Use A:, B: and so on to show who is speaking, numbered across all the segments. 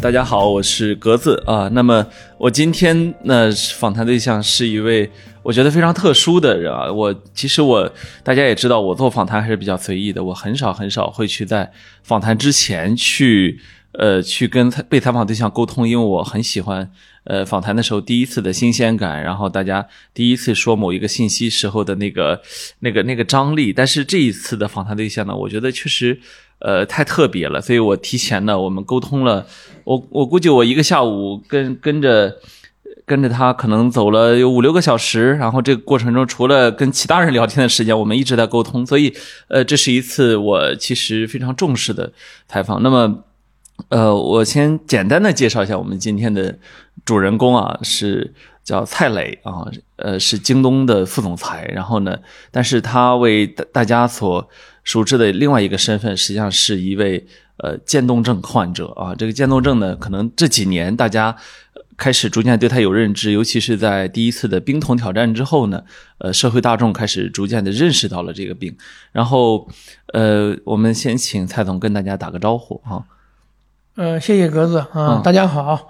A: 大家好，我是格子啊。那么我今天呢访谈对象是一位我觉得非常特殊的人啊。我其实我大家也知道，我做访谈还是比较随意的，我很少很少会去在访谈之前去呃去跟采被采访对象沟通，因为我很喜欢呃访谈的时候第一次的新鲜感，然后大家第一次说某一个信息时候的那个那个那个张力。但是这一次的访谈对象呢，我觉得确实。呃，太特别了，所以我提前呢，我们沟通了，我我估计我一个下午跟跟着跟着他，可能走了有五六个小时，然后这个过程中，除了跟其他人聊天的时间，我们一直在沟通，所以呃，这是一次我其实非常重视的采访。那么，呃，我先简单的介绍一下我们今天的主人公啊，是叫蔡磊啊，呃，是京东的副总裁，然后呢，但是他为大大家所熟知的另外一个身份，实际上是一位呃渐冻症患者啊。这个渐冻症呢，可能这几年大家呃开始逐渐对它有认知，尤其是在第一次的冰桶挑战之后呢，呃，社会大众开始逐渐的认识到了这个病。然后，呃，我们先请蔡总跟大家打个招呼啊。
B: 呃，谢谢格子啊，
A: 嗯
B: 大家好，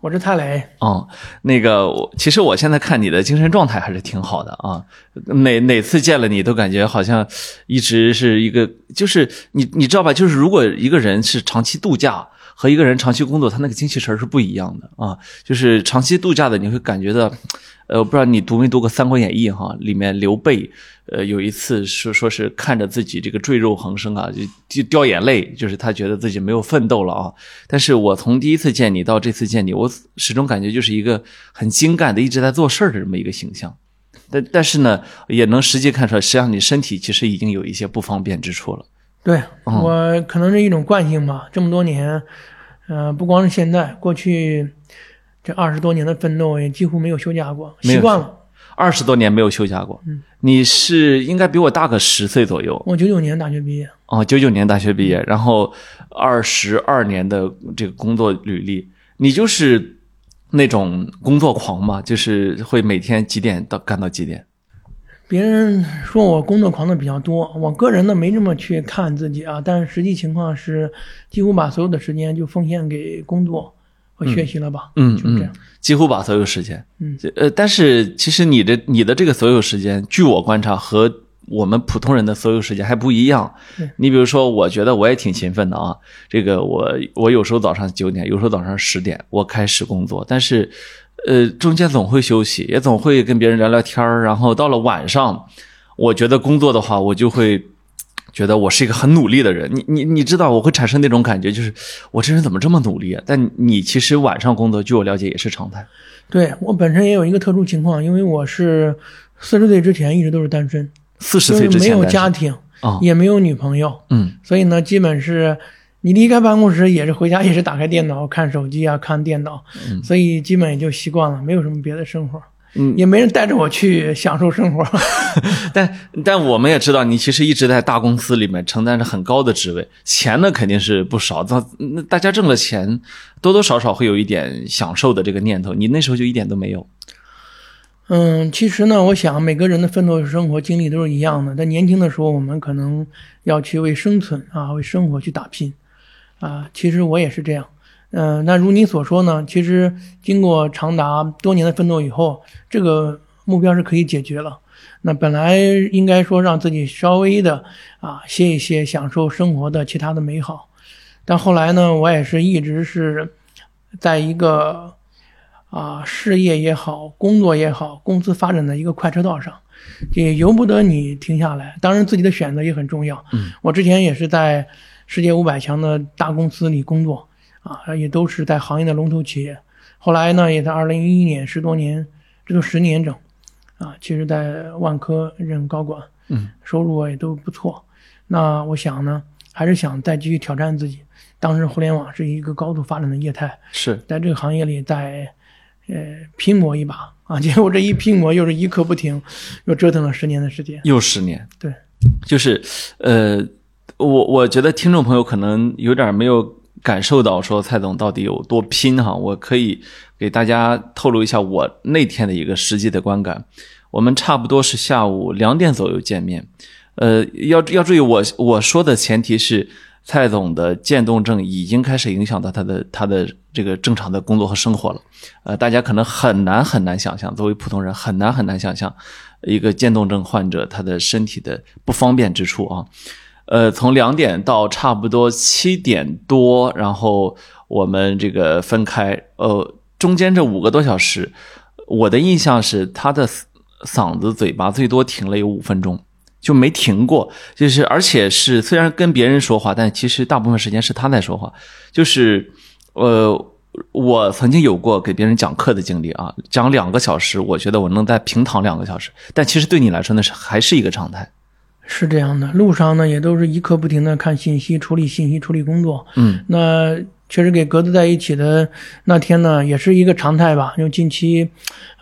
B: 我是蔡磊。
A: 哦，那个我其实我现在看你的精神状态还是挺好的啊，哪哪次见了你都感觉好像一直是一个，就是你你知道吧，就是如果一个人是长期度假和一个人长期工作，他那个精气神儿是不一样的啊，就是长期度假的你会感觉到。呃，我不知道你读没读过《三国演义》哈，里面刘备，呃，有一次说说是看着自己这个赘肉横生啊，就就掉眼泪，就是他觉得自己没有奋斗了啊。但是我从第一次见你到这次见你，我始终感觉就是一个很精干的、一直在做事儿的这么一个形象。但但是呢，也能实际看出来，实际上你身体其实已经有一些不方便之处了。
B: 对
A: 嗯
B: 我可能是一种惯性吧，这么多年，呃，不光是现在，过去这二十多年的奋斗也几乎没有休假过，
A: 没有
B: 习惯了。
A: 二十多年没有休假过，你是应该比我大个十岁左右
B: 我九九年大学毕业，
A: 哦，九九年大学毕业，然后二十二年的这个工作履历，你就是那种工作狂嘛，就是会每天几点到干到几点？
B: 别人说我工作狂的比较多，我个人呢没这么去看自己啊，但是实际情况是，几乎把所有的时间就奉献给工作和学习了吧。
A: 嗯
B: 就是这样
A: 嗯。几乎把所有时间，
B: 嗯，
A: 呃，但是其实你的你的这个所有时间，据我观察和我们普通人的所有时间还不一样
B: 对。
A: 你比如说，我觉得我也挺勤奋的啊，这个我我有时候早上九点，有时候早上十点我开始工作，但是呃中间总会休息，也总会跟别人聊聊天儿，然后到了晚上，我觉得工作的话，我就会。觉得我是一个很努力的人，你你你知道我会产生那种感觉，就是我这人怎么这么努力啊？但你其实晚上工作，据我了解也是常态。
B: 对我本身也有一个特殊情况，因为我是四十岁之前一直都是单身，
A: 四十
B: 就
A: 岁
B: 是
A: 之
B: 没
A: 前
B: 有
A: 单身
B: 家庭，
A: 啊、
B: 也没有女朋友，
A: 嗯
B: 所以呢，基本是你离开办公室也是回家也是打开电脑看手机啊，看电脑，所以基本也就习惯了，没有什么别的生活，
A: 嗯，
B: 也没人带着我去享受生活。
A: 但但我们也知道，你其实一直在大公司里面承担着很高的职位，钱呢肯定是不少。那那大家挣了钱，多多少少会有一点享受的这个念头，你那时候就一点都没有。
B: 嗯，其实呢，我想每个人的奋斗生活经历都是一样的。在年轻的时候，我们可能要去为生存啊，为生活去打拼啊。其实我也是这样。嗯、那如你所说呢，其实经过长达多年的奋斗以后，这个目标是可以解决了。那本来应该说让自己稍微的啊歇一歇，享受生活的其他的美好，但后来呢，我也是一直是在一个啊事业也好，工作也好，公司发展的一个快车道上，也由不得你停下来。当然，自己的选择也很重要。
A: 嗯，
B: 我之前也是在世界五百强的大公司里工作，啊，也都是在行业的龙头企业。后来呢，也在二零一一年，十多年，这都十年整，啊，其实在万科任高管，
A: 嗯，
B: 收入啊也都不错。那我想呢，还是想再继续挑战自己。当时互联网是一个高度发展的业态，
A: 是，
B: 在这个行业里再呃拼搏一把啊！结果这一拼搏又是一刻不停，又折腾了十年的时间。
A: 又十年。
B: 对，
A: 就是呃，我我觉得听众朋友可能有点没有感受到说蔡总到底有多拼哈，我可以给大家透露一下我那天的一个实际的观感。我们差不多是下午两点左右见面，呃，要要注意我，我说的前提是蔡总的渐冻症已经开始影响到他的他的这个正常的工作和生活了。呃，大家可能很难很难想象，作为普通人很难很难想象一个渐冻症患者他的身体的不方便之处啊。呃，从两点到差不多七点多，然后我们这个分开，呃，中间这五个多小时，我的印象是他的嗓嗓子、嘴巴最多停了有五分钟，就没停过，就是而且是虽然跟别人说话，但其实大部分时间是他在说话，就是呃。我曾经有过给别人讲课的经历啊，讲两个小时，我觉得我能在平躺两个小时，但其实对你来说那是还是一个常态。
B: 是这样的，路上呢也都是一刻不停的看信息，处理信息，处理工作。
A: 嗯，
B: 那确实给格子在一起的那天呢，也是一个常态吧。因为近期，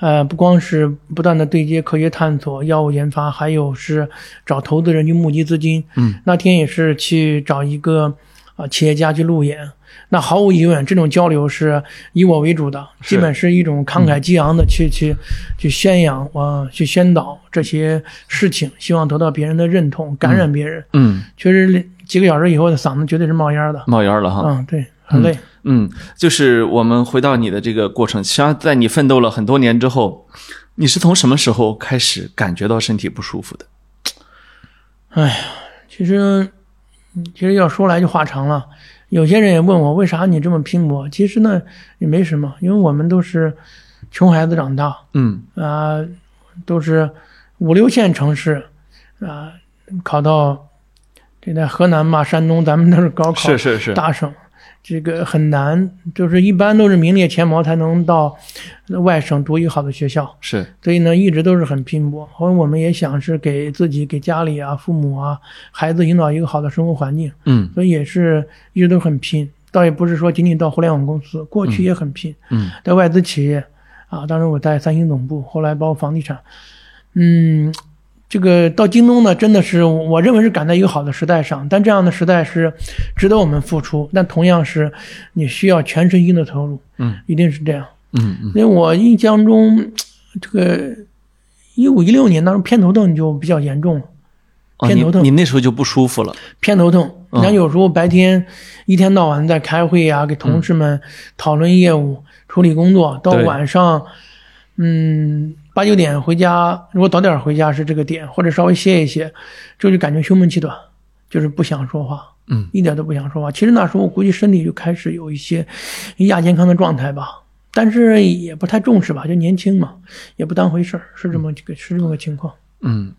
B: 呃，不光是不断的对接科学探索、药物研发，还有是找投资人去募集资金。
A: 嗯，
B: 那天也是去找一个啊、呃企业家去路演。那毫无疑问，这种交流是以我为主的，
A: 是嗯
B: 基本是一种慷慨激昂的去、去去宣扬啊、呃去宣导这些事情，希望得到别人的认同，感染别人。
A: 嗯，
B: 确实，几个小时以后的嗓子绝对是冒烟的。
A: 冒烟了哈。
B: 嗯，对，很累。
A: 嗯，就是我们回到你的这个过程，实际上在你奋斗了很多年之后，你是从什么时候开始感觉到身体不舒服的？
B: 其实，嗯其实要说来就话长了。有些人也问我为啥你这么拼搏，其实呢也没什么，因为我们都是穷孩子长大啊、
A: 嗯
B: 都是五六线城市啊、考到这在河南吧、山东，咱们都是高考
A: 是是是
B: 大省，这个很难，就是一般都是名列前茅才能到外省读一个好的学校。
A: 是，
B: 所以呢，一直都是很拼搏。后来我们也想是给自己、给家里啊、父母啊、孩子营造一个好的生活环境，
A: 嗯
B: 所以也是一直都很拼。倒也不是说仅仅到互联网公司，过去也很拼，
A: 嗯
B: 在外资企业啊，当时我在三星总部，后来包括房地产，嗯，这个到京东呢，真的是我认为是赶在一个好的时代上，但这样的时代是值得我们付出，但同样是你需要全身心的投入，
A: 嗯，
B: 一定是这样。
A: 嗯嗯
B: 因为我印象中，这个一五一六年当时偏头痛就比较严重了，
A: 哦，
B: 偏
A: 你
B: 头痛
A: 你那时候就不舒服了，
B: 偏头痛。
A: 嗯
B: 然后有时候白天一天到晚在开会啊，给同事们讨论业务、处理工作，到
A: 嗯对
B: 晚上，嗯，八九点回家，如果早点回家是这个点，或者稍微歇一歇，就是感觉胸闷气短，就是不想说话。
A: 嗯
B: 一点都不想说话。其实那时候我估计身体就开始有一些亚健康的状态吧，但是也不太重视吧，就年轻嘛，也不当回事儿，是这么个是这么个情况。
A: 嗯。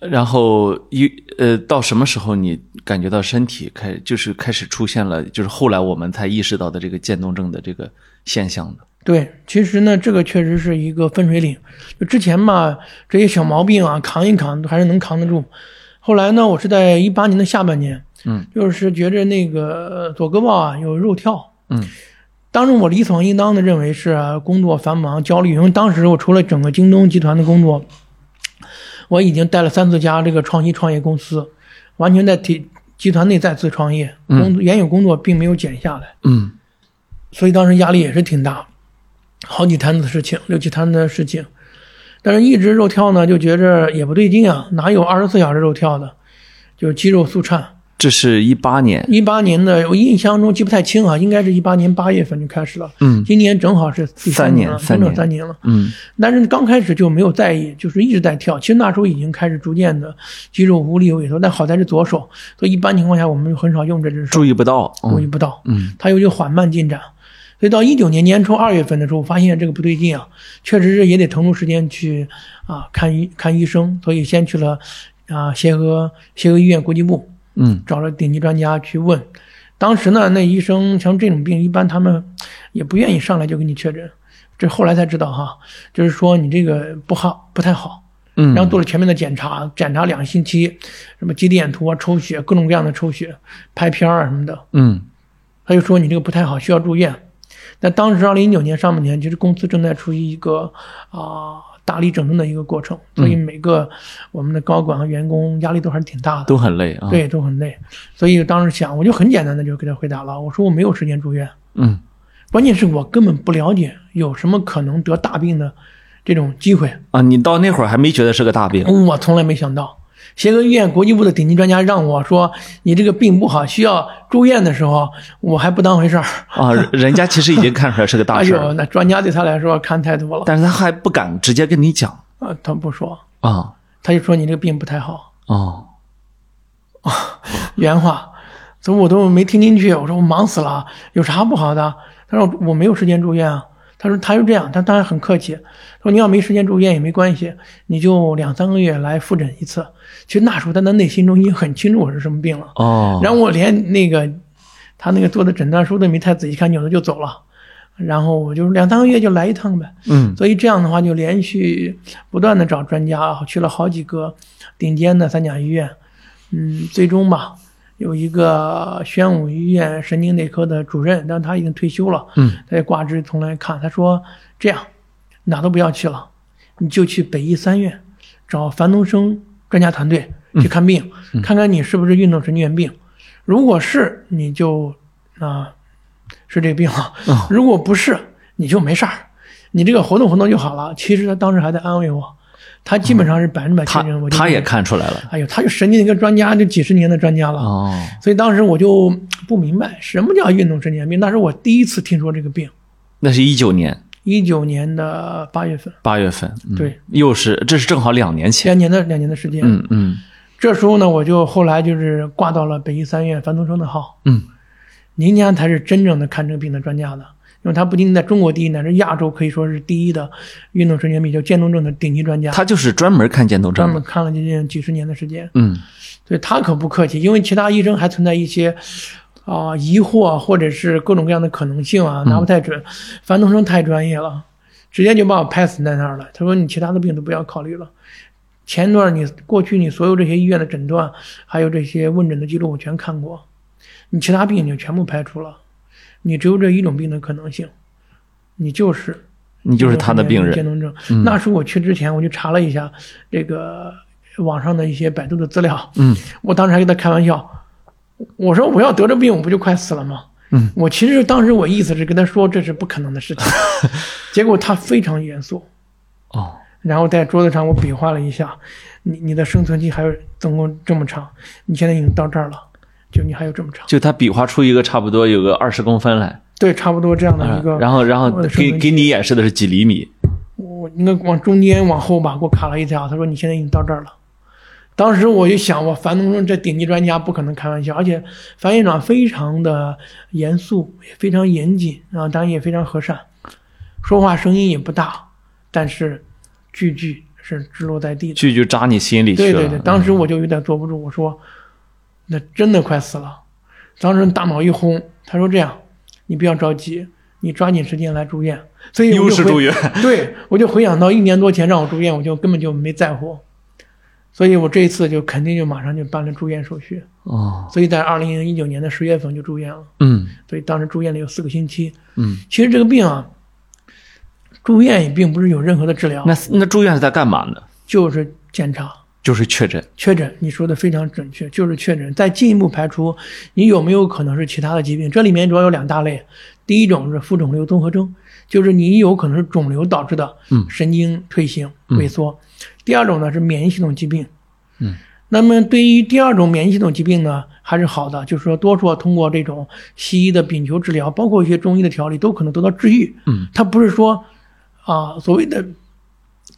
A: 然后一呃，到什么时候你感觉到身体开就是开始出现了，就是后来我们才意识到的这个渐冻症的这个现象的？
B: 对，其实呢，这个确实是一个分水岭。就之前吧，这些小毛病啊，扛一扛还是能扛得住。后来呢，我是在一八年的下半年，
A: 嗯，
B: 就是觉着那个呃左胳膊啊有肉跳，
A: 嗯
B: 当时我理所应当的认为是啊工作繁忙、焦虑，因为当时我除了整个京东集团的工作，我已经带了三四家这个创新创业公司，完全在体集团内再次创业，
A: 嗯
B: 工作原有工作并没有减下来，
A: 嗯
B: 所以当时压力也是挺大，好几摊子事情，六七摊子事情，但是一直肉跳呢，就觉着也不对劲啊，哪有二十四小时肉跳的，就是肌肉速颤。
A: 这是一八年，
B: 一八年的，我印象中记不太清啊，应该是一八年八月份就开始了。
A: 嗯
B: 今年正好是第年了，
A: 三年
B: 整整三年了。
A: 嗯
B: 但是刚开始就没有在意，就是一直在跳。其实那时候已经开始逐渐的肌肉无力有萎缩，但好在是左手，所以一般情况下我们很少用这只手，
A: 注意不到，
B: 注意
A: 嗯
B: 不到，
A: 嗯
B: 它有就缓慢进展。所以到一九年年初二月份的时候，我发现这个不对劲啊，确实是也得腾出时间去啊看医看医生，所以先去了啊协和协和医院国际部，
A: 嗯
B: 找了顶级专家去问。当时呢，那医生像这种病，一般他们也不愿意上来就给你确诊。这后来才知道哈，就是说你这个不好，不太好。
A: 嗯，
B: 然后做了全面的检查，检查两个星期，什么肌电图啊、抽血，各种各样的抽血、拍片儿啊什么的。
A: 嗯
B: 他就说你这个不太好，需要住院。那当时二零一九年上半年，其实公司正在处于一个啊、大力整顿的一个过程，所以每个我们的高管和员工压力都还是挺大的。
A: 都很累啊，，
B: 对，都很累。所以当时想，我就很简单的就给他回答了，我说我没有时间住院，
A: 嗯
B: 关键是我根本不了解有什么可能得大病的这种机会，
A: 啊，你到那会儿还没觉得是个大病，
B: 我从来没想到。协和医院国际部的顶级专家让我说，你这个病不好，需要住院的时候，我还不当回事儿。
A: 啊，人家其实已经看出来是个大
B: 哎
A: 事
B: 呦，
A: 儿，
B: 那专家对他来说看太多了
A: 但是他还不敢直接跟你讲
B: 啊，他不说，
A: 啊
B: 他就说你这个病不太好，
A: 哦，
B: 原话，所以我都没听进去。我说我忙死了，有啥不好的？他说我没有时间住院啊。他说他就这样，他当然很客气，说你要没时间住院也没关系，你就两三个月来复诊一次。其实那时候他的内心中已经很清楚我是什么病了。
A: 哦，
B: 然后我连那个他那个做的诊断书都没太仔细看，有的就走了。然后我就两三个月就来一趟呗。
A: 嗯
B: 所以这样的话，就连续不断的找专家，去了好几个顶尖的三甲医院，嗯，最终吧，有一个宣武医院神经内科的主任，但他已经退休了，
A: 嗯，
B: 他也挂职从来看，他说这样，哪都不要去了，你就去北医三院找樊东升专家团队
A: 嗯
B: 去看病，看看你是不是运动神经元病，如果是，你就啊、是这病了
A: 哦；
B: 如果不是，你就没事儿，你这个活动活动就好了。其实他当时还在安慰我，他基本上是百分之百
A: 嗯
B: 确
A: 他
B: 认我、
A: 他也，看出来了
B: 哎呦，他就神经内科专家，就几十年的专家了。
A: 哦，
B: 所以当时我就嗯不明白什么叫运动神经元病，那是我第一次听说这个病。
A: 那是一九年
B: 一九年的八月份，
A: 八月份，嗯
B: 对，
A: 又是这是正好两年前，
B: 两年的两年的时间。
A: 嗯嗯
B: 这时候呢，我就后来就是挂到了北医三院樊东升的号。
A: 嗯，
B: 您家才是真正的看这个病的专家的，因为他不仅仅在中国第一，乃至亚洲可以说是第一的运动神经病，叫渐冻症的顶级专家，
A: 他就是专门看渐冻
B: 专
A: 症的
B: 门，看了接近几十年的时间，
A: 嗯
B: 所以他可不客气，因为其他医生还存在一些。啊、疑惑啊或者是各种各样的可能性啊，拿不太准。樊东升太专业了，直接就把我拍死在那儿了。他说：“你其他的病都不要考虑了，前段你过去你所有这些医院的诊断，还有这些问诊的记录，我全看过。你其他病你就全部排除了，你只有这一种病的可能性，你就是
A: 你就是他的病人嗯
B: 渐冻症。那时候我去之前，我就查了一下这个网上的一些百度的资料。
A: 嗯，
B: 我当时还跟他开玩笑，我说我要得这病，我不就快死了吗？
A: 嗯，
B: 我其实当时我意思是跟他说这是不可能的 事情，结果他非常严肃。
A: 哦
B: 然后在桌子上我比划了一下，你你的生存期还有总共这么长，你现在已经到这儿了，就你还有这么长，
A: 就他比划出一个差不多有个二十公分来，啊
B: 对，差不多这样啊的一个。
A: 呃然后然后
B: 我的生
A: 给
B: 存
A: 给你演示的是几厘米，
B: 我应该往中间往后吧，给我卡了一条，他说你现在已经到这儿了。当时我就想，我樊东升这顶级专家不可能开玩笑，而且樊院长非常的严肃，也非常严谨啊，当然也非常和善，说话声音也不大，但是句句是直落在地的。
A: 句句扎你心里去
B: 对
A: 了。嗯
B: 对对，当时我就有点坐不住，我说，那真的快死了。当时大脑一轰，他说这样，你不要着急，你抓紧时间来住院。所以我
A: 又
B: 就是回
A: 住院，
B: 对 我就回想到一年多前让我住院，我就根本就没在乎。所以我这一次就肯定就马上就办了住院手续，
A: 哦，
B: 所以在二零一九年的十月份就住院了。
A: 嗯
B: 所以当时住院了有四个星期。
A: 嗯，
B: 其实这个病啊，住院也并不是有任何的治疗
A: 那，那住院是在干嘛呢？
B: 就是检查。
A: 就是确诊。
B: 确诊，你说的非常准确，就是确诊。再进一步排除，你有没有可能是其他的疾病？这里面主要有两大类，第一种是副肿瘤综合征，就是你有可能是肿瘤导致的
A: 嗯
B: 神经退行、萎缩；第二种呢是免疫系统疾病。
A: 嗯，
B: 那么对于第二种免疫系统疾病呢，还是好的，就是说多数通过这种西医的丙球治疗，包括一些中医的调理，都可能得到治愈。
A: 嗯，
B: 它不是说啊、所谓的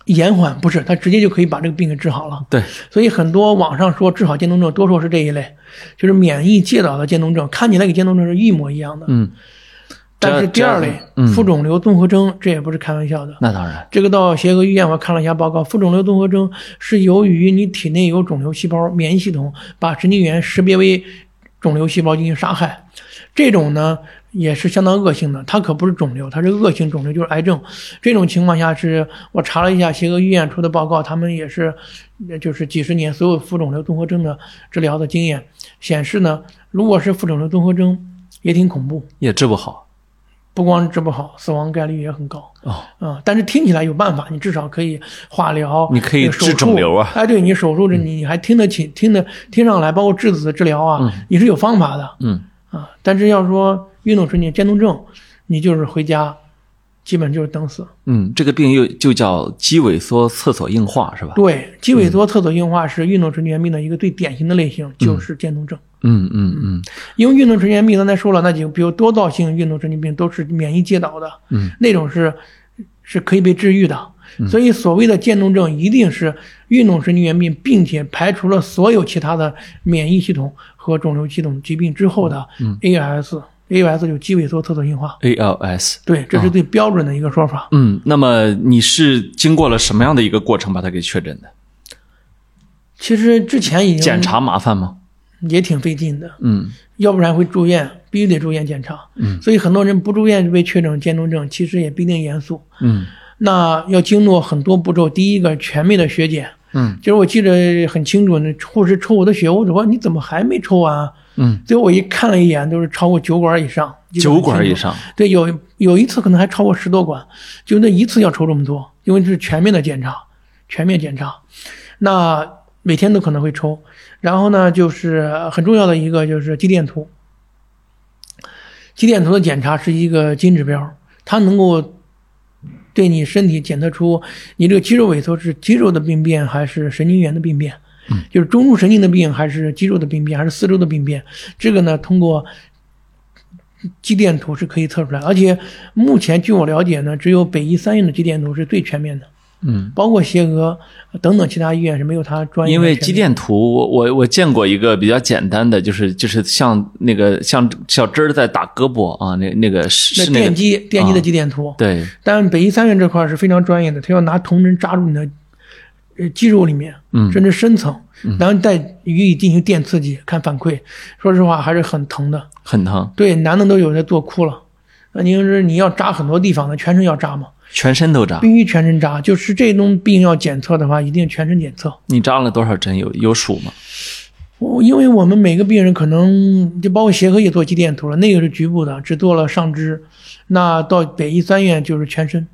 B: 延缓，不是，它直接就可以把这个病给治好了。
A: 对，
B: 所以很多网上说治好渐冻症，多数是这一类，就是免疫介导的渐冻症，看起来跟渐冻症是一模一样的。
A: 嗯，
B: 但是第二类
A: 这嗯
B: 副肿瘤综合征，这也不是开玩笑的。
A: 那当然。
B: 这个到协和医院我看了一下报告，副肿瘤综合征是由于你体内有肿瘤细胞，免疫系统把神经元识别为肿瘤细胞进行杀害，这种呢也是相当恶性的，它可不是肿瘤，它是恶性肿瘤，就是癌症。这种情况下是我查了一下协和医院出的报告，他们也是，呃就是几十年所有副肿瘤综合征的治疗的经验显示呢，如果是副肿瘤综合征也挺恐怖，
A: 也治不好
B: 不光治不好，死亡概率也很高。
A: 哦，
B: 啊、但是听起来有办法，你至少可以化疗，
A: 你可以
B: 那个手
A: 治
B: 术
A: 肿瘤啊
B: 哎，对你手术这你还听得起，听得听上来，包括质子治疗啊，你是有方法的
A: 嗯
B: 啊。但是要说运动神经渐冻症，你就是回家基本就是等死。
A: 嗯，这个病又就叫肌萎缩侧索硬化是吧？
B: 对，肌
A: 嗯
B: 萎缩侧索硬化是运动神经元病的一个最典型的类型，就是渐冻症。
A: 嗯嗯嗯
B: 因为运动神经元病刚才说了，那几个比如多灶性运动神经病都是免疫介导的，
A: 嗯，
B: 那种是是可以被治愈的。所以所谓的渐冻症一定是运动神经元病，并且排除了所有其他的免疫系统和肿瘤系统疾病之后的
A: 嗯
B: ALS，ALS、ALS 就肌萎缩侧索硬化。
A: ，ALS。
B: 对，这是最标准的一个说法。
A: 嗯，那么你是经过了什么样的一个过程把它给确诊的？
B: 其实之前已经
A: 检查麻烦吗？
B: 也挺费劲的，
A: 嗯
B: 要不然会住院，必须得住院检查。
A: 嗯，
B: 所以很多人不住院就被确诊渐冻症，其实也不一定严肃。
A: 嗯
B: 那要经过很多步骤，第一个全面的血检，
A: 嗯
B: 就是我记得很清楚，那护士抽我的血，我说你怎么还没抽完啊？
A: 嗯，
B: 最后我一看了一眼，都是超过九管以上，
A: 九管以。上。
B: 对，有有一次可能还超过十多管，就那一次要抽这么多，因为是全面的检查，全面检查，那每天都可能会抽。然后呢，就是很重要的一个就是肌电图，肌电图的检查是一个金指标，它能够对你身体检测出你这个肌肉萎缩是肌肉的病变还是神经元的病变。就是中枢神经的病，还是肌肉的病变，还是四周的病变？这个呢，通过肌电图是可以测出来，而且目前据我了解呢，只有北医三院的肌电图是最全面的，
A: 嗯，
B: 包括协和等等其他医院是没有它专业的
A: 因
B: 全面。
A: 为肌电图，我我我见过一个比较简单的，就是就是像那个像小针儿在打胳膊啊，那那个是是
B: 那
A: 那个
B: 电
A: 啊
B: 击电击的肌电图，
A: 对，
B: 但北医三院这块是非常专业的，他要拿铜针扎入你的呃肌肉里面，
A: 嗯
B: 甚至深层，然后再予以进行电刺激，看反馈。说实话还是很疼的，
A: 很疼，
B: 对，男的都有的做哭了。那您是你要扎很多地方的，全身要扎吗？
A: 全身都扎。
B: 必须全身扎，就是这种病要检测的话，一定全身检测。
A: 你扎了多少针？有有数吗？
B: 我因为我们每个病人可能就包括协和也做肌电图了，那个是局部的，只做了上肢，那到北医三院就是全身，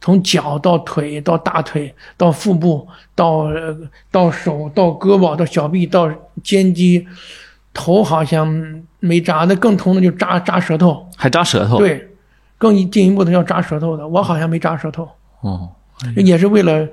B: 从脚到腿到大腿到腹部到呃到手到胳膊到小臂到肩肌，头好像没扎，那更疼的就扎扎舌头，
A: 还扎舌头？，
B: 对，更进一步的要扎舌头的，我好像没扎舌头。
A: 哦，
B: 也是为了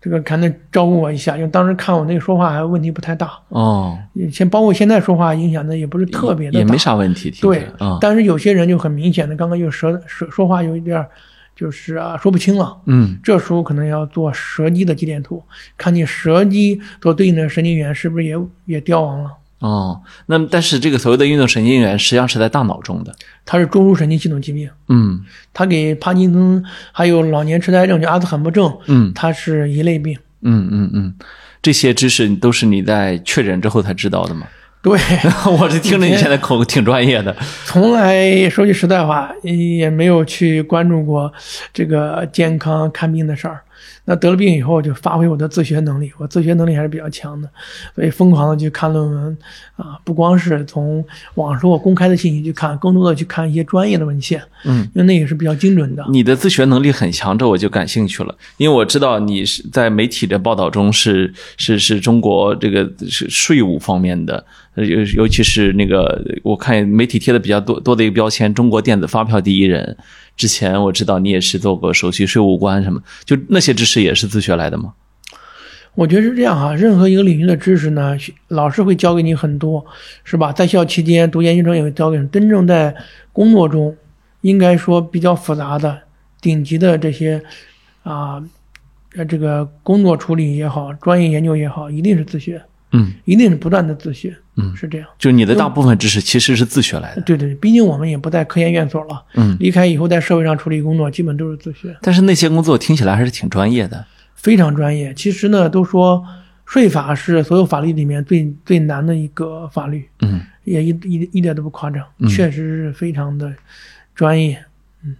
B: 这个可能照顾我一下，因为当时看我那个说话还问题不太大，
A: 哦，
B: 先包括现在说话影响的也不是特别的大，
A: 也没啥问题，听起
B: 对
A: 来，啊，
B: 但是有些人就很明显的，刚刚又舌舌说话有一点儿就是啊说不清了。
A: 嗯
B: 这时候可能要做舌肌的肌电图，看你舌肌所对应的神经元是不是也也凋亡了。
A: 哦，那么但是这个所谓的运动神经元实际上是在大脑中的，
B: 它是中枢神经系统疾病，
A: 嗯
B: 它给帕金森还有老年痴呆症，就阿兹海默症，
A: 嗯
B: 它是一类病。
A: 嗯嗯嗯，这些知识都是你在确诊之后才知道的吗？
B: 对，
A: 我是听着你现在口挺专业的，
B: 从来说句实在话，也没有去关注过这个健康看病的事儿。那得了病以后，就发挥我的自学能力，我自学能力还是比较强的，所以疯狂的去看论文啊，不光是从网上公开的信息去看，更多的去看一些专业的文献，
A: 嗯，
B: 因为那也是比较精准的。
A: 你的自学能力很强，这我就感兴趣了，因为我知道你是在媒体的报道中是是是中国这个是税务方面的，呃尤尤其是那个我看媒体贴的比较多多的一个标签，中国电子发票第一人。之前我知道你也是做过首席税务官什么，就那些知识也是自学来的吗？
B: 我觉得是这样哈、啊任何一个领域的知识呢，学老师会教给你很多，是吧？在校期间读研究生也会教给你，真正在工作中，应该说比较复杂的、顶级的这些啊，呃，这个工作处理也好，专业研究也好，一定是自学，
A: 嗯，
B: 一定是不断的自学，
A: 嗯
B: 是这样。
A: 就你的大部分知识其实是自学来的。
B: 对对，毕竟我们也不在科研院所了，
A: 嗯，
B: 离开以后在社会上处理工作，基本都是自学。
A: 但是那些工作听起来还是挺专业的。
B: 非常专业。其实呢，都说税法是所有法律里面最最难的一个法律，
A: 嗯，
B: 也一一一点都不夸张，确实是非常的专业。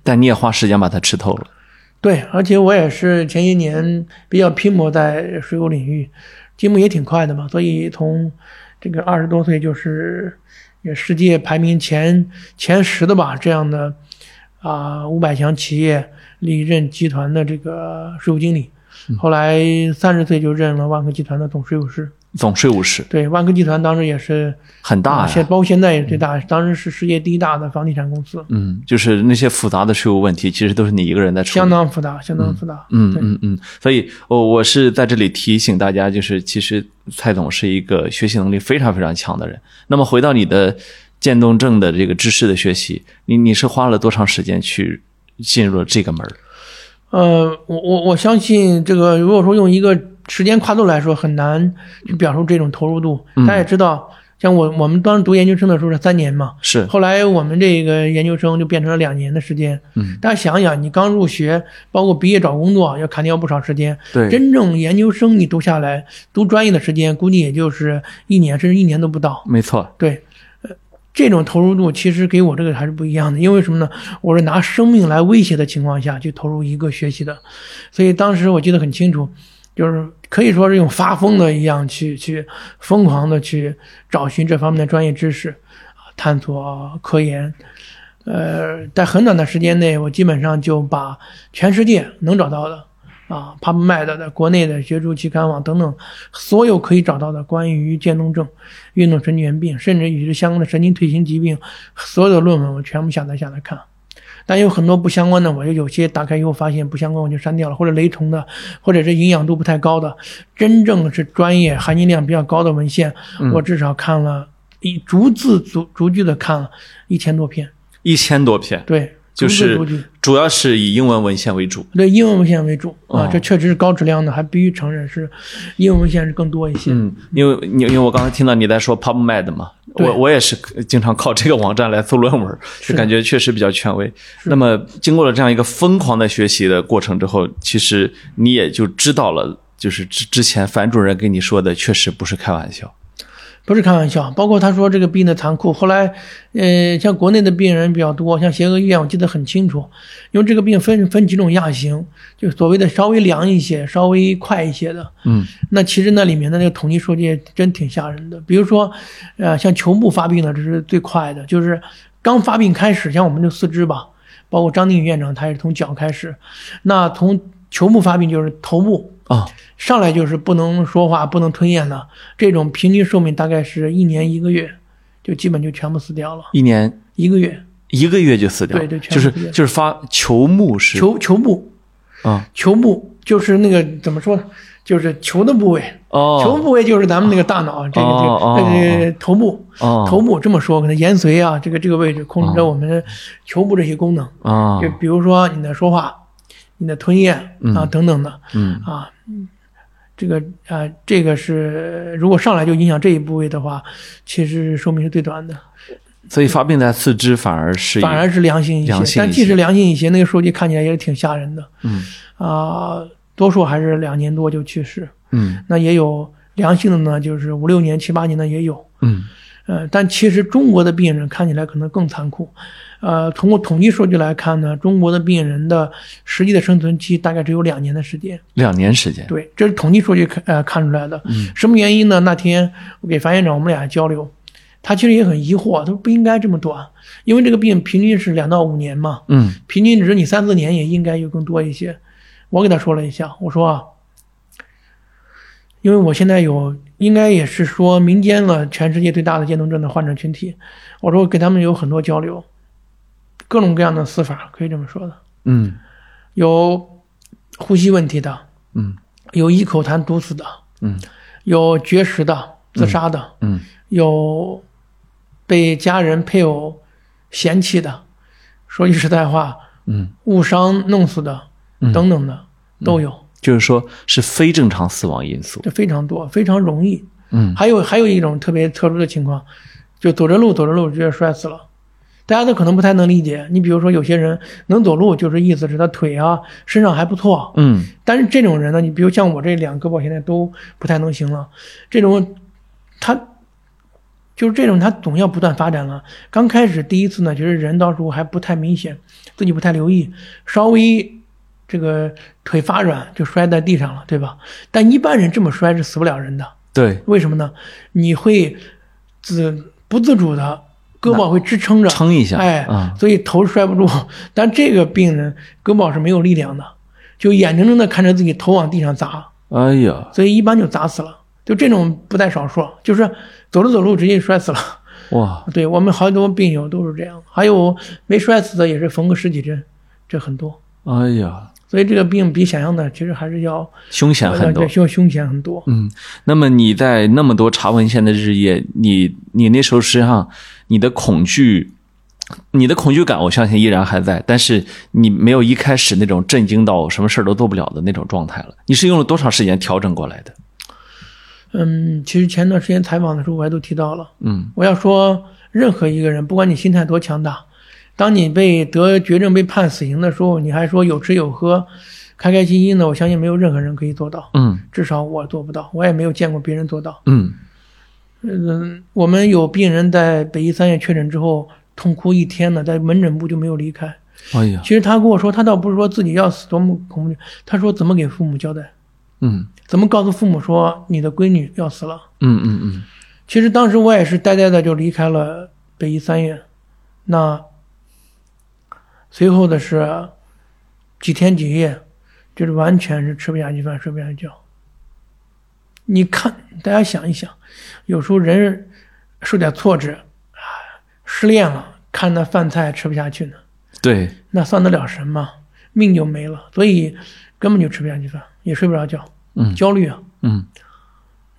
A: 但你也花时间把它吃透了。
B: 对，而且我也是前些年比较拼搏在税务领域，进步也挺快的嘛，所以从这个二十多岁就是也世界排名前前十的吧这样的啊五百强企业里任
A: 嗯
B: 集团的这个税务经理，后来三十岁就任了万科集团的总税务师，
A: 总税务师
B: 对，万科集团当时也是啊
A: 很大
B: 现
A: 呀。
B: 包括现在也是最大，当时是世界第一大的房地产公司，
A: 嗯，就是那些复杂的税务问题，其实都是你一个人在处理
B: 相。当复杂，相当复杂。
A: 嗯
B: 对
A: 嗯嗯，所以我、我是在这里提醒大家，就是其实蔡总是一个学习能力非常非常强的人。那么回到你的渐冻症的这个知识的学习，你你是花了多长时间去进入了这个门儿？
B: 呃，我我我相信这个，如果说用一个时间跨度来说，很难去表述这种投入度。
A: 嗯
B: 大家也知道，像我我们当时读研究生的时候是三年嘛，
A: 是，
B: 后来我们这个研究生就变成了两年的时间。
A: 嗯，
B: 大家想想，你刚入学，包括毕业找工作，要砍掉不少时间。
A: 对
B: 真正研究生你读下来，读专业的时间估计也就是一年，甚至一年都不到。
A: 没错，
B: 对，呃，这种投入度其实给我这个还是不一样的，因为什么呢？我是拿生命来威胁的情况下去投入一个学习的，所以当时我记得很清楚，就是可以说是用发疯的一样去去疯狂的去找寻这方面的专业知识，啊探索科研。呃，在很短的时间内，我基本上就把全世界能找到的，啊，PubMed 的国内的学术期刊网等等，所有可以找到的关于渐冻症、运动神经元病，甚至与之相关的神经退行疾病，所有的论文我全部下载下来看。但有很多不相关的，我就有些打开以后发现不相关，我就删掉了，或者雷同的，或者是营养度不太高的，真正是专业含金量比较高的文献，我至少看了一逐字逐逐句的看了一千多篇，
A: 一千多篇，
B: 对，
A: 就
B: 逐字
A: 是
B: 逐句
A: 主要是以英文文献为主。
B: 对英文文献为主啊
A: 哦，
B: 这确实是高质量的，还必须承认是英文文献是更多一些。
A: 嗯，因为你因为我刚才听到你在说 PubMed 嘛，
B: 对
A: 我我也是经常靠这个网站来做论文，
B: 是
A: 就感觉确实比较权威。那么经过了这样一个疯狂的学习的过程之后，其实你也就知道了，就是之之前樊主任跟你说的确实不是开玩笑。
B: 不是开玩笑，包括他说这个病的残酷。后来，呃，像国内的病人比较多，像协和医院，我记得很清楚，因为这个病分分几种亚型，就所谓的稍微凉一些、稍微快一些的。
A: 嗯，
B: 那其实那里面的那个统计数据真挺吓人的。比如说，呃，像球部发病的，这是最快的，就是刚发病开始，像我们的四肢吧，包括张定宇院长，他也是从脚开始，那从球部发病就是头部。
A: 啊、
B: 上来就是不能说话、不能吞咽的，这种平均寿命大概是一年一个月，就基本就全部死掉了，
A: 一年
B: 一个月。
A: 一个月就死掉，
B: 对对全部
A: 就是
B: 死掉
A: 就是发球目是
B: 球球部，
A: 嗯啊、
B: 球部就是那个怎么说呢，就是球的部位，
A: 哦
B: 球部位就是咱们那个大脑、这个这个、
A: 哦
B: 这个头部。
A: 哦
B: 头部这么说，可能延髓啊，这个这个位置控制着我们球部这些功能，
A: 啊
B: 就比如说你的说话、你的吞咽啊、等等的。
A: 嗯
B: 啊，这个啊、这个是如果上来就影响这一部位的话，其实寿命是最短的，
A: 所以发病在四肢反而是一
B: 反而是良性一些。
A: 良性
B: 但
A: 一
B: 即
A: 些
B: 使良性一些，那个数据看起来也是挺吓人的
A: 嗯
B: 啊、多数还是两年多就去世，
A: 嗯
B: 那也有良性的呢，就是五六年、七八年的也有。
A: 嗯
B: 呃，但其实中国的病人看起来可能更残酷，呃，通过统计数据来看呢，中国的病人的实际的生存期大概只有两年的时间。
A: 两年时间
B: 对，这是统计数据看呃看出来的。什么原因呢？那天我给樊院长我们俩交流，他其实也很疑惑，他说不应该这么短，因为这个病平均是两到五年嘛，
A: 嗯
B: 平均值你三四年也应该有更多一些。我给他说了一下，我说啊，因为我现在有应该也是说民间了全世界最大的渐冻症的患者群体，我说我给他们有很多交流，各种各样的死法，可以这么说的，
A: 嗯
B: 有呼吸问题的，
A: 嗯
B: 有一口痰毒死的，
A: 嗯
B: 有绝食的、自杀的，
A: 嗯
B: 有被家人、配偶嫌弃的，说句实在话，
A: 嗯，
B: 误伤弄死的，等等的、都有，
A: 就是说是非正常死亡因素。
B: 这非常多，非常容易。
A: 嗯
B: 还有还有一种特别特殊的情况，就走着路走着路直接摔死了。大家都可能不太能理解，你比如说有些人能走路，就是意思是他腿啊身上还不错，
A: 嗯
B: 但是这种人呢，你比如像我这两胳膊现在都不太能行了，这种他就是这种他总要不断发展了。刚开始第一次呢，其实人到时候还不太明显，自己不太留意，稍微这个腿发软就摔在地上了，对吧？但一般人这么摔是死不了人的，
A: 对，
B: 为什么呢？你会自不自主的胳膊会支撑着，
A: 撑一下，
B: 哎，
A: 啊，
B: 所以头摔不住。但这个病人胳膊是没有力量的，就眼睁睁的看着自己头往地上砸，
A: 哎呀，
B: 所以一般就砸死了。就这种不在少数，就是走着走路直接摔死了。
A: 哇，
B: 对我们好多病友都是这样，还有没摔死的也是缝个十几针，这很多。
A: 哎呀，
B: 所以这个病比想象的其实还是要
A: 凶险很多
B: 要。需要凶险很多。
A: 嗯，那么你在那么多查文献的日夜，你你那时候实际上你的恐惧，你的恐惧感，我相信依然还在，但是你没有一开始那种震惊到什么事儿都做不了的那种状态了。你是用了多长时间调整过来的？
B: 嗯，其实前段时间采访的时候我还都提到了，
A: 嗯
B: 我要说任何一个人，不管你心态多强大，当你被得绝症被判死刑的时候，你还说有吃有喝，开开心心的，我相信没有任何人可以做到，
A: 嗯
B: 至少我做不到，我也没有见过别人做到。
A: 嗯，
B: 嗯，我们有病人在北医三院确诊之后痛哭一天呢，在门诊部就没有离开。
A: 哎呀，
B: 其实他跟我说，他倒不是说自己要死多么恐怖，他说怎么给父母交代，
A: 嗯
B: 怎么告诉父母说你的闺女要死了。
A: 嗯嗯嗯，
B: 其实当时我也是呆呆的就离开了北医三院。那随后的是几天几夜，就是完全是吃不下去饭，睡不下去觉。你看，大家想一想，有时候人受点挫折，啊，失恋了，看那饭菜吃不下去呢，
A: 对，
B: 那算得了什么？命就没了，所以根本就吃不下去饭，也睡不着觉，
A: 嗯
B: 焦虑啊。
A: 嗯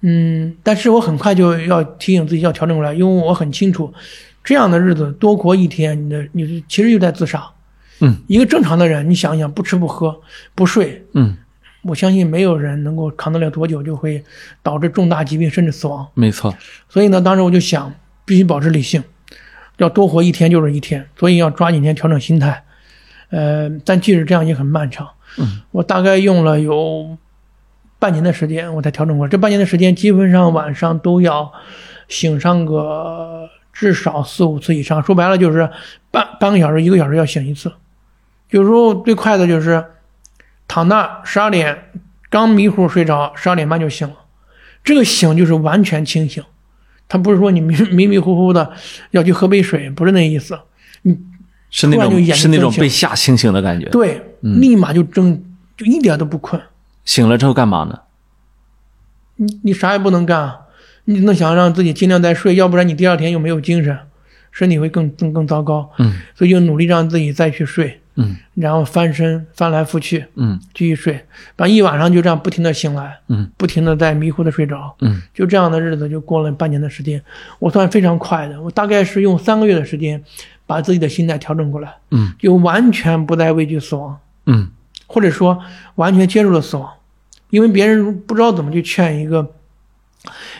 B: 嗯，但是我很快就要提醒自己要调整过来，因为我很清楚，这样的日子多活一天，你的你其实就在自杀。
A: 嗯，
B: 一个正常的人，你想一想，不吃不喝不睡，
A: 嗯，
B: 我相信没有人能够扛得了多久，就会导致重大疾病甚至死亡。
A: 没错，
B: 所以呢，当时我就想，必须保持理性，要多活一天就是一天，所以要抓紧时间调整心态。呃，但即使这样也很漫长。
A: 嗯，
B: 我大概用了有半年的时间，我才调整过来。这半年的时间，基本上晚上都要醒上个至少四五次以上。说白了就是半半个小时、一个小时要醒一次，有时候最快的就是躺那十二点刚迷糊睡着，十二点半就醒了。这个醒就是完全清醒，他不是说你迷 迷迷糊糊的要去喝杯水，不是那意思。
A: 是那
B: 突然就
A: 种
B: 眼睛
A: 是那种
B: 睁起来
A: 被吓清醒的感觉。
B: 对，立马就睁，就一点都不困。
A: 醒了之后干嘛呢？
B: 你你啥也不能干啊，你只能想让自己尽量再睡，要不然你第二天又没有精神，身体会更更更糟糕。
A: 嗯
B: 所以就努力让自己再去睡，
A: 嗯
B: 然后翻身翻来覆去
A: 嗯
B: 继续睡，反正一晚上就这样不停的醒来，
A: 嗯
B: 不停的在迷糊的睡着。
A: 嗯
B: 就这样的日子就过了半年的时间，我算非常快的，我大概是用三个月的时间把自己的心态调整过来，
A: 嗯
B: 就完全不再畏惧死亡，
A: 嗯
B: 或者说完全接受了死亡，因为别人不知道怎么去劝一个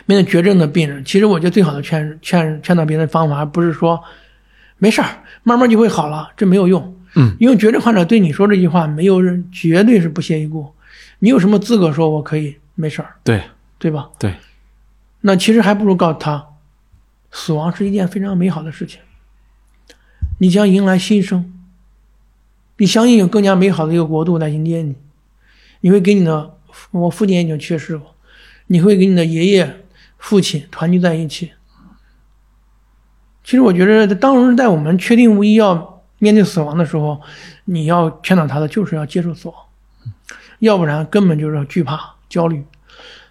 B: 面对绝症的病人。其实我觉得最好的劝劝劝导别人的方法，而不是说没事儿，慢慢就会好了，这没有用。
A: 嗯
B: 因为绝症患者对你说这句话，没有人绝对是不屑一顾。你有什么资格说我可以没事儿，
A: 对
B: 对吧？
A: 对，
B: 那其实还不如告诉他，死亡是一件非常美好的事情，你将迎来新生，你相信有更加美好的一个国度来迎接你，你会给你的我父亲已经去世了，你会给你的爷爷、父亲团聚在一起。其实我觉得，当时在我们确定无疑要面对死亡的时候，你要劝导他的就是要接受死亡，要不然根本就是惧怕、焦虑。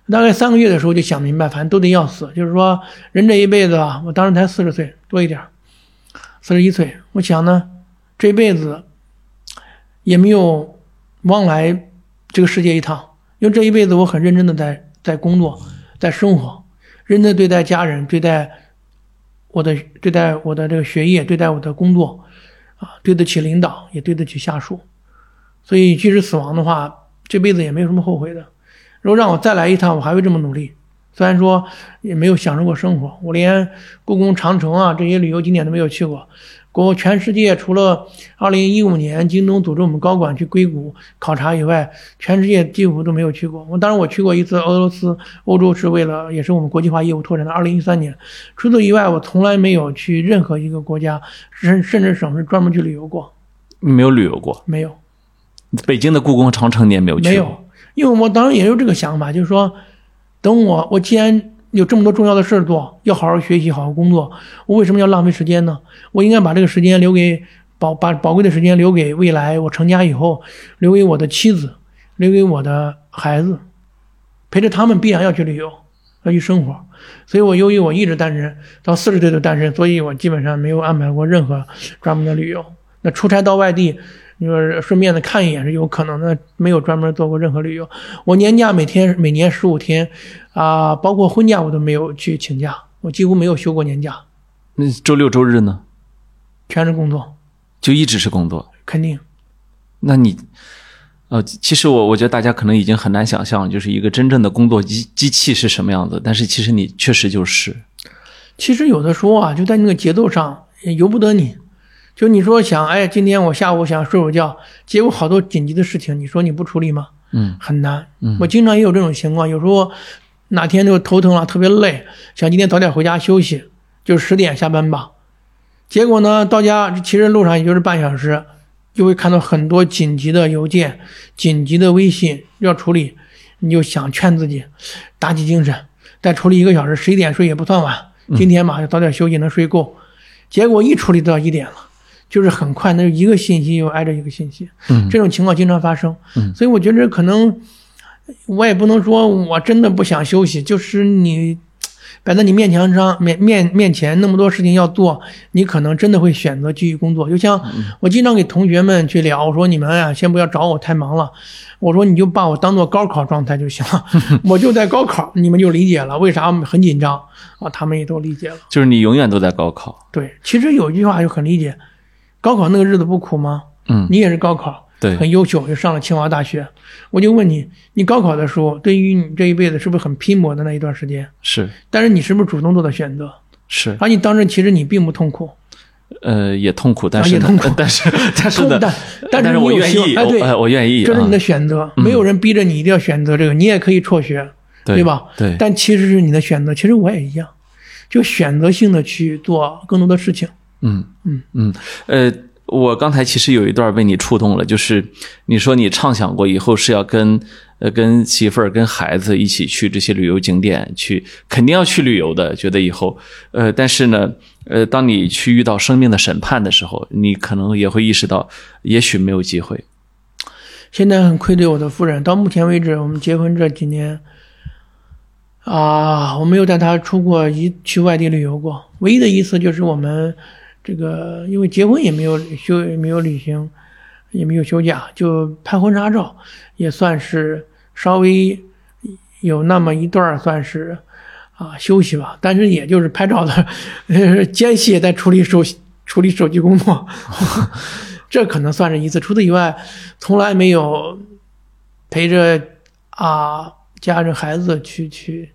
B: 大概三个月的时候就想明白，反正都得要死，就是说人这一辈子啊，我当时才四十岁多一点，四十一岁，我想呢，这辈子也没有枉来这个世界一趟，因为这一辈子我很认真的在在工作，在生活，认真地对待家人，对待我的对待我的这个学业，对待我的工作，啊，对得起领导，也对得起下属，所以即使死亡的话，这辈子也没有什么后悔的。如果让我再来一趟，我还会这么努力。虽然说也没有享受过生活，我连故宫长城啊这些旅游景点都没有去过。国全世界除了2015年京东组织我们高管去硅谷考察以外，全世界几乎都没有去过。我当然我去过一次俄罗斯，欧洲是为了也是我们国际化业务拓展的2013年。除此以外，我从来没有去任何一个国家，甚甚至省市专门去旅游过，
A: 没有旅游过。
B: 没有。
A: 北京的故宫、长城你也没有去
B: 没
A: 过
B: 有，因为我当时也有这个想法，就是说，等我我既然有这么多重要的事儿做，要好好学习，好好工作，我为什么要浪费时间呢？我应该把这个时间留给宝把宝贵的时间留给未来，我成家以后，留给我的妻子，留给我的孩子，陪着他们必然要去旅游，要去生活。所以我由于我一直单身，到四十岁都单身，所以我基本上没有安排过任何专门的旅游。那出差到外地，你说顺便的看一眼是有可能的，没有专门做过任何旅游。我年假每天每年十五天，啊、包括婚假我都没有去请假，我几乎没有休过年假，
A: 那周六周日呢，
B: 全是工作，
A: 就一直是工作。
B: 肯定。
A: 那你，呃，其实我我觉得大家可能已经很难想象，就是一个真正的工作机机器是什么样子。但是其实你确实就是，
B: 其实有的时候啊，就在那个节奏上也由不得你。就你说想，哎，今天我下午想睡会儿觉，结果好多紧急的事情，你说你不处理吗？
A: 嗯，
B: 很难。嗯，我经常也有这种情况，有时候哪天就头疼了，特别累，想今天早点回家休息，就十点下班吧。结果呢，到家其实路上也就是半小时，就会看到很多紧急的邮件、紧急的微信要处理，你就想劝自己，打起精神，再处理一个小时，十一点睡也不算晚。今天嘛，就早点休息，能睡够。结果一处理到一点了，就是很快，那就一个信息又挨着一个信息，
A: 嗯
B: 这种情况经常发生。所以我觉得可能我也不能说我真的不想休息，就是你摆在你面墙上面面面前那么多事情要做，你可能真的会选择继续工作。就像我经常给同学们去聊，我说你们啊，先不要找我太忙了，我说你就把我当做高考状态就行了，我就在高考，你们就理解了为啥很紧张啊，他们也都理解了。
A: 就是你永远都在高考。
B: 对，其实有一句话就很理解，高考那个日子不苦吗？
A: 嗯，
B: 你也是高考，
A: 对，
B: 很优秀，又上了清华大学。我就问你，你高考的时候，对于你这一辈子是不是很拼搏的那一段时间？
A: 是
B: 但是你是不是主动做的选择？
A: 是，
B: 而你当时其实你并不痛苦，
A: 呃，也痛苦，但
B: 啊也
A: 是呢呃
B: 痛 苦
A: 但是但是
B: 痛
A: 呢
B: 但，但
A: 但是
B: 是你
A: 我
B: 有
A: 愿
B: 希望
A: 意，
B: 哎
A: 我
B: 对
A: 哎，我愿意
B: 这是
A: 啊
B: 你的，选择，没有人逼着你一定要选择这个，你也可以辍学，
A: 对
B: 对吧？
A: 对，
B: 但其实是你的选择，其实我也一样，就选择性的去做更多的事情。
A: 嗯
B: 嗯
A: 嗯，呃，我刚才其实有一段被你触动了，就是你说你畅想过以后是要跟呃跟媳妇儿、跟孩子一起去这些旅游景点去，肯定要去旅游的，觉得以后呃，但是呢，呃，当你去遇到生命的审判的时候，你可能也会意识到，也许没有机会。
B: 现在很愧对我的夫人。到目前为止，我们结婚这几年，啊，我没有带她出过一去外地旅游过。唯一的一次就是我们这个，因为结婚也没有休，也没有旅行，也没有休假，就拍婚纱照，也算是稍微有那么一段儿算是啊休息吧。但是也就是拍照的呃间隙也在处理手处理手机工作。这可能算是一次。除此以外，从来没有陪着啊家人孩子去去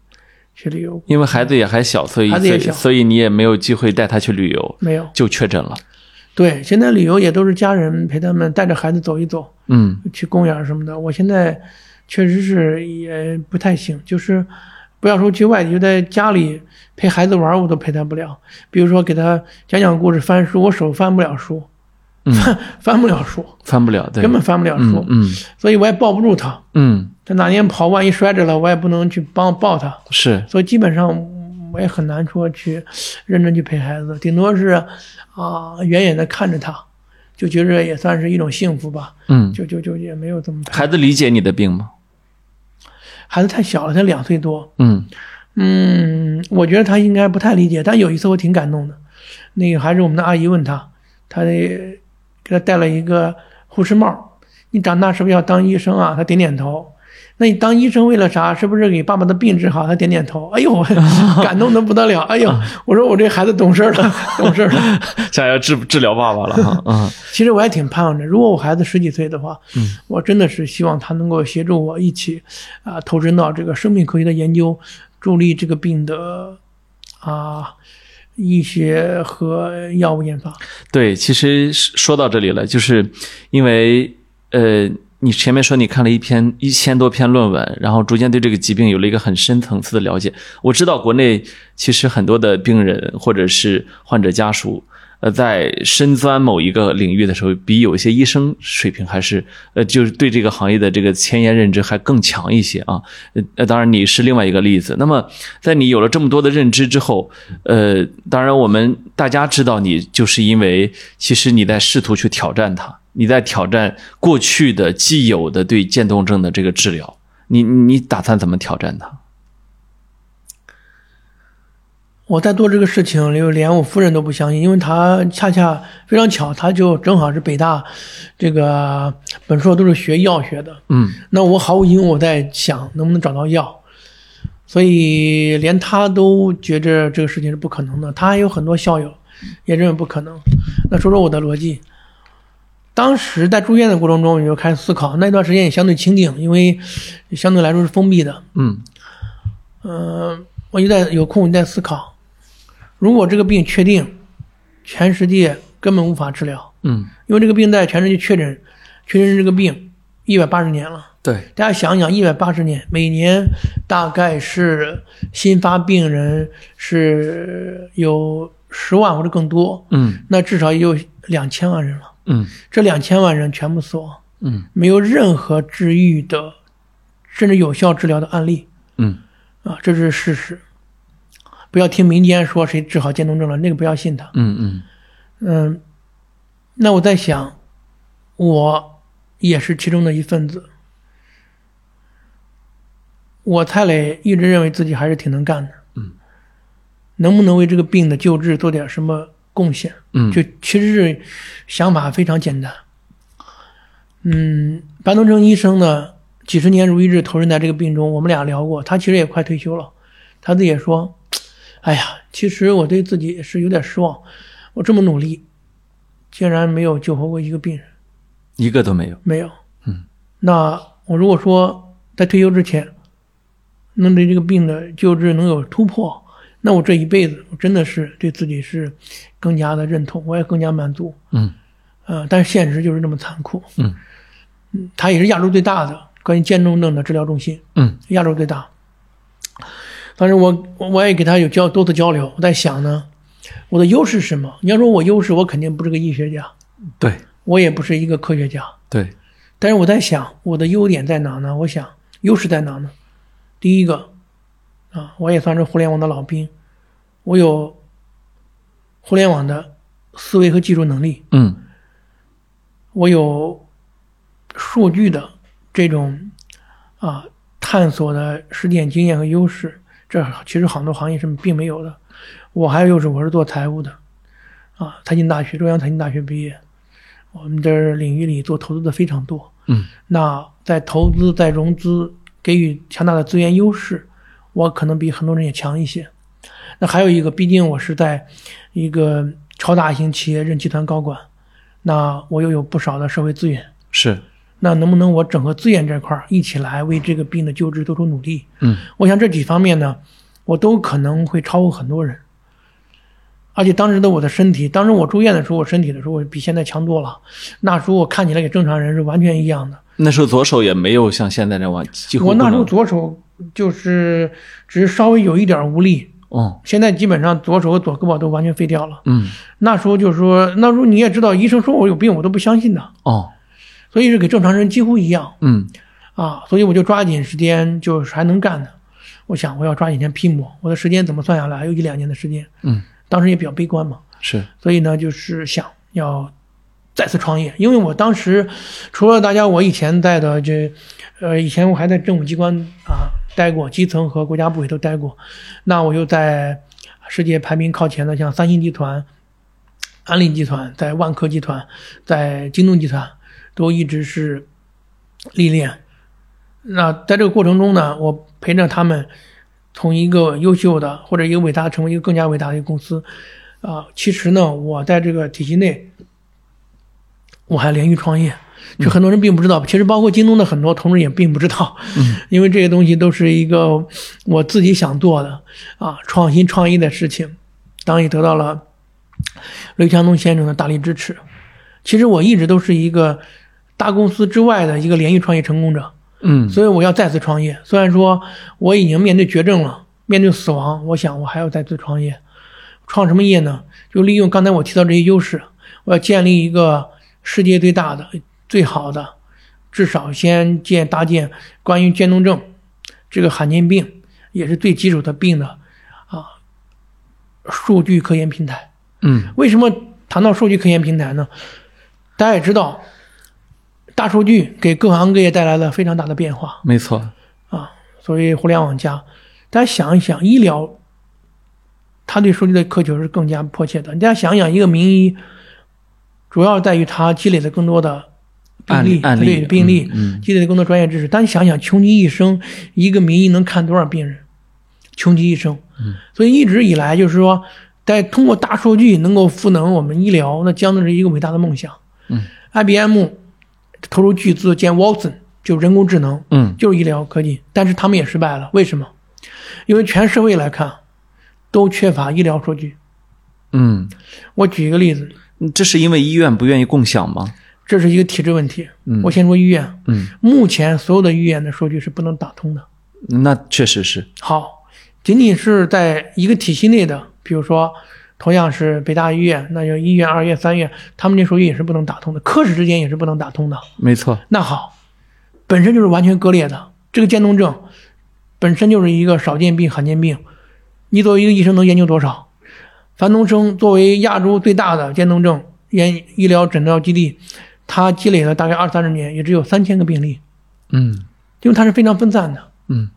B: 去旅游过，
A: 因为孩子也还小，所以
B: 孩子
A: 所
B: 也
A: 以
B: 小
A: 所以你也没有机会带他去旅游，
B: 没有。
A: 就确诊了。
B: 对，现在旅游也都是家人陪他们带着孩子走一走，
A: 嗯
B: 去公园什么的。我现在确实是也不太行，就是不要说去外地，就在家里陪孩子玩，我都陪他不了。比如说给他讲讲故事、翻书，我手翻不了书，
A: 嗯，
B: 翻不了书，
A: 翻不了，对，
B: 根本翻不了书，
A: 嗯嗯
B: 所以我也抱不住他。
A: 嗯，
B: 他哪天跑，万一摔着了，我也不能去帮抱他，
A: 是
B: 所以基本上我也很难说去认真去陪孩子，顶多是啊、远远的看着他，就觉着也算是一种幸福吧。
A: 嗯。
B: 就就就也没有怎么陪
A: 孩子理解你的病吗？
B: 孩子太小了，才两岁多，
A: 嗯
B: 嗯，我觉得他应该不太理解，但有一次我挺感动的，那个还是我们的阿姨问他，他给他戴了一个护士帽，你长大是不是要当医生啊？他点点头。那你当医生为了啥？是不是给爸爸的病治好？他点点头。哎呦，我 感动的不得了！哎呦，我说我这孩子懂事儿了，懂事儿了。
A: 想要治治疗爸爸了哈， 嗯
B: 其实我还挺盼望着，如果我孩子十几岁的话，我真的是希望他能够协助我一起啊、投身到这个生命科学的研究，助力这个病的啊医学和药物研发。
A: 对，其实是说到这里了，就是因为呃，你前面说你看了一篇一千多篇论文，然后逐渐对这个疾病有了一个很深层次的了解。我知道国内其实很多的病人或者是患者家属。呃，在深钻某一个领域的时候，比有一些医生水平还是呃，就是对这个行业的这个前沿认知还更强一些啊。呃呃，当然你是另外一个例子。那么，在你有了这么多的认知之后，呃，当然我们大家知道你，就是因为其实你在试图去挑战它，你在挑战过去的既有的对渐冻症的这个治疗。你你你打算怎么挑战它？
B: 我在做这个事情，就连我夫人都不相信，因为她恰恰非常巧，她就正好是北大这个本硕都是学药学的，
A: 嗯
B: 那我毫无疑问我在想能不能找到药，所以连他都觉着这个事情是不可能的。他还有很多校友也认为不可能。那说说我的逻辑，当时在住院的过程中，我就开始思考。那段时间也相对清静，因为相对来说是封闭的。
A: 嗯
B: 呃，我就在有空我就在思考，如果这个病确定，全世界根本无法治疗，
A: 嗯，
B: 因为这个病在全世界确诊，确诊这个病一百八十年了。
A: 对，
B: 大家想想，一百八十年，每年大概是新发病人是有十万或者更多，
A: 嗯
B: 那至少也有两千万人了。
A: 嗯
B: 这两千万人全部死亡，
A: 嗯
B: 没有任何治愈的，甚至有效治疗的案例
A: 嗯
B: 啊，这是事实。不要听民间说谁治好渐冻症了，那个不要信他。
A: 嗯嗯
B: 嗯，那我在想，我也是其中的一份子。我蔡磊一直认为自己还是挺能干的，
A: 嗯，
B: 能不能为这个病的救治做点什么贡献？
A: 嗯，
B: 就其实是想法非常简单。嗯，白东正医生呢，几十年如一日投身在这个病中，我们俩聊过，他其实也快退休了，他自己也说，哎呀，其实我对自己也是有点失望，我这么努力，竟然没有救活过一个病人，
A: 一个都没有。
B: 没有。
A: 嗯，
B: 那我如果说在退休之前，能对这个病的救治能有突破，那我这一辈子我真的是对自己是更加的认同，我也更加满足。
A: 嗯
B: 呃，但是现实就是这么残酷。
A: 嗯
B: 嗯，它也是亚洲最大的关于渐冻症的治疗中心，
A: 嗯
B: 亚洲最大。当时我我我也给他有交多次交流，我在想呢，我的优势是什么？你要说我优势，我肯定不是个医学家，
A: 对
B: 我也不是一个科学家，
A: 对，
B: 但是我在想我的优点在哪呢？我想优势在哪呢？第一个，啊，我也算是互联网的老兵，我有互联网的思维和技术能力，
A: 嗯
B: 我有数据的这种啊探索的实践经验和优势，这其实很多行业是并没有的。我还有优势，我是做财务的，啊，财经大学中央财经大学毕业，我们这领域里做投资的非常多。
A: 嗯
B: 那在投资、在融资给予强大的资源优势，我可能比很多人也强一些。那还有一个，毕竟我是在一个超大型企业任集团高管，那我又有不少的社会资源。
A: 是，
B: 那能不能我整合资源这块儿一起来为这个病的救治做出努力？
A: 嗯
B: 我想这几方面呢，我都可能会超过很多人。而且当时的我的身体，当时我住院的时候，我身体的时候我比现在强多了。那时候我看起来跟正常人是完全一样的。
A: 那时候左手也没有像现在这样，几乎
B: 我
A: 不
B: 那时候
A: 能
B: 左手就是只是稍微有一点无力，
A: 哦
B: 现在基本上左手和左胳膊都完全废掉了。
A: 嗯
B: 那时候就是说，那时候你也知道，医生说我有病，我都不相信的，
A: 哦
B: 所以是给正常人几乎一样
A: 嗯
B: 啊。所以我就抓紧时间，就是还能干的。我想我要抓紧时间拼搏，我的时间怎么算下来还有一两年的时间，
A: 嗯
B: 当时也比较悲观嘛，
A: 是，
B: 所以呢就是想要再次创业，因为我当时除了大家我以前在的这，呃，以前我还在政府机关啊待过，基层和国家部委都待过，那我又在世界排名靠前的像三星集团、安利集团、在万科集团、在京东集团都一直是历练。那在这个过程中呢，我陪着他们从一个优秀的或者一个伟大成为一个更加伟大的一个公司。啊、其实呢，我在这个体系内，我还连续创业。就很多人并不知道，其实包括京东的很多同志也并不知道， 因为这些东西都是一个我自己想做的啊，创新创意的事情，当然也得到了刘强东先生的大力支持。其实我一直都是一个大公司之外的一个连续创业成功者，
A: 嗯
B: 所以我要再次创业。虽然说我已经面对绝症了，面对死亡，我想我还要再次创业。创什么业呢？就利用刚才我提到这些优势，我要建立一个世界最大的、最好的，至少先建搭建关于渐冻症这个罕见病，也是最基础的病的啊数据科研平台。
A: 嗯
B: 为什么谈到数据科研平台呢？大家也知道，大数据给各行各业带来了非常大的变化
A: 没错，
B: 啊。所谓互联网加，大家想一想，医疗他对数据的苛求是更加迫切的。大家想想，一个名医，主要在于他积累了更多的病
A: 案例
B: 例，
A: 案例
B: 对病例，
A: 嗯
B: 积累了更多专业知识。但你想想，穷其一生，一个名医能看多少病人？穷其一生，
A: 嗯
B: 所以一直以来就是说，在通过大数据能够赋能我们医疗，那将是一个伟大的梦想。
A: 嗯
B: ，IBM 投入巨资建 Watson，就人工智能，
A: 嗯
B: 就是医疗科技，但是他们也失败了。为什么？因为全社会来看，都缺乏医疗数据。
A: 嗯，
B: 我举一个例子，
A: 这是因为医院不愿意共享吗？
B: 这是一个体制问题。
A: 嗯
B: 我先说医院，
A: 嗯，
B: 目前所有的医院的数据是不能打通的。
A: 那确实是，
B: 好，仅仅是在一个体系内的，比如说同样是北大医院，那有一院、二院、三院，他们这数据也是不能打通的，科室之间也是不能打通的。
A: 没错。
B: 那好，本身就是完全割裂的。这个渐冻症本身就是一个少见病、罕见病，你作为一个医生能研究多少？樊东升作为亚洲最大的渐冻症研医疗诊疗基地，他积累了大概二三十年，也只有三千个病例，
A: 嗯
B: 因为它是非常分散的。
A: 嗯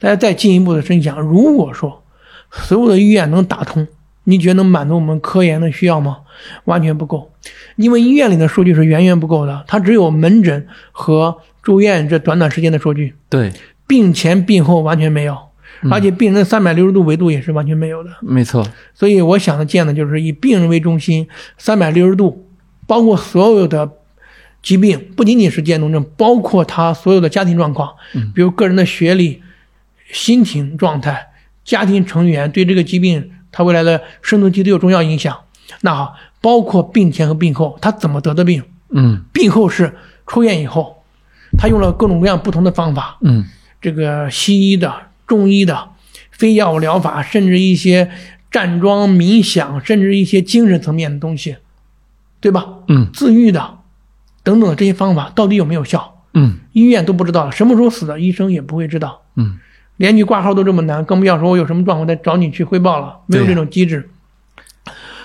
B: 大家再进一步的深想，如果说所有的医院能打通，你觉得能满足我们科研的需要吗？完全不够，因为医院里的数据是远远不够的，它只有门诊和住院这短短时间的数据，
A: 对，
B: 病前病后完全没有，而且病人三百六十度维度也是完全没有的。
A: 没错。
B: 所以我想的建的就是以病人为中心，三百六十度，包括所有的疾病，不仅仅是渐冻症，包括他所有的家庭状况，比如个人的学历、心情状态、家庭成员对这个疾病他未来的生存期都有重要影响。那好，包括病前和病后，他怎么得的病，
A: 嗯
B: 病后是出院以后，他用了各种各样不同的方法，
A: 嗯
B: 这个西医的、中医的、非药物疗法，甚至一些站桩、冥想，甚至一些精神层面的东西，对吧？
A: 嗯
B: 自愈的等等的这些方法到底有没有效？
A: 嗯
B: 医院都不知道，什么时候死的，医生也不会知道，
A: 嗯
B: 连去挂号都这么难，更不要说我有什么状况再找你去汇报了，没有
A: 对呀
B: 这种机制。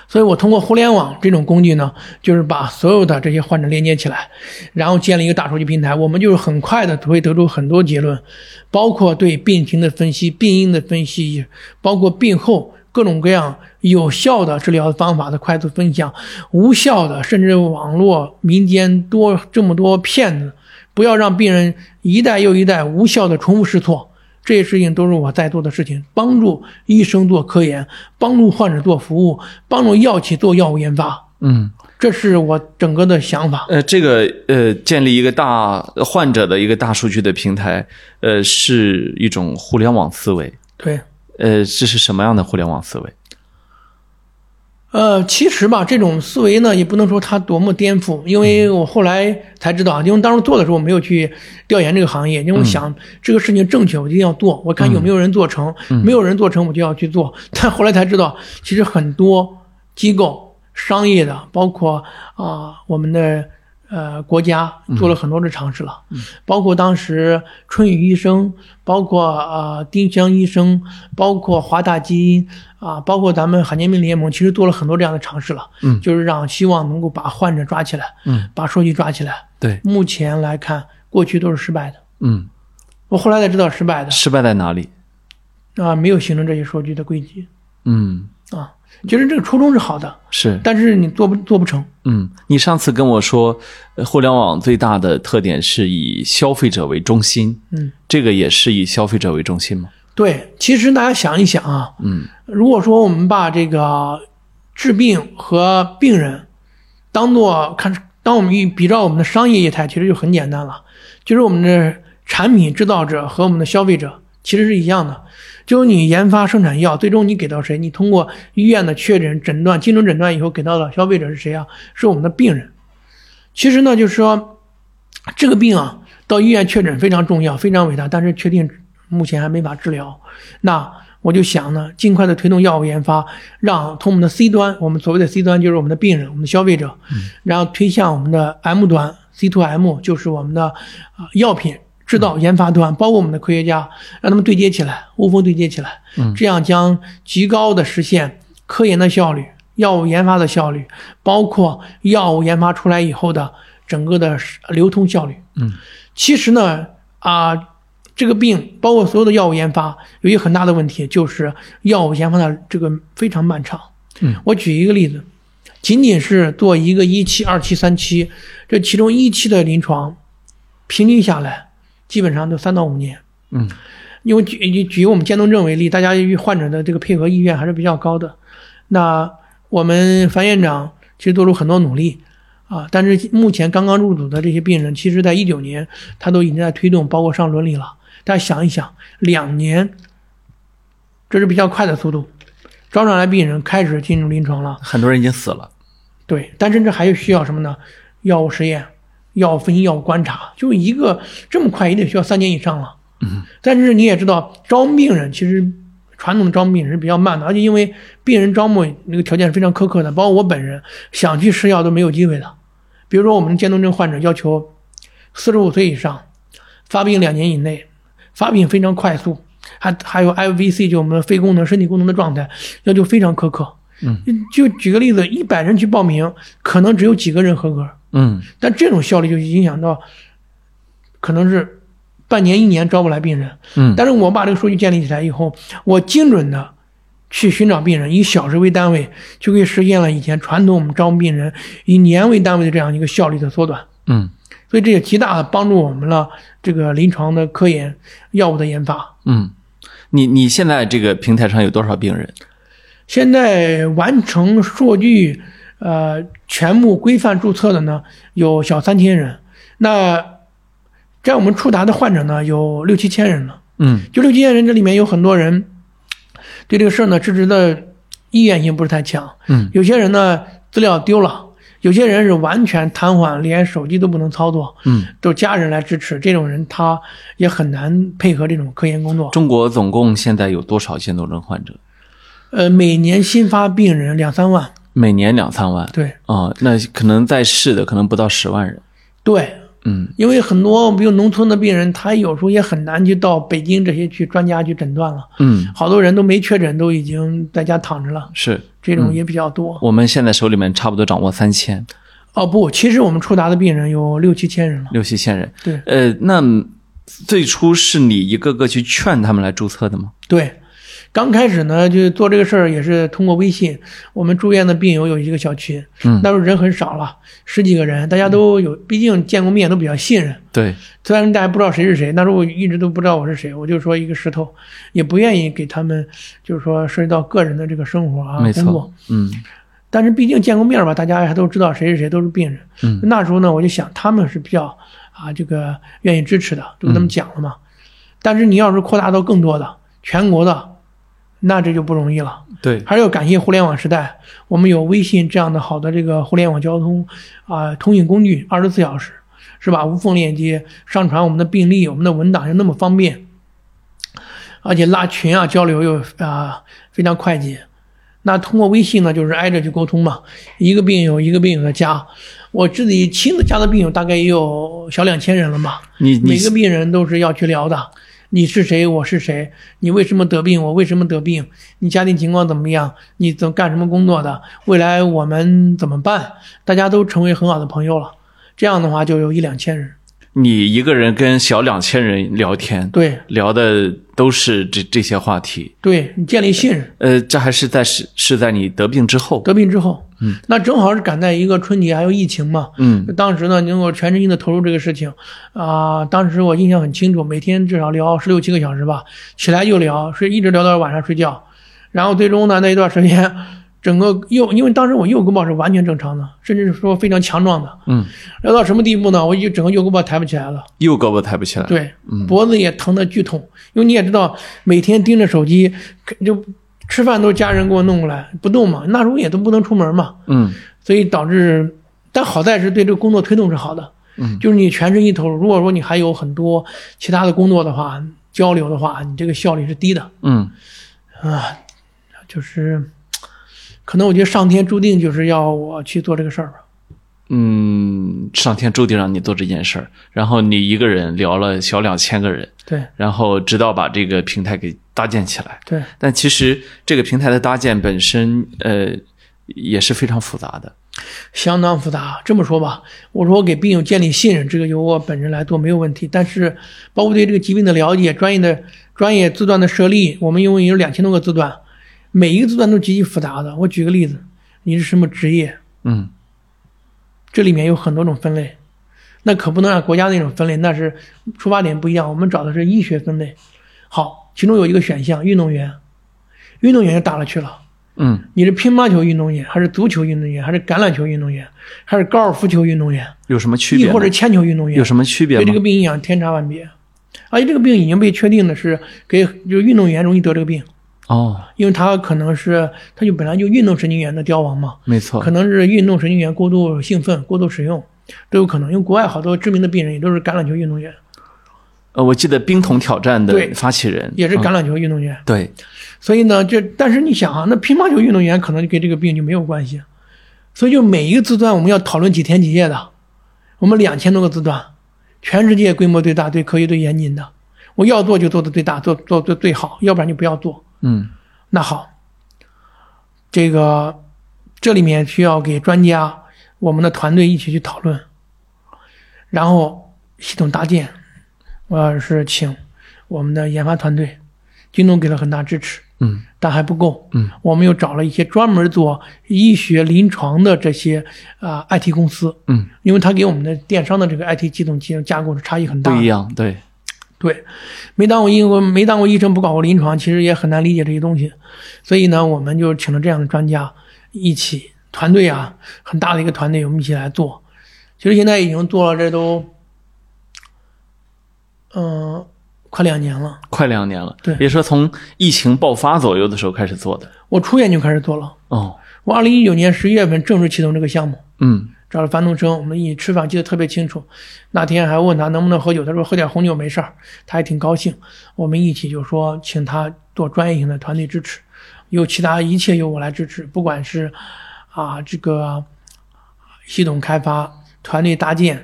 B: 所以我通过互联网这种工具呢，就是把所有的这些患者连接起来，然后建立一个大数据平台，我们就是很快的会得出很多结论，包括对病情的分析、病因的分析，包括病后各种各样有效的治疗方法的快速分享，无效的甚至网络民间多这么多骗子，不要让病人一代又一代无效的重复试错。这些事情都是我在做的事情，帮助医生做科研，帮助患者做服务，帮助药企做药物研发，
A: 嗯。
B: 这是我整个的想法。
A: 呃，这个呃，建立一个大患者的一个大数据的平台，呃，是一种互联网思维。
B: 对，
A: 呃，这是什么样的互联网思维？
B: 呃，其实吧，这种思维呢，也不能说它多么颠覆，因为我后来才知道，因为当时做的时候我没有去调研这个行业，因为我想、这个事情正确，我一定要做，我看有没有人做成，没有人做成我就要去做。但后来才知道，其实很多机构、商业的，包括啊、我们的呃国家
A: 嗯
B: 做了很多的尝试了，包括当时春雨医生，包括呃丁香医生，包括华大基因啊、包括咱们罕见病联盟，其实做了很多这样的尝试了，
A: 嗯
B: 就是让希望能够把患者抓起来，
A: 嗯，
B: 把数据抓起来。
A: 对，
B: 目前来看，过去都是失败的。
A: 嗯，
B: 我后来才知道失败的
A: 失败在哪里？
B: 啊、没有形成这些数据的归集
A: 嗯，
B: 啊。其实这个初衷是好的，
A: 是，
B: 但是你做不做不成，
A: 嗯，你上次跟我说，呃互联网最大的特点是以消费者为中心，
B: 嗯，
A: 这个也是以消费者为中心吗？
B: 对，其实大家想一想啊，
A: 嗯
B: 如果说我们把这个治病和病人当做看，当我们一比照我们的商业业态，其实就很简单了，就是我们的产品制造者和我们的消费者其实是一样的。就是你研发生产药，最终你给到谁？你通过医院的确诊、诊断、精准诊断以后给到的消费者是谁啊？是我们的病人。其实呢，就是说这个病啊，到医院确诊非常重要，非常伟大，但是确定目前还没法治疗。那我就想呢，尽快的推动药物研发，让从我们的 C 端，我们所谓的 C 端就是我们的病人、我们的消费者，然后推向我们的 M 端，C to M 就是我们的呃药品制造研发端，包括我们的科学家，让他们对接起来，无缝对接起来，这样将极高的实现科研的效率、药物研发的效率，包括药物研发出来以后的整个的流通效率。
A: 嗯
B: 其实呢，啊、这个病包括所有的药物研发，有一个很大的问题就是药物研发的这个非常漫长。
A: 嗯，
B: 我举一个例子，仅仅是做一个一期、二期、三期，这其中一期的临床，平均下来基本上都三到五年。
A: 嗯，
B: 因为举举举我们渐冻症为例，大家与患者的这个配合意愿还是比较高的。那我们樊院长其实做出很多努力啊，但是目前刚刚入组的这些病人，其实在一九年他都已经在推动，包括上伦理了。大家想一想，两年，这是比较快的速度，招上来病人开始进入临床了。
A: 很多人已经死了。
B: 对，但是这还需要什么呢？药物实验、药物分析、药物观察，就一个这么快也得需要三年以上了。
A: 嗯，
B: 但是你也知道，招募病人其实传统的招募病人是比较慢的，而且因为病人招募那个条件是非常苛刻的，包括我本人想去试药都没有机会的。比如说，我们渐冻症患者要求四十五岁以上，发病两年以内，发病非常快速，还还有 IVC 就我们非功能身体功能的状态，要求非常苛刻。
A: 嗯，
B: 就举个例子，一百人去报名，可能只有几个人合格，
A: 嗯
B: 但这种效率就影响到，可能是半年一年招不来病人。
A: 嗯
B: 但是我把这个数据建立起来以后，我精准的去寻找病人，以小时为单位，就可以实现了以前传统我们招募病人以年为单位的这样一个效率的缩短。
A: 嗯
B: 所以这也极大的帮助我们了这个临床的科研、药物的研发。
A: 嗯，你你现在这个平台上有多少病人？
B: 现在完成数据呃全部规范注册的呢有小三千人，那在我们触达的患者呢有六七千人了。
A: 嗯
B: 就六七千人，这里面有很多人对这个事儿呢，支持的意愿性不是太强。
A: 嗯
B: 有些人呢，资料丢了；有些人是完全瘫痪，连手机都不能操作，
A: 嗯，
B: 都是家人来支持。这种人他也很难配合这种科研工作。
A: 中国总共现在有多少渐冻症患者？
B: 呃，每年新发病人两三万，
A: 每年两三万。
B: 对
A: 啊、那可能在世的可能不到十万人。
B: 对，
A: 嗯
B: 因为很多比如农村的病人，他有时候也很难去到北京这些去专家去诊断了。
A: 嗯，
B: 好多人都没确诊，都已经在家躺着了，
A: 是
B: 这种也比较多。
A: 我们现在手里面差不多掌握三千
B: 哦不，其实我们触达的病人有六七千人了。
A: 六七千人。
B: 对
A: 呃，那最初是你一个个去劝他们来注册的吗？
B: 对，刚开始呢，就做这个事儿也是通过微信。我们住院的病友有一个小群，
A: 嗯
B: 那时候人很少了，十几个人，大家都有，毕竟见过面，都比较信任。
A: 对，
B: 虽然大家不知道谁是谁，那时候我一直都不知道我是谁，我就说一个石头，也不愿意给他们，就是说涉及到个人的这个生活啊、
A: 没
B: 工作
A: 错。。嗯
B: 但是毕竟见过面儿吧，大家还都知道谁是谁，都是病人。
A: 嗯
B: 那时候呢，我就想他们是比较啊，这个愿意支持的，就跟他们讲了
A: 嗯
B: 嘛。但是你要是扩大到更多的全国的，那这就不容易了。
A: 对，
B: 还是要感谢互联网时代，我们有微信这样的好的这个互联网交通啊、通讯工具，二十四小时是吧？无缝链接，上传我们的病例、我们的文档又那么方便，而且拉群啊交流又啊、非常快捷。那通过微信呢，就是挨着去沟通嘛，一个病友一个病友的加，我自己亲自加的病友大概也有小两千人了吧。
A: 你你
B: 每个病人都是要去聊的。你是谁？我是谁？你为什么得病？我为什么得病？你家庭情况怎么样？你怎干什么工作的？未来我们怎么办？大家都成为很好的朋友了。这样的话就有一两千人。
A: 你一个人跟小两千人聊天，
B: 对
A: 聊的都是这这些话题。
B: 对，你建立信任。
A: 呃，这还是在是是在你得病之后。
B: 得病之后，
A: 嗯，
B: 那正好是赶在一个春节还有疫情嘛。
A: 嗯
B: 当时呢，能够全身心的投入这个事情，啊、当时我印象很清楚，每天至少聊十六七个小时吧，起来就聊，睡一直聊到晚上睡觉，然后最终呢那一段时间，整个右因为当时我右胳膊是完全正常的，甚至是说非常强壮的，
A: 嗯，
B: 聊到什么地步呢？我就整个右胳膊抬不起来了，
A: 右胳膊抬不起来。
B: 对，
A: 嗯
B: 脖子也疼得剧痛，因为你也知道，每天盯着手机，就吃饭都是家人给我弄过来，不动嘛，那时候也都不能出门嘛，
A: 嗯
B: 所以导致，但好在是对这个工作推动是好的，
A: 嗯，
B: 就是你全身一投入。如果说你还有很多其他的工作的话，交流的话，你这个效率是低的
A: 嗯
B: 啊，就是，可能我觉得上天注定就是要我去做这个事儿吧。
A: 嗯，上天注定让你做这件事儿，然后你一个人聊了小两千个人，
B: 对
A: 然后直到把这个平台给搭建起来。
B: 对
A: 但其实这个平台的搭建本身，呃，也是非常复杂的。
B: 相当复杂。这么说吧，我说我给病友建立信任，这个由我本人来做没有问题。但是，包括对这个疾病的了解、专业的专业字段的设立，我们因为有两千多个字段，每一个字段都极其复杂的。我举个例子，你是什么职业？
A: 嗯，
B: 这里面有很多种分类，那可不能按啊国家那种分类，那是出发点不一样。我们找的是医学分类。好，其中有一个选项，运动员，运动员就大了去了。
A: 嗯，
B: 你是乒乓球运动员，还是足球运动员，还是橄榄球运动员，还是高尔夫球运动员，
A: 有什么区
B: 亦
A: 别吗？
B: 或者铅球运动员？
A: 有什么区别
B: 对这
A: 吗
B: 个？病影响千差万别，而且这个病已经被确定的是给就是运动员容易得这个病，
A: 哦，
B: 因为他可能是他就本来就运动神经元的凋亡嘛，
A: 没错
B: 可，能是运动神经元过度兴奋、过度使用都有可能。因为国外好多知名的病人也都是橄榄球运动员，
A: 呃，我记得冰桶挑战的
B: 对
A: 发起人
B: 也是
A: 嗯
B: 橄榄球运动员，
A: 对，
B: 所以呢，这但是你想啊，那乒乓球运动员可能就跟这个病就没有关系，所以就每一个字段我们要讨论几天几夜的，我们两千多个字段，全世界规模最大、对科学最严谨的，我要做就做的最大、做做做最好，要不然就不要做。
A: 嗯
B: 那好，这个这里面需要给专家、我们的团队一起去讨论，然后系统搭建，我、是请我们的研发团队，京东给了很大支持，
A: 嗯
B: 但还不够。
A: 嗯，
B: 我们又找了一些专门做医学临床的这些啊、IT 公司，
A: 嗯，
B: 因为它给我们的电商的这个 IT 系统技能架构是差异很大
A: 不
B: 的
A: 一。样，对，
B: 对，没当过医，我没当过医生，不搞过临床，其实也很难理解这些东西。所以呢，我们就请了这样的专家一起团队啊，很大的一个团队，我们一起来做。其实现在已经做了这都，嗯、快两年了。
A: 快两年了，
B: 对
A: 也说从疫情爆发左右的时候开始做的，
B: 我初研就开始做了，
A: 哦，
B: 我二零一九年十一月份正式启动这个项目。
A: 嗯
B: 找了樊东升，我们一起吃饭，记得特别清楚。那天还问他能不能喝酒，他说喝点红酒没事儿，他还挺高兴。我们一起就说请他做专业性的团队支持，由其他一切由我来支持，不管是啊这个系统开发、团队搭建、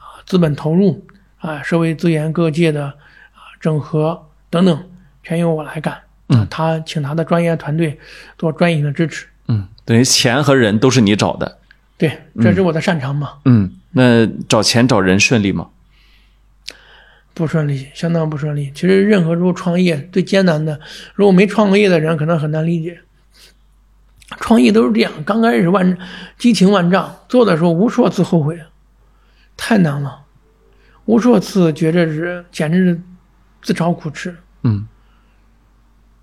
B: 啊资本投入、啊社会资源各界的啊整合等等，全由我来干。啊，他请他的专业团队做专业性的支持，
A: 嗯，等于钱和人都是你找的，
B: 对，这是我的擅长嘛。
A: 嗯，那找钱找人顺利吗？
B: 不顺利，相当不顺利。其实任何时候创业最艰难的，如果没创过业的人可能很难理解。创业都是这样，刚开始万激情万丈，做的时候无数次后悔，太难了，无数次觉着是简直是自讨苦吃。
A: 嗯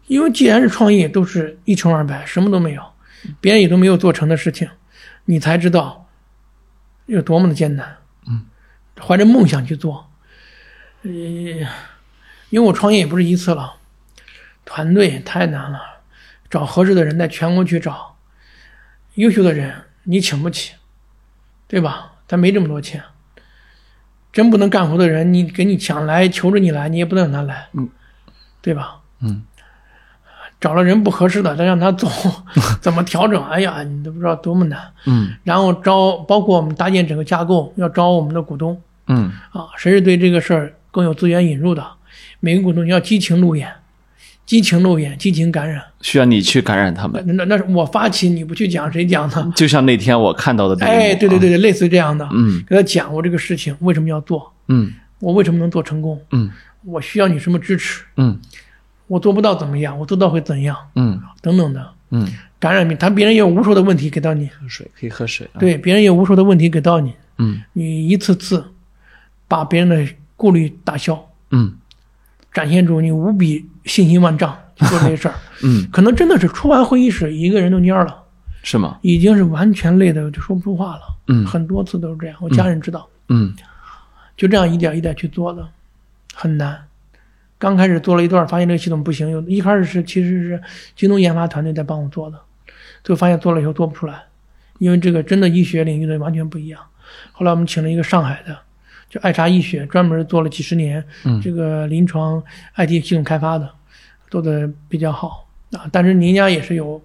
B: 因为既然是创业，都是一穷二白，什么都没有，别人也都没有做成的事情，你才知道有多么的艰难。嗯，怀着梦想去做，呃，因为我创业也不是一次了，团队太难了，找合适的人在全国去找，优秀的人你请不起，对吧？咱没这么多钱，真不能干活的人，你给你抢来求着你来，你也不能让他来，
A: 嗯，
B: 对吧？
A: 嗯
B: 找了人不合适的，再让他 走，怎么调整？哎呀，你都不知道多么难。
A: 嗯
B: 然后招，包括我们搭建整个架构，要招我们的股东
A: 嗯
B: 啊，谁是对这个事儿更有资源引入的？每个股东要激情路演，激情路演，激情感染。
A: 需要你去感染他
B: 那
A: 们，
B: 那那是我发起，你不去讲，谁讲呢？
A: 就像那天我看到 的那一幕
B: 哎，对对对，对，类似于这样的，
A: 啊嗯
B: 给他讲我这个事情为什么要做，
A: 嗯
B: 我为什么能做成功，
A: 嗯
B: 我需要你什么支持，
A: 嗯
B: 我做不到怎么样，我做到会怎样，
A: 嗯
B: 等等的
A: 嗯，
B: 感染病，他别人也有无数的问题给到你。
A: 喝水可以喝水啊，
B: 对，别人有无数的问题给到你，
A: 嗯
B: 你一次次把别人的顾虑打消，
A: 嗯
B: 展现出你无比信心万丈去做这些事儿。
A: 嗯，
B: 可能真的是出完会议室，一个人都蔫儿了，
A: 是吗？
B: 已经是完全累得就说不出话了。
A: 嗯
B: 很多次都是这样，我家人知道，
A: 嗯
B: 就这样一点一点去做的，很难。刚开始做了一段，发现这个系统不行，有一开始是其实是京东研发团队在帮我做的，最后发现做了以后做不出来，因为这个真的医学领域的完全不一样。后来我们请了一个上海的，就爱查医学，专门做了几十年
A: 嗯
B: 这个临床 IT 系统开发的，做的比较好啊。但是人家也是有，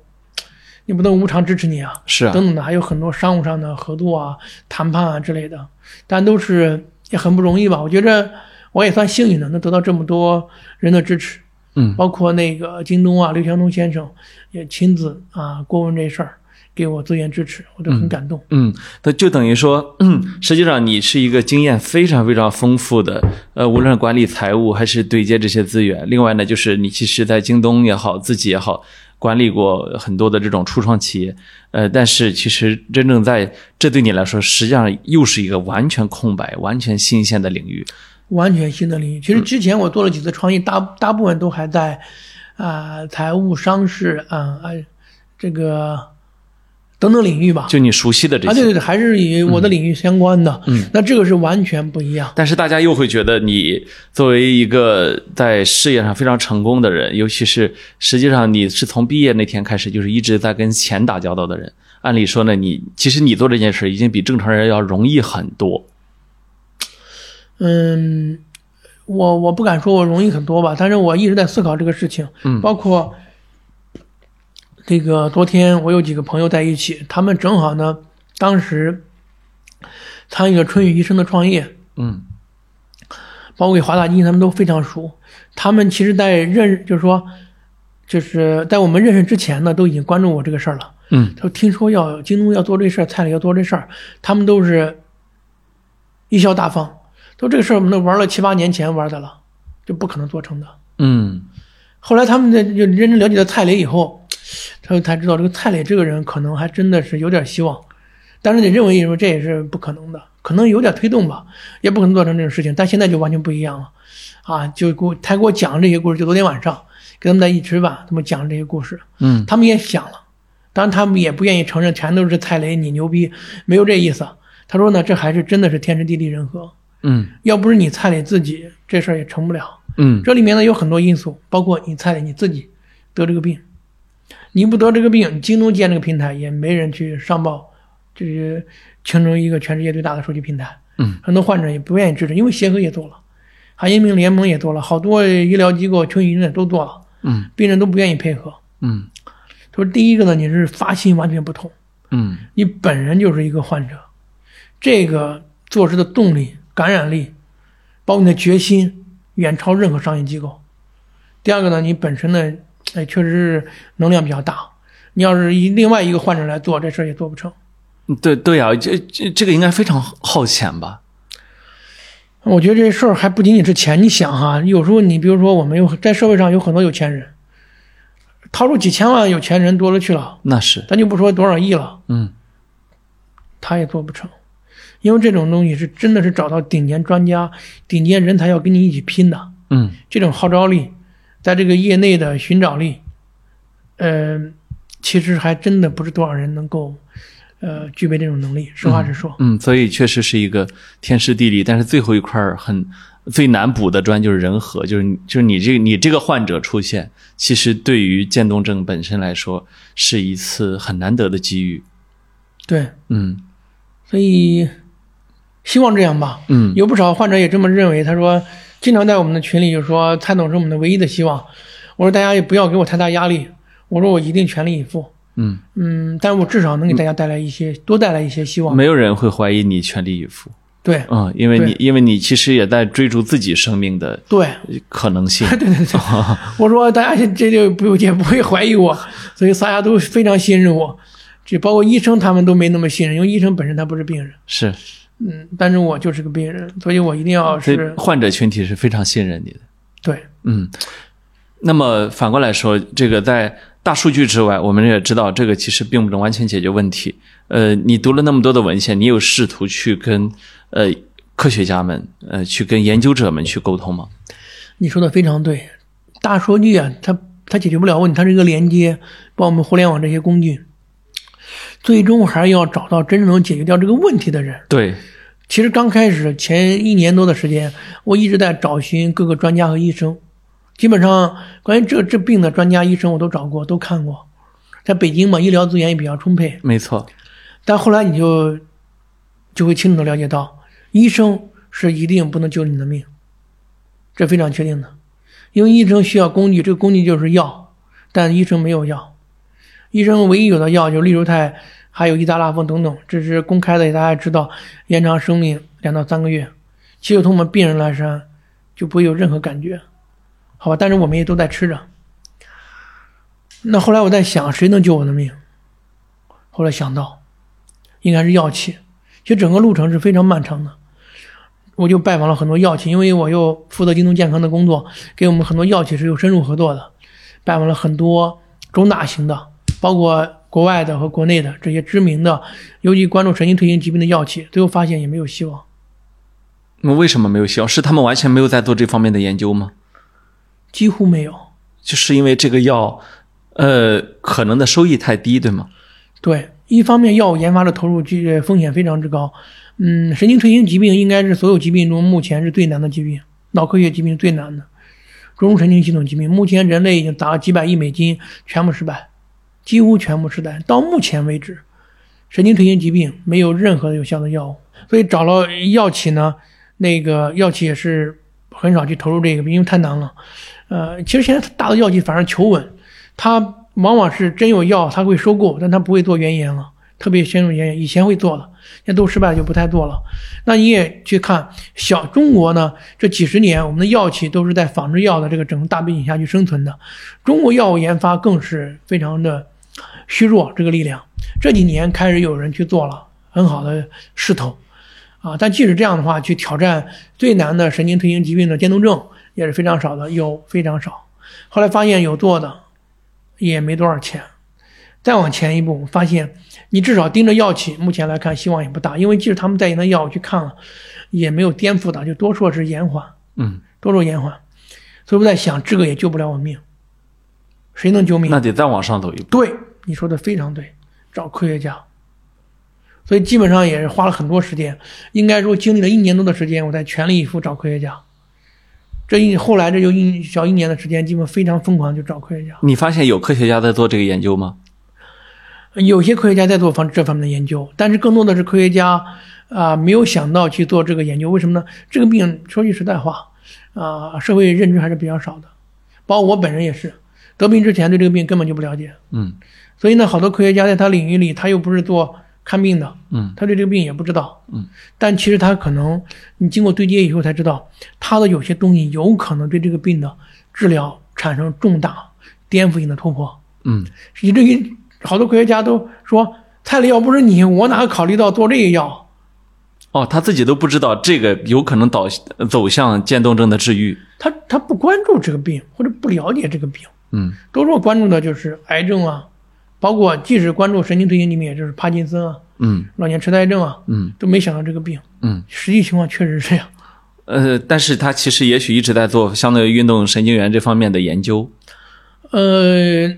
B: 你不能无偿支持你啊，
A: 是啊，
B: 等等的，还有很多商务上的合作啊、谈判啊之类的，但都是也很不容易吧。我觉着我也算幸运的，能得到这么多人的支持，
A: 嗯
B: 包括那个京东啊，刘强东先生也亲自啊过问这事儿，给我资源支持，我都很感动。
A: 嗯，那就等于说， 实际上你是一个经验非常非常丰富的，呃，无论是管理财务还是对接这些资源。另外呢，就是你其实在京东也好，自己也好，管理过很多的这种初创企业，呃，但是其实真正在这对你来说，实际上又是一个完全空白、完全新鲜的领域。
B: 完全新的领域。其实之前我做了几次创业，大大部分都还在啊、财务、商事啊、啊这个等等领域吧。
A: 就你熟悉的这
B: 啊，对
A: 些，
B: 对对，还是与我的领域相关的。嗯，那这个是完全不一样。
A: 但是大家又会觉得你作为一个在事业上非常成功的人，尤其是实际上你是从毕业那天开始就是一直在跟钱打交道的人。按理说呢，你其实你做这件事已经比正常人要容易很多。
B: 嗯，我我不敢说我容易很多吧，但是我一直在思考这个事情，嗯，包括这个昨天我有几个朋友在一起，他们正好呢，当时参与了春雨医生的创业，
A: 嗯
B: 包括给华大基因，他们都非常熟。他们其实，在认就是说，就是在我们认识之前呢，都已经关注我这个事儿了。
A: 嗯
B: 他听说要京东要做这事儿，菜里要做这事儿，他们都是一消大方，都这个事儿我们都玩了七八年前玩的了，就不可能做成的。
A: 嗯
B: 后来他们在就认真了解到蔡磊以后，他才知道这个蔡磊这个人可能还真的是有点希望，但是你认为说这也是不可能的，可能有点推动吧，也不可能做成这种事情。但现在就完全不一样了，啊，就给我他给我讲这些故事，就昨天晚上跟他们在一起吃饭，他们讲这些故事，
A: 嗯
B: 他们也想了，当然他们也不愿意承认全都是蔡磊你牛逼，没有这意思。他说呢，这还是真的是天时地利人和，
A: 嗯
B: 要不是你蔡磊自己，这事儿也成不了。
A: 嗯
B: 这里面呢有很多因素，包括你蔡磊你自己得这个病，你不得这个病，京东建这个平台也没人去上报，就是形成一个全世界最大的数据平台。
A: 嗯，
B: 很多患者也不愿意支持，因为协和也做了，韩英明联盟也做了，好多医疗机构、群医院都做了，
A: 嗯
B: 病人都不愿意配合。
A: 嗯
B: 他说，第一个呢，你是发心完全不同，
A: 嗯
B: 你本人就是一个患者，这个做事的动力、感染力，包括你的决心，远超任何商业机构。第二个呢，你本身呢，哎，确实是能量比较大。你要是以另外一个患者来做这事儿也做不成。
A: 嗯，对对啊，这这这个应该非常耗钱吧？
B: 我觉得这事儿还不仅仅是钱，你想哈，有时候你比如说我们有在社会上有很多有钱人，掏出几千万有钱人多了去了，
A: 那是，
B: 咱就不说多少亿了，
A: 嗯
B: 他也做不成，因为这种东西是真的是找到顶尖专家、顶尖人才要跟你一起拼的，
A: 嗯
B: 这种号召力，在这个业内的寻找力，呃，其实还真的不是多少人能够，呃，具备这种能力。实话实说，
A: 嗯，所以确实是一个天时地利，但是最后一块儿很最难补的砖就是人和，就是你就是你这个你这个患者出现，其实对于渐冻症本身来说是一次很难得的机遇。
B: 对，
A: 嗯
B: 所以希望这样吧。
A: 嗯
B: 有不少患者也这么认为，他说，经常在我们的群里就说蔡总是我们的唯一的希望。我说大家也不要给我太大压力，我说我一定全力以赴。
A: 嗯，
B: 嗯，但我至少能给大家带来一些，多带来一些希望。
A: 没有人会怀疑你全力以赴
B: 对
A: 啊、因为你
B: 对
A: 因为你其实也在追逐自己生命的
B: 对，
A: 可能性。
B: 对对对，我说大家这就不也不会怀疑我， 所以大家都非常信任我，这包括医生他们都没那么信任，因为医生本身他不是病人，
A: 是，
B: 嗯，但是我就是个病人，所以我一定要
A: 所以
B: 是
A: 患者群体是非常信任你的。
B: 对，
A: 嗯，那么反过来说，这个在大数据之外，我们也知道这个其实并不能完全解决问题。呃，你读了那么多的文献，你有试图去跟呃科学家们、呃去跟研究者们去沟通吗？
B: 你说的非常对，大数据啊，它它解决不了问题，它是一个连接，包括我们互联网这些工具，最终还是要找到真正能解决掉这个问题的人。
A: 对，
B: 其实刚开始前一年多的时间，我一直在找寻各个专家和医生，基本上关于这这病的专家、医生我都找过，都看过。在北京嘛，医疗资源也比较充沛，
A: 没错，
B: 但后来你就就会清楚的了解到，医生是一定不能救你的命，这非常确定的，因为医生需要工具，这个工具就是药，但医生没有药，医生唯一有的药就是利如泰，还有伊达拉芬等等，这是公开的，大家知道延长生命两到三个月，其实从我们病人来说就不会有任何感觉，好吧，但是我们也都在吃着。那后来我在想，谁能救我的命？后来想到，应该是药企，其实整个路程是非常漫长的。我就拜访了很多药企，因为我又负责京东健康的工作，给我们很多药企是有深入合作的，拜访了很多中大型的，包括国外的和国内的这些知名的，尤其关注神经退行疾病的药企，最后发现也没有希望。
A: 那么为什么没有效？是他们完全没有在做这方面的研究吗？
B: 几乎没有。
A: 就是因为这个药，呃，可能的收益太低，对吗？
B: 对，一方面药物研发的投入巨风险非常之高，嗯，神经退行疾病应该是所有疾病中目前是最难的疾病，脑科学疾病是最难的，中枢神经系统疾病，目前人类已经砸了几百亿美金，全部失败，几乎全部失败。到目前为止，神经退行疾病没有任何有效的药物，所以找了药企呢，那个药企也是很少去投入这个，因为太难了。呃，其实现在大的药企反而求稳，它往往是真有药，它会收购，但它不会做原研了，特别深入原研，以前会做的，现在都失败就不太做了。那你也去看小中国呢，这几十年我们的药企都是在仿制药的这个整个大背景下去生存的，中国药物研发更是非常的虚弱这个力量。这几年开始有人去做了很好的势头，啊，但即使这样的话，去挑战最难的神经退行疾病的渐冻症。也是非常少的，有非常少。后来发现有做的，也没多少钱。再往前一步，发现你至少盯着药企，目前来看希望也不大，因为即使他们代言的药我去看了，也没有颠覆的，就多数是延缓，
A: 嗯，
B: 多数延缓。所以我在想，这个也救不了我命，谁能救命？
A: 那得再往上走一步。
B: 对，你说的非常对，找科学家。所以基本上也是花了很多时间，应该说经历了一年多的时间，我在全力以赴找科学家。这一后来这就一小一年的时间，基本非常疯狂，就找科学家。
A: 你发现有科学家在做这个研究吗？
B: 有些科学家在做方这方面的研究，但是更多的是科学家啊、没有想到去做这个研究。为什么呢？这个病说句实在话，啊、社会认知还是比较少的，包括我本人也是，得病之前对这个病根本就不了解。
A: 嗯
B: 所以呢，好多科学家在他领域里，他又不是做看病的，
A: 嗯
B: 他对这个病也不知道，
A: 嗯，
B: 但其实他可能你经过对接以后才知道，他的有些东西有可能对这个病的治疗产生重大颠覆性的突破，
A: 嗯，
B: 以至于好多科学家都说，蔡磊要不是你，我哪考虑到做这个药？
A: 哦，他自己都不知道这个有可能导走向渐冻症的治愈。
B: 他他不关注这个病，或者不了解这个病，
A: 嗯
B: 多数关注的就是癌症啊，包括即使关注神经退行疾病，也就是帕金森啊、
A: 嗯
B: 老年痴呆症啊，
A: 嗯
B: 都没想到这个病。
A: 嗯，
B: 实际情况确实是这样。
A: 呃，但是他其实也许一直在做相对于运动神经元这方面的研究。
B: 呃，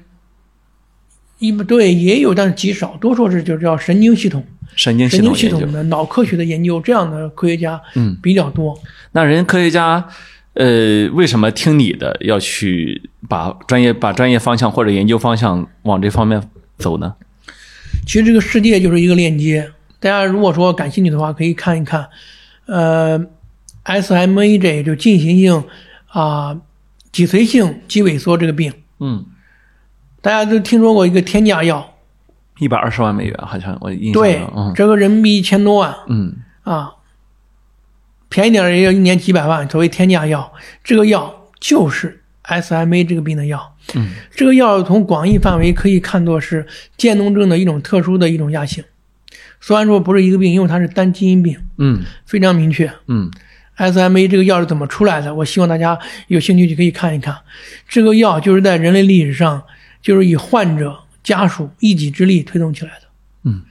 B: 一不对也有，但是极少，多数是就叫神经系统、
A: 神经系
B: 神
A: 统
B: 经系
A: 研
B: 统
A: 究，
B: 的脑科学的研究，这样的科学家
A: 嗯，
B: 比较多。
A: 那人科学家，呃，为什么听你的要去把专业把专业方向或者研究方向往这方面走呢？
B: 其实这个世界就是一个链接，大家如果说感兴趣的话，可以看一看。呃，SMA 这也就进行性啊、脊髓性肌萎缩这个病，
A: 嗯，
B: 大家都听说过一个天价药，
A: 一百二十万美元，好像我印象
B: 对
A: 中，，嗯
B: 折合人民币一千多万。
A: 嗯
B: 啊，便宜点儿也要一年几百万，所谓天价药，这个药就是 SMA 这个病的药。
A: 嗯，
B: 这个药从广义范围可以看作是渐冻症的一种特殊的一种亚型，虽然说不是一个病，因为它是单基因病，
A: 嗯
B: 非常明确。
A: 嗯
B: SMA 这个药是怎么出来的？我希望大家有兴趣就可以看一看。这个药就是在人类历史上，就是以患者家属一己之力推动起来的。
A: 嗯，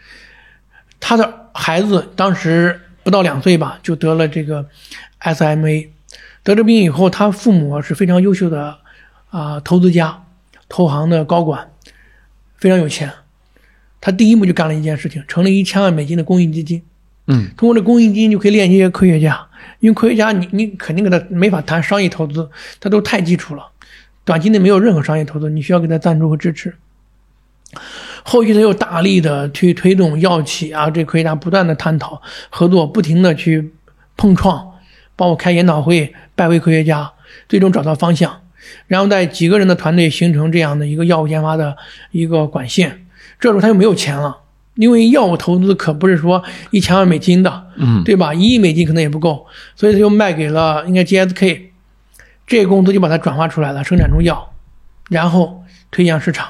B: 他的孩子当时不到两岁吧，就得了这个 SMA。得这病以后，他父母是非常优秀的啊、投资家、投行的高管，非常有钱。他第一步就干了一件事情，成立一千万美金的公益基金。
A: 嗯
B: 通过这公益基金就可以链接科学家，因为科学家你你肯定给他没法谈商业投资，他都太基础了，短期内没有任何商业投资，你需要给他赞助和支持。后续他又大力的去推动药企啊，这科学家不断的探讨合作，不停的去碰撞，包括开研讨会、拜会科学家，最终找到方向，然后在几个人的团队形成这样的一个药物研发的一个管线。这时候他又没有钱了，因为药物投资可不是说一千万美金的，
A: 嗯
B: 对吧？一亿美金可能也不够，所以他就卖给了应该 GSK，这个公司就把它转化出来了，生产出药，然后推向市场。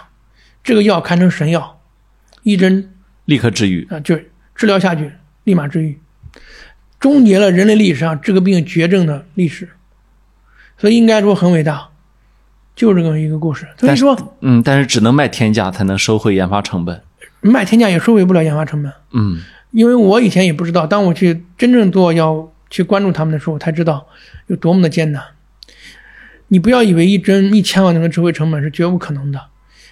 B: 这个药堪称神药，一针
A: 立刻治愈。
B: 啊，就是治疗下去，立马治愈，终结了人类历史上这个病绝症的历史，所以应该说很伟大，就是这么一个故事。所以说
A: 嗯，但是只能卖天价才能收回研发成本。
B: 卖天价也收回不了研发成本，
A: 嗯
B: 因为我以前也不知道，当我去真正做要去关注他们的时候，我才知道有多么的艰难。你不要以为一针一千万的智慧成本是绝无可能的，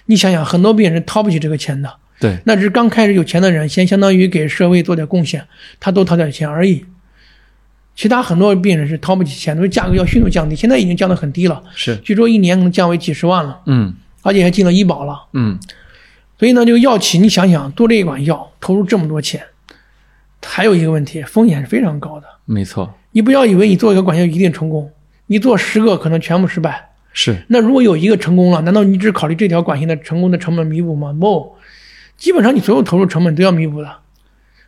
B: 你想想，很多病人掏不起这个钱的，
A: 对，
B: 那只是刚开始有钱的人，先相当于给社会做点贡献，他多掏点钱而已。其他很多病人是掏不起钱的，所以价格要迅速降低，现在已经降得很低了，
A: 是，
B: 据说一年可能降为几十万了，
A: 嗯
B: 而且还进了医保了。
A: 嗯，
B: 所以呢，这个药企，你想想，做这一款药投入这么多钱，还有一个问题，风险是非常高的。
A: 没错，
B: 你不要以为你做一个管药一定成功，你做十个可能全部失败。
A: 是
B: 那如果有一个成功了，难道你只考虑这条管线的成功的成本弥补吗？不，基本上你所有投入成本都要弥补的。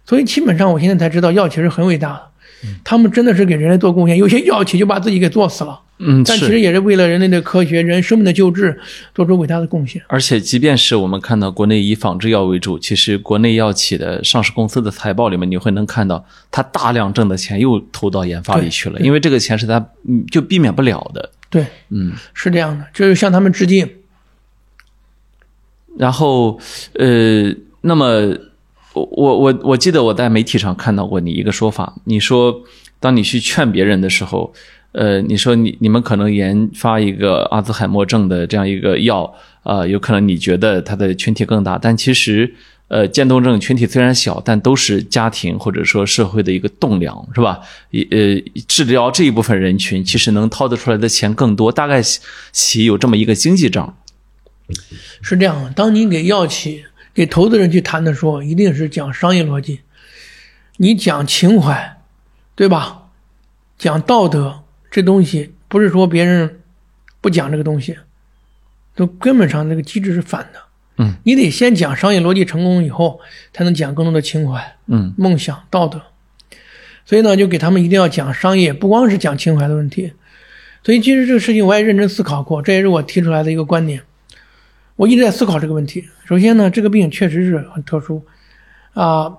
B: 所以基本上我现在才知道药企是很伟大的，
A: 嗯
B: 他们真的是给人类做贡献。有些药企就把自己给做死了，
A: 嗯
B: 但其
A: 是
B: 实。也是为了人类的科学、人生命的救治做出伟大的贡献。
A: 而且，即便是我们看到国内以仿制药为主，其实国内药企的上市公司的财报里面，你会能看到，它大量挣的钱又投到研发里去了，因为这个钱是它嗯就避免不了的。
B: 对，
A: 嗯，
B: 是这样的，就是向他们致敬。
A: 然后，呃，那么我我我我记得我在媒体上看到过你一个说法，你说当你去劝别人的时候，呃，你说你你们可能研发一个阿兹海默症的这样一个药，啊，有可能你觉得它的群体更大，但其实。呃，渐冻症群体虽然小，但都是家庭或者说社会的一个栋梁，是吧？一呃，治疗这一部分人群，其实能掏得出来的钱更多，大概起有这么一个经济账。
B: 是这样的，当你给药企、给投资人去谈的时候，一定是讲商业逻辑，你讲情怀，对吧？讲道德，这东西不是说别人不讲这个东西，都根本上这个机制是反的。
A: 嗯，
B: 你得先讲商业逻辑成功以后，才能讲更多的情怀。
A: 嗯，
B: 梦想、道德。所以呢，就给他们一定要讲商业，不光是讲情怀的问题。所以其实这个事情我也认真思考过，这也是我提出来的一个观点。我一直在思考这个问题。首先呢，这个病确实是很特殊，啊、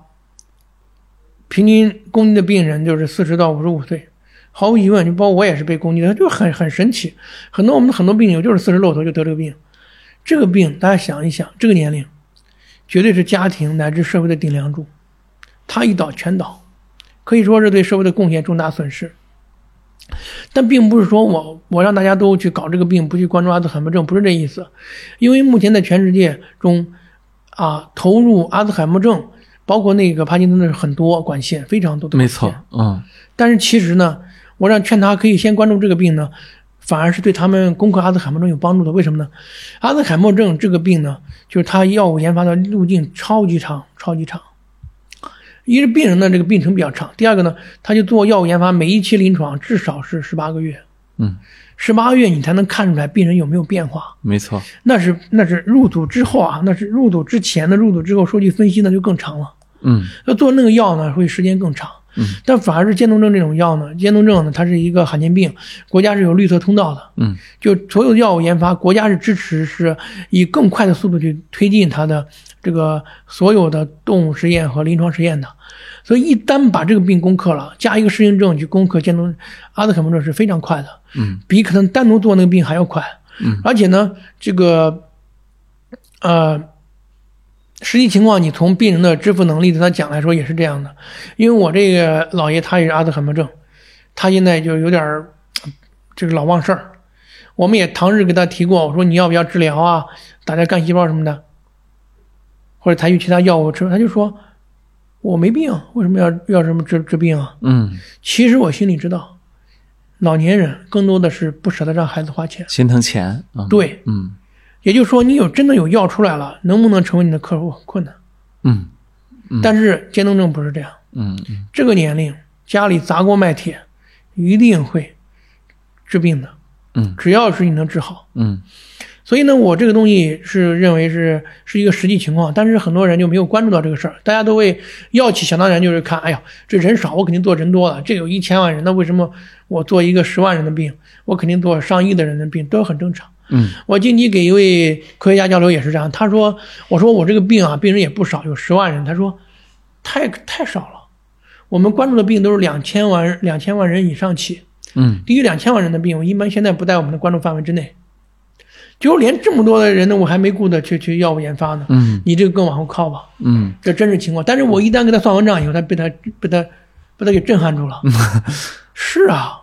B: 平均攻击的病人就是四十到五十五岁，毫无疑问，就包括我也是被攻击的，就很很神奇。很多我们很多病友就是四十露头就得这个病，这个病大家想一想，这个年龄绝对是家庭乃至社会的顶梁柱。他一倒全倒，可以说是对社会的贡献重大损失。但并不是说我我让大家都去搞这个病，不去关注阿兹海默症，不是这意思。因为目前在全世界中，啊，投入阿兹海默症，包括那个帕金森的很多管线，非常多的管
A: 没
B: 线
A: 错。，嗯。
B: 但是其实呢，我让劝他可以先关注这个病呢，反而是对他们攻克阿兹海默症有帮助的。为什么呢？阿兹海默症这个病呢，就是它药物研发的路径超级长，超级长。一是病人的这个病程比较长，第二个呢，他就做药物研发，每一期临床至少是十八个月，
A: 嗯，
B: 十八个月你才能看出来病人有没有变化。
A: 没错，
B: 那是那是入组之后啊，那是入组之前的入组之后数据分析那就更长了。
A: 嗯，
B: 那做那个药呢，会时间更长。
A: 嗯，
B: 但反而是渐冻症这种药呢，渐冻症呢，它是一个罕见病，国家是有绿色通道的。
A: 嗯，
B: 就所有药物研发，国家是支持是以更快的速度去推进它的这个所有的动物实验和临床实验的。所以一旦把这个病攻克了，加一个适应症去攻克渐冻阿兹海默症是非常快的。
A: 嗯，
B: 比可能单独做那个病还要快。
A: 嗯，
B: 而且呢，这个呃。实际情况，你从病人的支付能力对他讲来说也是这样的，因为我这个姥爷他也是阿兹海默症，他现在就有点儿呃这个老忘事儿。我们也唐日给他提过，我说你要不要治疗啊，打点干细胞什么的，或者采取其他药物吃，他就说我没病，为什么要要什么治治病啊？
A: 嗯，
B: 其实我心里知道，老年人更多的是不舍得让孩子花钱。
A: 心疼钱啊，嗯
B: 对，
A: 嗯
B: 也就是说，你有真的有药出来了，能不能成为你的客户很困难？
A: 嗯
B: 但是渐冻症不是这样，
A: 嗯嗯，
B: 这个年龄家里砸锅卖铁，一定会治病的。
A: 嗯，
B: 只要是你能治好，
A: 嗯，
B: 所以呢，我这个东西是认为是是一个实际情况，但是很多人就没有关注到这个事儿，大家都会要起想当然就是看，哎呀，这人少，我肯定做人多了，这有一千万人，那为什么我做一个十万人的病，我肯定做上亿的人的病，都很正常。
A: 嗯，
B: 我近期给一位科学家交流也是这样，他说，我说我这个病啊，病人也不少，有十万人，他说，太太少了，我们关注的病都是两千万两千万人以上起，
A: 嗯
B: 低于两千万人的病，我一般现在不在我们的关注范围之内。就连这么多的人呢，我还没顾得去去药物研发呢。
A: 嗯
B: 你这个更往后靠吧，
A: 嗯，
B: 这真实情况。但是我一旦给他算完账以后，他被他被他被他给震撼住了。是啊，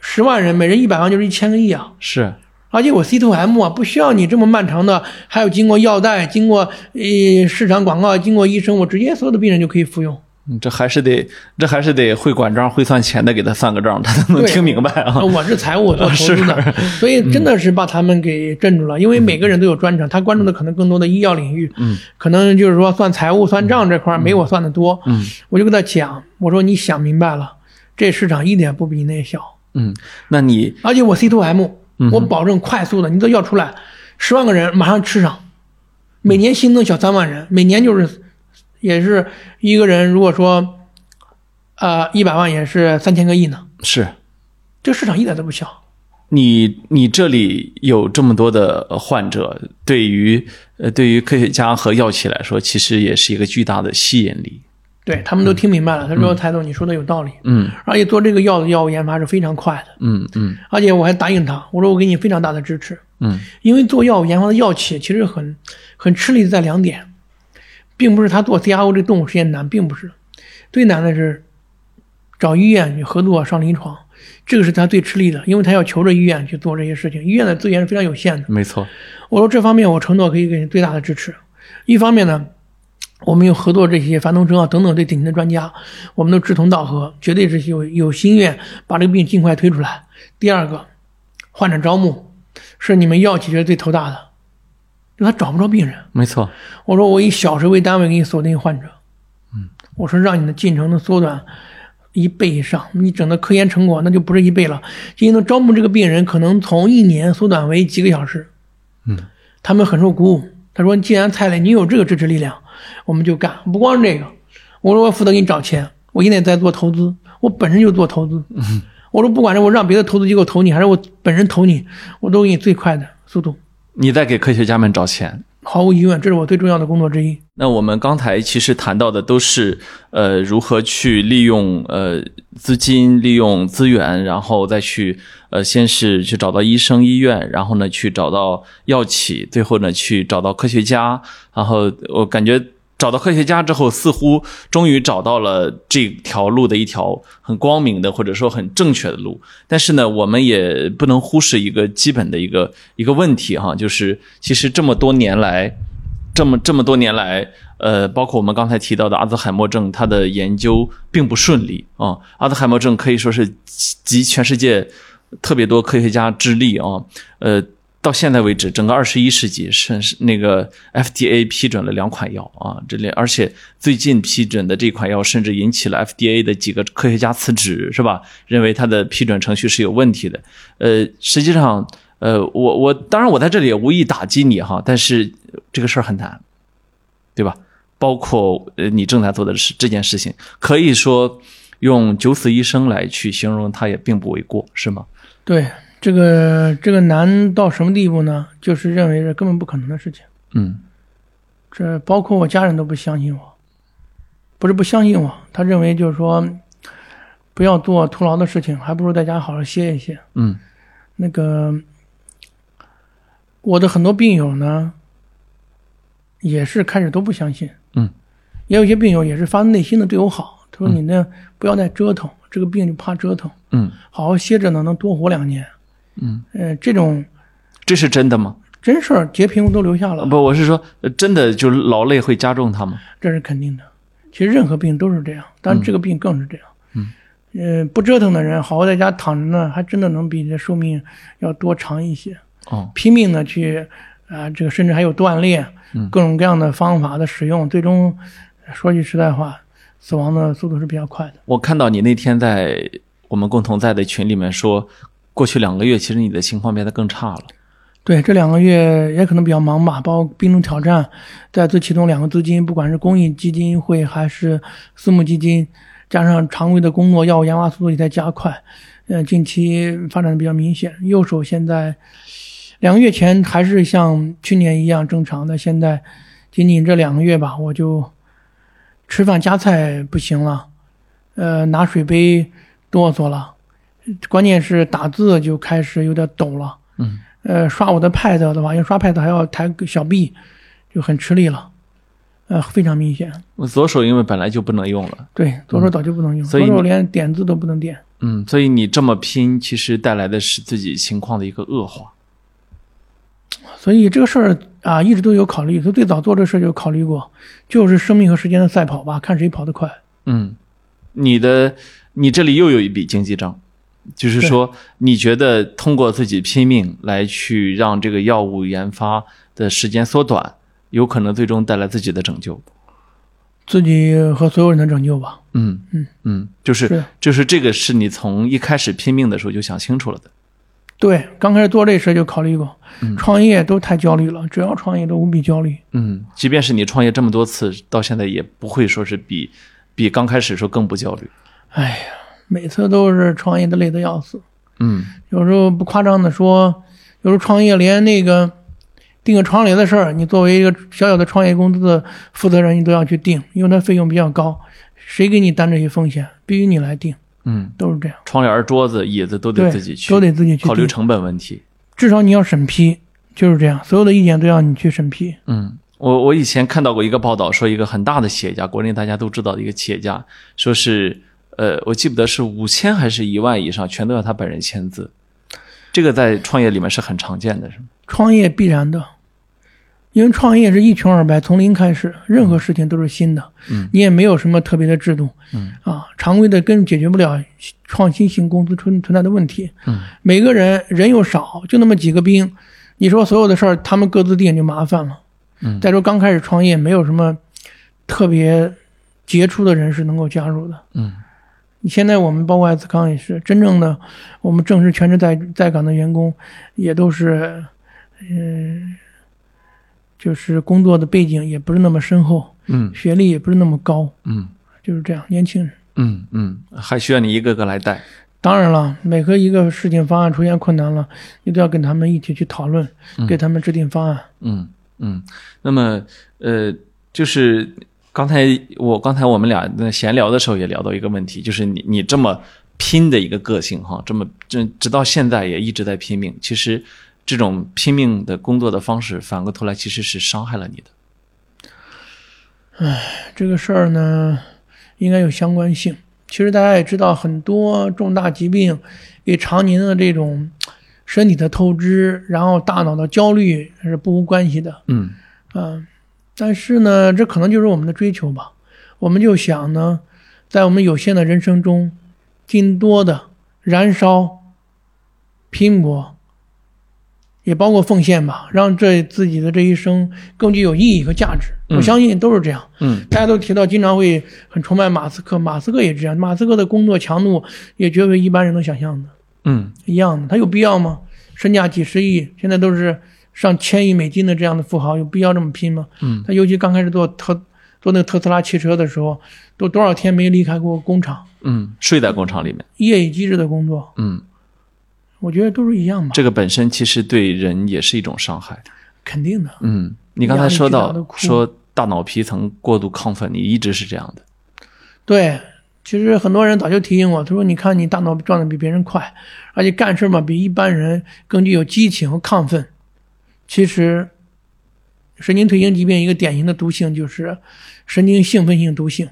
B: 十万人，每人一百万就是一千个亿啊！
A: 是，
B: 而且我 C to M 啊，不需要你这么漫长的，还有经过药代、经过呃市场广告、经过医生，我直接所有的病人就可以服用。
A: 嗯这还是得这还是得会管账、会算钱的，给他算个账，他才能
B: 对
A: 听明白啊。
B: 哦
A: 嗯
B: 我是财务，我做投资的， 所以真的是把他们给镇住了。因为每个人都有专长，他关注的可能更多的医药领域，
A: 嗯，
B: 可能就是说算财务、算账这块儿没我算的多，
A: 嗯，
B: 我就跟他讲，我说你想明白了，这市场一点不比那小，
A: 嗯，那你
B: 而且我 C to M，
A: 嗯
B: 我保证快速的，你这药出来，十万个人马上吃上，每年新增小三万人，每年就是也是一个人，如果说，呃，一百万也是三千个亿呢，
A: 是
B: 这个市场一点都不小。
A: 你你这里有这么多的呃患者，对于呃对于科学家和药企来说，其实也是一个巨大的吸引力。
B: 对他们都听明白了。他说：“蔡总，你说的有道理，
A: 嗯
B: 而且做这个药的药物研发是非常快的，
A: 嗯嗯
B: 而且我还答应他，我说我给你非常大的支持，
A: 嗯
B: 因为做药物研发的药企其实很很吃力在两点，并不是他做 CRO 这动物实验难，并不是，最难的是找医院去合作上临床，这个是他最吃力的，因为他要求着医院去做这些事情，医院的资源是非常有限的。
A: 没错。
B: 我说这方面我承诺可以给你最大的支持。一方面呢，我们有合作这些樊东征啊等等最顶级的专家，我们都志同道合，绝对是有有心愿把这个病尽快推出来。第二个，患者招募是你们药企觉得最头大的，因为他找不着病人。
A: 没错，
B: 我说我以小时为单位给你锁定患者，嗯，我说让你的进程能缩短一倍以上，你整的科研成果那就不是一倍了。今天招募这个病人，可能从一年缩短为几个小时，
A: 嗯，
B: 他们很受鼓舞。他说，既然蔡磊你有这个支持力量，我们就干。不光是这个，我说我负责给你找钱，我现在在做投资，我本身就做投资，我说不管是我让别的投资机构投你，还是我本人投你，我都给你最快的速度。
A: 你在给科学家们找钱。
B: 毫无疑问，这是我最重要的工作之一。
A: 那我们刚才其实谈到的都是，呃，如何去利用呃资金、利用资源，然后再去呃，先是去找到医生、医院，然后呢去找到药企，最后呢去找到科学家。然后我感觉找到科学家之后，似乎终于找到了这条路的一条很光明的或者说很正确的路。但是呢，我们也不能忽视一个基本的一个一个问题哈，就是其实这么多年来。这么这么多年来，呃，包括我们刚才提到的阿兹海默症，它的研究并不顺利啊、阿兹海默症可以说是集集全世界特别多科学家之力啊、呃，到现在为止，整个二十一世纪，甚至那个 FDA 批准了两款药啊，这里而且最近批准的这款药，甚至引起了 FDA 的几个科学家辞职，是吧？认为它的批准程序是有问题的。呃，实际上，呃，我我当然我在这里也无意打击你哈，但是这个事儿很难，对吧？包括呃你正在做的事这件事情，可以说用九死一生来去形容它也并不为过，是吗？
B: 对，这个这个难到什么地步呢？就是认为是根本不可能的事情。
A: 嗯
B: 这包括我家人都不相信我，不是不相信我，他认为就是说，不要做徒劳的事情，还不如在家好好歇一歇。
A: 嗯
B: 那个，我的很多病友呢，也是开始都不相信，
A: 嗯，
B: 也有一些病友也是发自内心的对我好，他说你那不要再折腾，这个病就怕折腾，
A: 嗯，
B: 好好歇着呢，能多活两年。
A: 嗯，
B: 呃，这种
A: 这是真的吗？
B: 真事儿截屏我都留下
A: 呃
B: 了，
A: 不，我是说，呃真的就是劳累会加重它吗？
B: 这是肯定的。其实任何病都是这样，但这个病更是这样。嗯，呃，不折腾的人，好好在家躺着呢，还真的能比你的寿命要多长一些。
A: 哦，
B: 拼命的去，啊、这个甚至还有锻炼，各种各样的方法的使用，最终呃说句实在话，死亡的速度是比较快的。
A: 我看到你那天在我们共同在的群里面说，过去两个月其实你的情况变得更差了。
B: 对，这两个月也可能比较忙吧，包括冰冻挑战，再次启动两个资金，不管是公益基金会还是私募基金，加上常规的工作，药物研发速度也在加快。呃，近期发展的比较明显。右手现在两个月前还是像去年一样正常的，现在仅仅这两个月吧，我就吃饭夹菜不行了，呃，拿水杯哆嗦了，关键是打字就开始有点抖了。
A: 嗯，
B: 呃，刷我的 pad 的话，因为刷 pad 还要抬个小臂，就很吃力了，呃，非常明显。
A: 我左手因为本来就不能用了，
B: 对，左手早就不能用，
A: 嗯所以
B: 左手
A: 你
B: 连点字都不能点。
A: 嗯，所以你这么拼，其实带来的是自己情况的一个恶化。
B: 所以这个事儿啊，一直都有考虑。他最早做这事儿就考虑过，就是生命和时间的赛跑吧，看谁跑得快。
A: 嗯，你的你这里又有一笔经济账，就是说你觉得通过自己拼命来去让这个药物研发的时间缩短，有可能最终带来自己的拯救。
B: 自己和所有人的拯救吧。
A: 嗯
B: 嗯
A: 嗯，就是
B: 是
A: 就是这个是你从一开始拼命的时候就想清楚了的。
B: 对，刚开始做这事儿就考虑过，
A: 嗯
B: 创业都太焦虑了，只要创业都无比焦虑。
A: 嗯，即便是你创业这么多次，到现在也不会说是比比刚开始时候更不焦虑。
B: 哎呀，每次都是创业都累得要死。
A: 嗯
B: 有时候不夸张的说，有时候创业连那个定个窗帘的事儿，你作为一个小小的创业公司的负责人，你都要去定，因为它费用比较高，谁给你担这些风险，必须你来定，
A: 嗯，
B: 都是这样。
A: 窗帘、桌子、椅子都得
B: 对，
A: 自己去
B: 都得自己去
A: 考虑
B: 定
A: 成本问题。
B: 至少你要审批，就是这样，所有的意见都要你去审批。
A: 嗯，我我以前看到过一个报道，说一个很大的企业家，国内大家都知道的一个企业家，说是呃，我记不得是五千还是一万以上，全都要他本人签字。这个在创业里面是很常见的，是吗？
B: 创业必然的，因为创业是一穷二白，从零开始，任何事情都是新的，
A: 嗯
B: 你也没有什么特别的制度，
A: 嗯
B: 啊，常规的根本解决不了创新型公司存存在的问题，
A: 嗯，
B: 每个人人又少，就那么几个兵，你说所有的事儿他们各自定就麻烦了，
A: 嗯
B: 再说刚开始创业没有什么特别杰出的人士能够加入的，
A: 嗯
B: 你现在我们包括艾斯康也是，真正的我们正式全职在在岗的员工，也都是，嗯、就是工作的背景也不是那么深厚，
A: 嗯
B: 学历也不是那么高，
A: 嗯
B: 就是这样，年轻人。
A: 嗯嗯，还需要你一个个来带。
B: 当然了，每个一个事情方案出现困难了，你都要跟他们一起去讨论，给他们制定方案。
A: 嗯嗯，那么呃，就是刚才我刚才我们俩那闲聊的时候也聊到一个问题，就是你你这么拼的一个个性哈，这么这直到现在也一直在拼命，其实这种拼命的工作的方式，反过头来其实是伤害了你的。
B: 这个事儿呢，应该有相关性。其实大家也知道，很多重大疾病与常年的这种身体的透支，然后大脑的焦虑是不无关系的。
A: 嗯
B: 嗯，但是呢，这可能就是我们的追求吧。我们就想呢，在我们有限的人生中，尽多的燃烧、拼搏，也包括奉献吧，让这自己的这一生更具有意义和价值。
A: 嗯
B: 我相信都是这样。
A: 嗯
B: 大家都提到，经常会很崇拜马斯克，马斯克也这样，马斯克的工作强度也绝非一般人能想象的，
A: 嗯
B: 一样的，他有必要吗？身价几十亿，现在都是上千亿美金的这样的富豪，有必要这么拼吗？
A: 嗯
B: 他尤其刚开始做特做那个特斯拉汽车的时候，都多少天没离开过工厂，
A: 嗯，睡在工厂里面。
B: 夜以继日的工作，
A: 嗯，
B: 我觉得都是一样吧，
A: 这个本身其实对人也是一种伤害。
B: 肯定的。
A: 嗯，你刚才说
B: 压力巨大
A: 到
B: 地哭
A: 说大脑皮层过度亢奋，你一直是这样的。
B: 对，其实很多人早就提醒我，他说：“你看你大脑转的比别人快，而且干事嘛比一般人更具有激情和亢奋。”其实，神经退行疾病一个典型的毒性就是神经兴奋性毒性，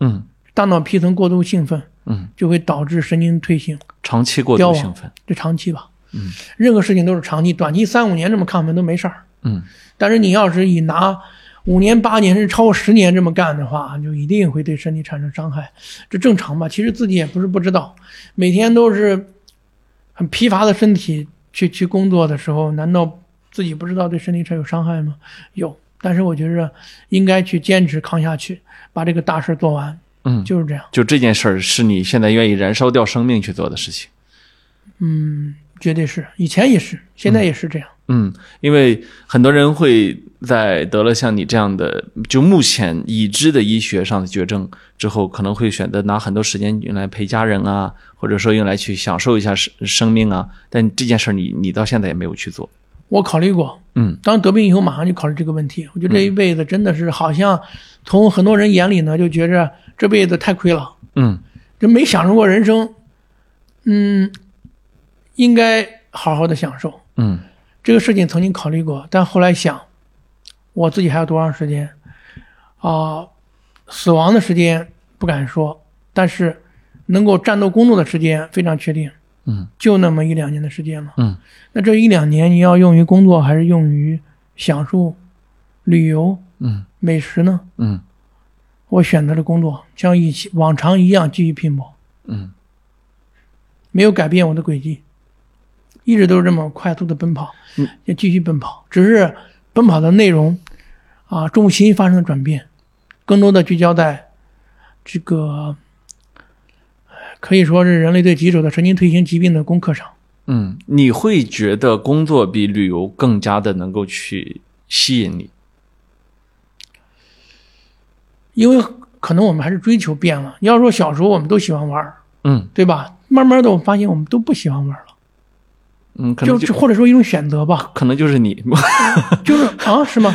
A: 嗯
B: 大脑皮层过度兴奋
A: 嗯，
B: 就会导致神经退行，
A: 长期过
B: 凋
A: 度
B: 亡
A: 兴奋。
B: 这长期吧。
A: 嗯，
B: 任何事情都是长期，短期三五年这么亢奋都没事儿，
A: 嗯。
B: 但是你要是以拿五年、八年甚至超过十年这么干的话，就一定会对身体产生伤害，这正常吧？其实自己也不是不知道，每天都是很疲乏的身体去去工作的时候，难道自己不知道对身体产有伤害吗？有，但是我觉着应该去坚持扛下去，把这个大事做完，
A: 嗯，
B: 就是这样。
A: 就这件事儿是你现在愿意燃烧掉生命去做的事情。
B: 嗯，绝对是，以前也是，现在也是这样。
A: 嗯，因为很多人会在得了像你这样的就目前已知的医学上的绝症之后，可能会选择拿很多时间用来陪家人啊，或者说用来去享受一下生生命啊。但这件事儿你你到现在也没有去做。
B: 我考虑过，
A: 嗯，
B: 当得病以后马上就考虑这个问题。我觉得这一辈子真的是好像从很多人眼里呢，就觉着这辈子太亏了，
A: 嗯
B: 就没享受过人生。嗯，应该好好的享受
A: 嗯
B: 这个事情。曾经考虑过，但后来想，我自己还有多长时间？啊、死亡的时间不敢说，但是能够战斗工作的时间非常确定，
A: 嗯
B: 就那么一两年的时间了。
A: 嗯
B: 那这一两年你要用于工作，还是用于享受、旅游、
A: 嗯
B: 美食呢？
A: 嗯
B: 我选择了工作，像以前往常一样继续拼搏，
A: 嗯
B: 没有改变我的轨迹，一直都是这么快速的奔跑
A: 嗯，
B: 也继续奔跑，只是奔跑的内容啊重心发生了转变，更多的聚焦在这个可以说是人类最棘手的神经退行疾病的攻克上。
A: 嗯，你会觉得工作比旅游更加的能够去吸引你？
B: 因为可能我们还是追求变了。你要说小时候我们都喜欢玩儿，
A: 嗯
B: 对吧？慢慢的我发现我们都不喜欢玩儿了，
A: 嗯，可
B: 就
A: 能就，
B: 或者说一种选择吧
A: 可能就是你。
B: 就是啊，是吗？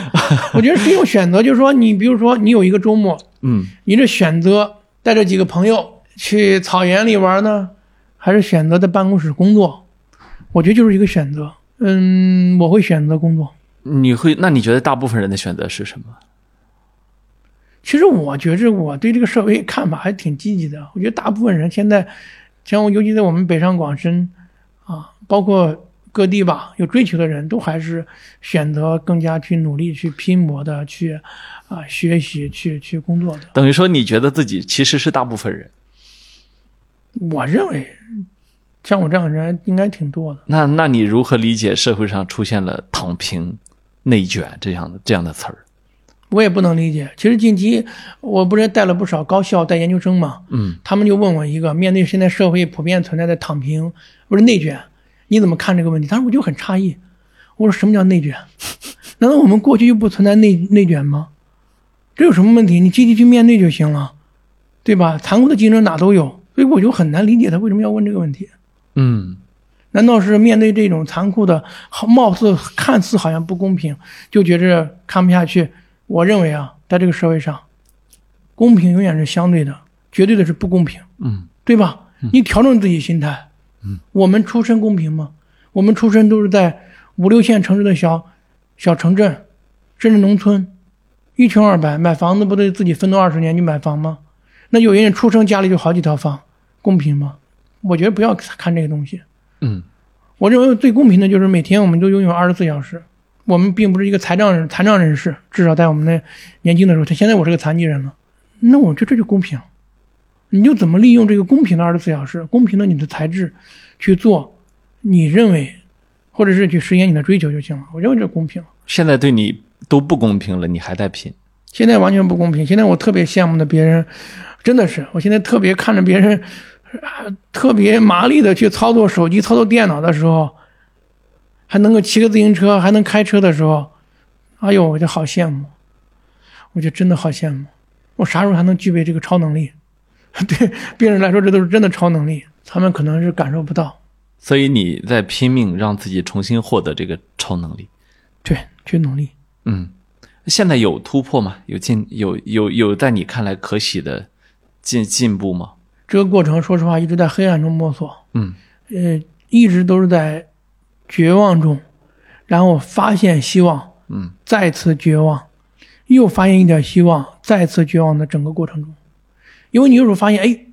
B: 我觉得是一种选择，就是说你比如说你有一个周末，
A: 嗯
B: 你这选择带着几个朋友去草原里玩呢，还是选择在办公室工作？我觉得就是一个选择。嗯，我会选择工作。
A: 你会？那你觉得大部分人的选择是什么？
B: 其实我觉着我对这个社会看法还挺积极的。我觉得大部分人现在，像尤其在我们北上广深啊，包括各地吧，有追求的人都还是选择更加去努力、去拼搏的、去啊学习、去去工作的。
A: 等于说你觉得自己其实是大部分人。
B: 我认为，像我这样的人应该挺多的。
A: 那那你如何理解社会上出现了“躺平”“内卷”这样的这样的词儿？
B: 我也不能理解。其实近期我不是带了不少高校带研究生嘛，
A: 嗯，
B: 他们就问我一个，面对现在社会普遍存在的躺平不是内卷，你怎么看这个问题？当时我就很诧异，我说什么叫内卷？ 难道我们过去就不存在内内卷吗？这有什么问题？你积极去面对就行了，对吧？残酷的竞争哪都有，所以我就很难理解他为什么要问这个问题。
A: 嗯
B: 难道是面对这种残酷的，好貌似看似好像不公平，就觉着看不下去？我认为啊，在这个社会上，公平永远是相对的，绝对的是不公平，
A: 嗯
B: 对吧？你调整自己心态。我们出身公平吗？我们出身都是在五六线城市的小小城镇，甚至农村，一穷二白，买房子不得自己奋斗二十年去买房吗？那有些人出生家里就好几套房，公平吗？我觉得不要看这个东西。
A: 嗯
B: 我认为最公平的就是每天我们都拥有二十四小时。我们并不是一个残障人，残障人士，至少在我们的年轻的时候，他现在我是个残疾人了，那我觉得这就公平。你就怎么利用这个公平的二十四小时，公平的你的才智，去做你认为，或者是去实现你的追求就行了。我认为这公平。
A: 现在对你都不公平了，你还在拼。
B: 现在完全不公平。现在我特别羡慕的别人，真的是，我现在特别看着别人， 呃特别麻利的去操作手机、操作电脑的时候，还能够骑个自行车，还能开车的时候，哎呦，我就好羡慕，我就真的好羡慕，我啥时候还能具备这个超能力？ 对别人来说，这都是真的超能力，他们可能是感受不到。
A: 所以你在拼命让自己重新获得这个超能力。
B: 对，去努力。
A: 嗯，现在有突破吗？有进有有有在你看来可喜的进进步吗？
B: 这个过程，说实话，一直在黑暗中摸索。
A: 嗯
B: 呃，一直都是在绝望中，然后发现希望，
A: 嗯
B: 再次绝望，又发现一点希望，再次绝望的整个过程中，因为你有时候发现，哎，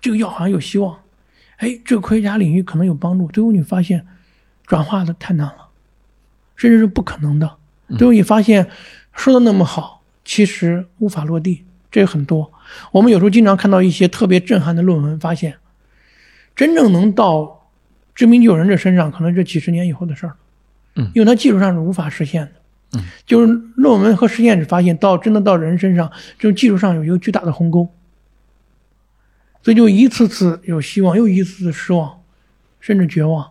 B: 这个药好像有希望，哎，这个科学家领域可能有帮助，最后你发现转化的太难了，甚至是不可能的，最后你发现说的那么好，其实无法落地，这很多。我们有时候经常看到一些特别震撼的论文，发现真正能到知名有人这身上，可能是几十年以后的事儿。
A: 嗯，
B: 因为它技术上是无法实现的。嗯，就是论文和实验只发现到真的到人身上，这种技术上有一个巨大的鸿沟，所以就一次次有希望，又一次次失望，甚至绝望，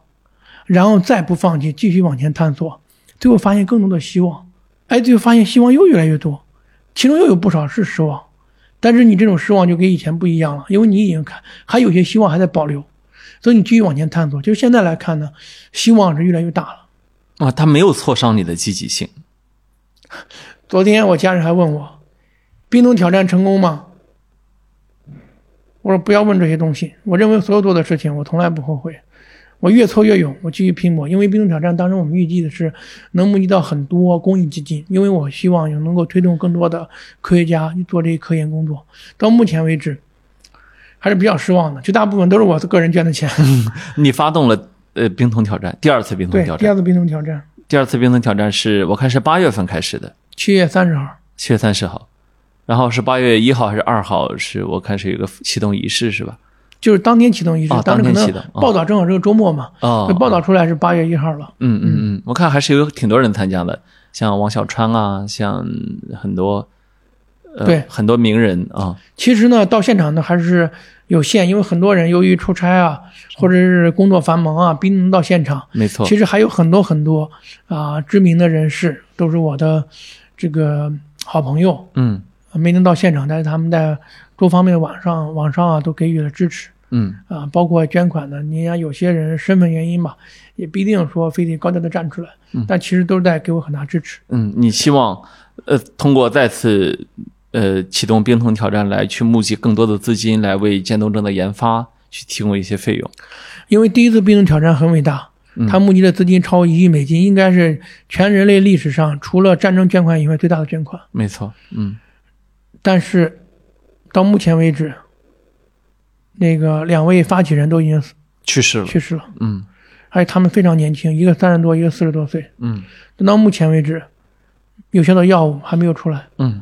B: 然后再不放弃，继续往前探索，最后发现更多的希望，哎，最后发现希望又越来越多，其中又有不少是失望，但是你这种失望就跟以前不一样了，因为你已经看还有些希望还在保留，所以你继续往前探索。就是现在来看呢，希望是越来越大了。
A: 啊，他没有挫伤你的积极性。
B: 昨天我家人还问我，冰冻挑战成功吗？我说不要问这些东西。我认为所有做的事情，我从来不后悔。我越挫越勇，我继续拼搏。因为冰冻挑战当时我们预计的是能募集到很多公益基金，因为我希望有能够推动更多的科学家去做这些科研工作。到目前为止，还是比较失望的，绝大部分都是我个人捐的钱。
A: 你发动了呃冰桶挑战，第二次冰桶
B: 对
A: 挑，
B: 第
A: 战，
B: 二次冰冻挑战
A: 第二次冰桶挑战是我看是八月份开始的，
B: 七月三十号，
A: 七月三十号，然后是八月一号还是二号？是我看是有一个启动仪式是吧？
B: 就是当天启动仪式。
A: 哦
B: 当时可
A: 当天启
B: 能
A: 动哦
B: 报道正好是个周末嘛，
A: 哦
B: 所以，报道出来是八月一号了。
A: 嗯嗯嗯，我看还是有挺多人参加的，像王小川啊，像很多，呃，
B: 对
A: 很多名人啊，
B: 其实呢，到现场呢还是有限，因为很多人由于出差啊，或者是工作繁忙啊，不能到现场。
A: 没错，
B: 其实还有很多很多啊、知名的人士，都是我的这个好朋友，
A: 嗯
B: 没能到现场，但是他们在多方面网上网上啊都给予了支持
A: 嗯，
B: 啊，包括捐款的。你看有些人身份原因嘛，也不一定说非得高调的站出来，但其实都是在给我很大支持。
A: 嗯，你希望呃通过再次呃启动冰桶挑战来去募集更多的资金，来为渐冻症的研发去提供一些费用。
B: 因为第一次冰冻挑战很伟大，
A: 嗯
B: 他募集的资金超一亿美金，应该是全人类历史上除了战争捐款以外最大的捐款。
A: 没错，嗯，
B: 但是到目前为止，那个两位发起人都已经死
A: 去世了，
B: 去世了，
A: 嗯
B: 而且他们非常年轻，一个三十多，一个四十多岁。
A: 嗯
B: 到目前为止，有效的药物还没有出来。
A: 嗯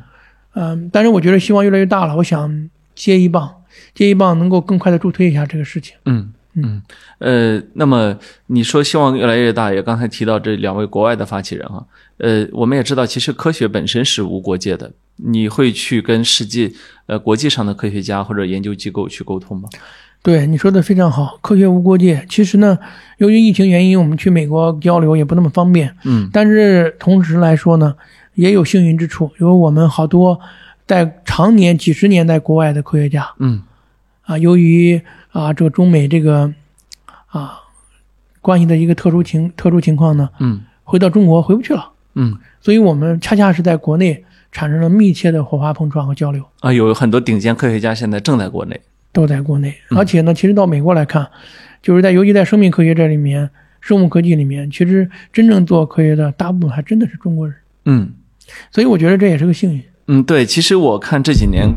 B: 嗯，但是我觉得希望越来越大了，我想接一棒，接一棒能够更快的助推一下这个事情。
A: 嗯嗯，呃，那么你说希望越来越大，也刚才提到这两位国外的发起人啊，呃，我们也知道，其实科学本身是无国界的，你会去跟世界呃国际上的科学家或者研究机构去沟通吗？
B: 对你说的非常好，科学无国界。其实呢，由于疫情原因，我们去美国交流也不那么方便。
A: 嗯，
B: 但是同时来说呢，也有幸运之处，因为我们好多在常年几十年在国外的科学家
A: 嗯
B: 啊，由于啊这个中美这个啊关系的一个特殊情特殊情况呢，
A: 嗯
B: 回到中国回不去了，
A: 嗯
B: 所以我们恰恰是在国内产生了密切的火花碰撞和交流。
A: 啊，有很多顶尖科学家现在正在国内。
B: 都在国内，而且呢，其实到美国来看，就是在尤其在生命科学这里面，生物科技里面，其实真正做科学的大部分还真的是中国人，
A: 嗯
B: 所以我觉得这也是个幸运。
A: 嗯，对，其实我看这几年，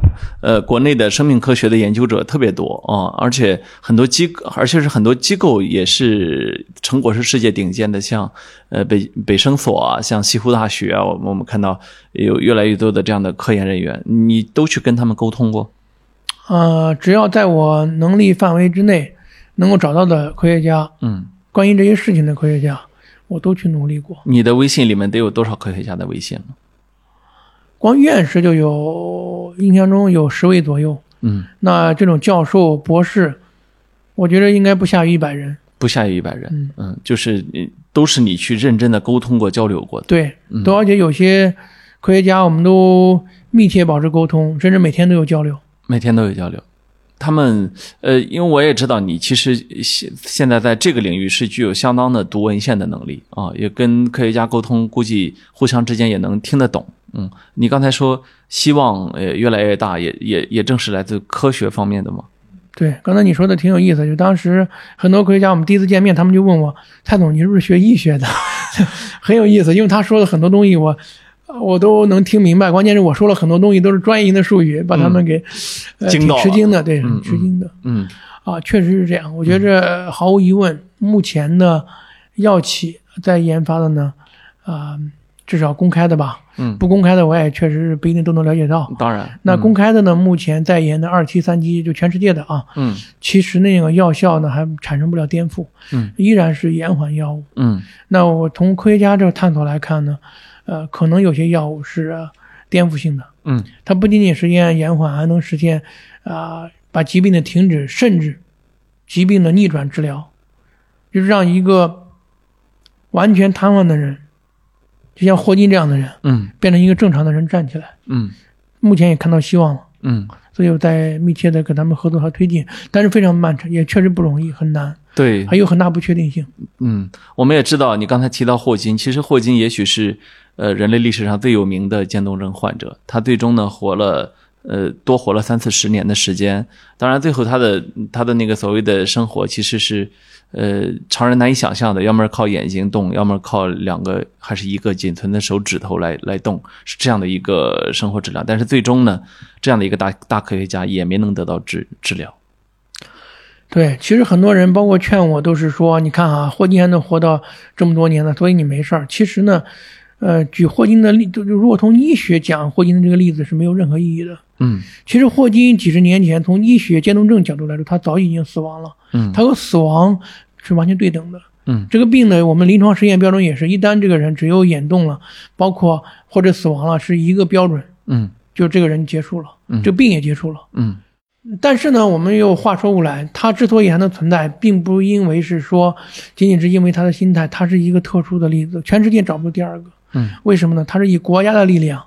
A: 呃，国内的生命科学的研究者特别多啊、而且很多机，而且是很多机构也是成果是世界顶尖的，像呃北北生所啊，像西湖大学啊，我们我们看到有越来越多的这样的科研人员，你都去跟他们沟通过？
B: 呃，只要在我能力范围之内能够找到的科学家，
A: 嗯，
B: 关于这些事情的科学家，我都去努力过。
A: 你的微信里面得有多少科学家的微信了？
B: 光院士就有印象中有十位左右，
A: 嗯，
B: 那这种教授、博士，我觉得应该不下于一百人。
A: 不下于一百人。
B: 嗯
A: 就是你都是你去认真的沟通过、交流过的。
B: 对，
A: 嗯
B: 都而且有些科学家我们都密切保持沟通，甚至每天都有交流。
A: 每天都有交流。他们呃，因为我也知道你其实现现在在这个领域是具有相当的读文献的能力啊，也跟科学家沟通，估计互相之间也能听得懂。嗯，你刚才说希望呃越来越大，也也也正是来自科学方面的嘛。
B: 对，刚才你说的挺有意思，就当时很多科学家我们第一次见面，他们就问我蔡总，你是不是学医学的？ 很有意思，因为他说的很多东西我。我都能听明白，关键是我说了很多东西都是专业的术语，把他们给、
A: 嗯
B: 呃
A: 惊到
B: 挺吃
A: 了
B: 惊的，对，
A: 嗯
B: 挺吃惊的
A: 嗯
B: 啊，确实是这样。我觉着毫无疑问，目前的药企在研发的呢，啊、至少公开的吧，
A: 嗯，
B: 不公开的我也确实是不一定都能了解到。
A: 当然。
B: 那公开的呢，目前在研的二期、三期，就全世界的啊，
A: 嗯
B: 其实那个药效呢还产生不了颠覆，
A: 嗯，
B: 依然是延缓药物。
A: 嗯
B: 那我从科学家这个探索来看呢，呃，可能有些药物是呃颠覆性的，
A: 嗯
B: 它不仅仅实现延缓，还能实现啊、把疾病的停止，甚至疾病的逆转治疗，就是让一个完全瘫痪的人就像霍金这样的人，
A: 嗯
B: 变成一个正常的人站起来。
A: 嗯
B: 目前也看到希望了，
A: 嗯，
B: 所以我在密切的跟他们合作和推进，但是非常漫长，也确实不容易，很难，
A: 对，
B: 还有很大不确定性。
A: 嗯，我们也知道，你刚才提到霍金，其实霍金也许是呃人类历史上最有名的渐冻症患者，他最终呢活了呃多活了三四十年的时间。当然，最后他的他的那个所谓的生活其实是呃常人难以想象的，要么是靠眼睛动，要么靠两个还是一个仅存的手指头来来动，是这样的一个生活质量。但是最终呢，这样的一个大大科学家也没能得到治治疗。
B: 对，其实很多人包括劝我都是说，你看啊，霍金还能活到这么多年呢，所以你没事儿。其实呢，呃，举霍金的例，就就如果从医学讲霍金的这个例子是没有任何意义的。
A: 嗯
B: 其实霍金几十年前从医学渐冻症角度来说，他早已经死亡了，
A: 嗯
B: 他和死亡是完全对等的。
A: 嗯
B: 这个病呢，我们临床实验标准也是一旦这个人只有眼动了，包括或者死亡了，是一个标准，
A: 嗯
B: 就这个人结束了，
A: 嗯
B: 这病也结束了。
A: 嗯
B: 但是呢，我们又话说回来，他之所以还能存在，并不因为是说仅仅是因为他的心态，他是一个特殊的例子，全世界找不出第二个。
A: 嗯，
B: 为什么呢？他是以国家的力量、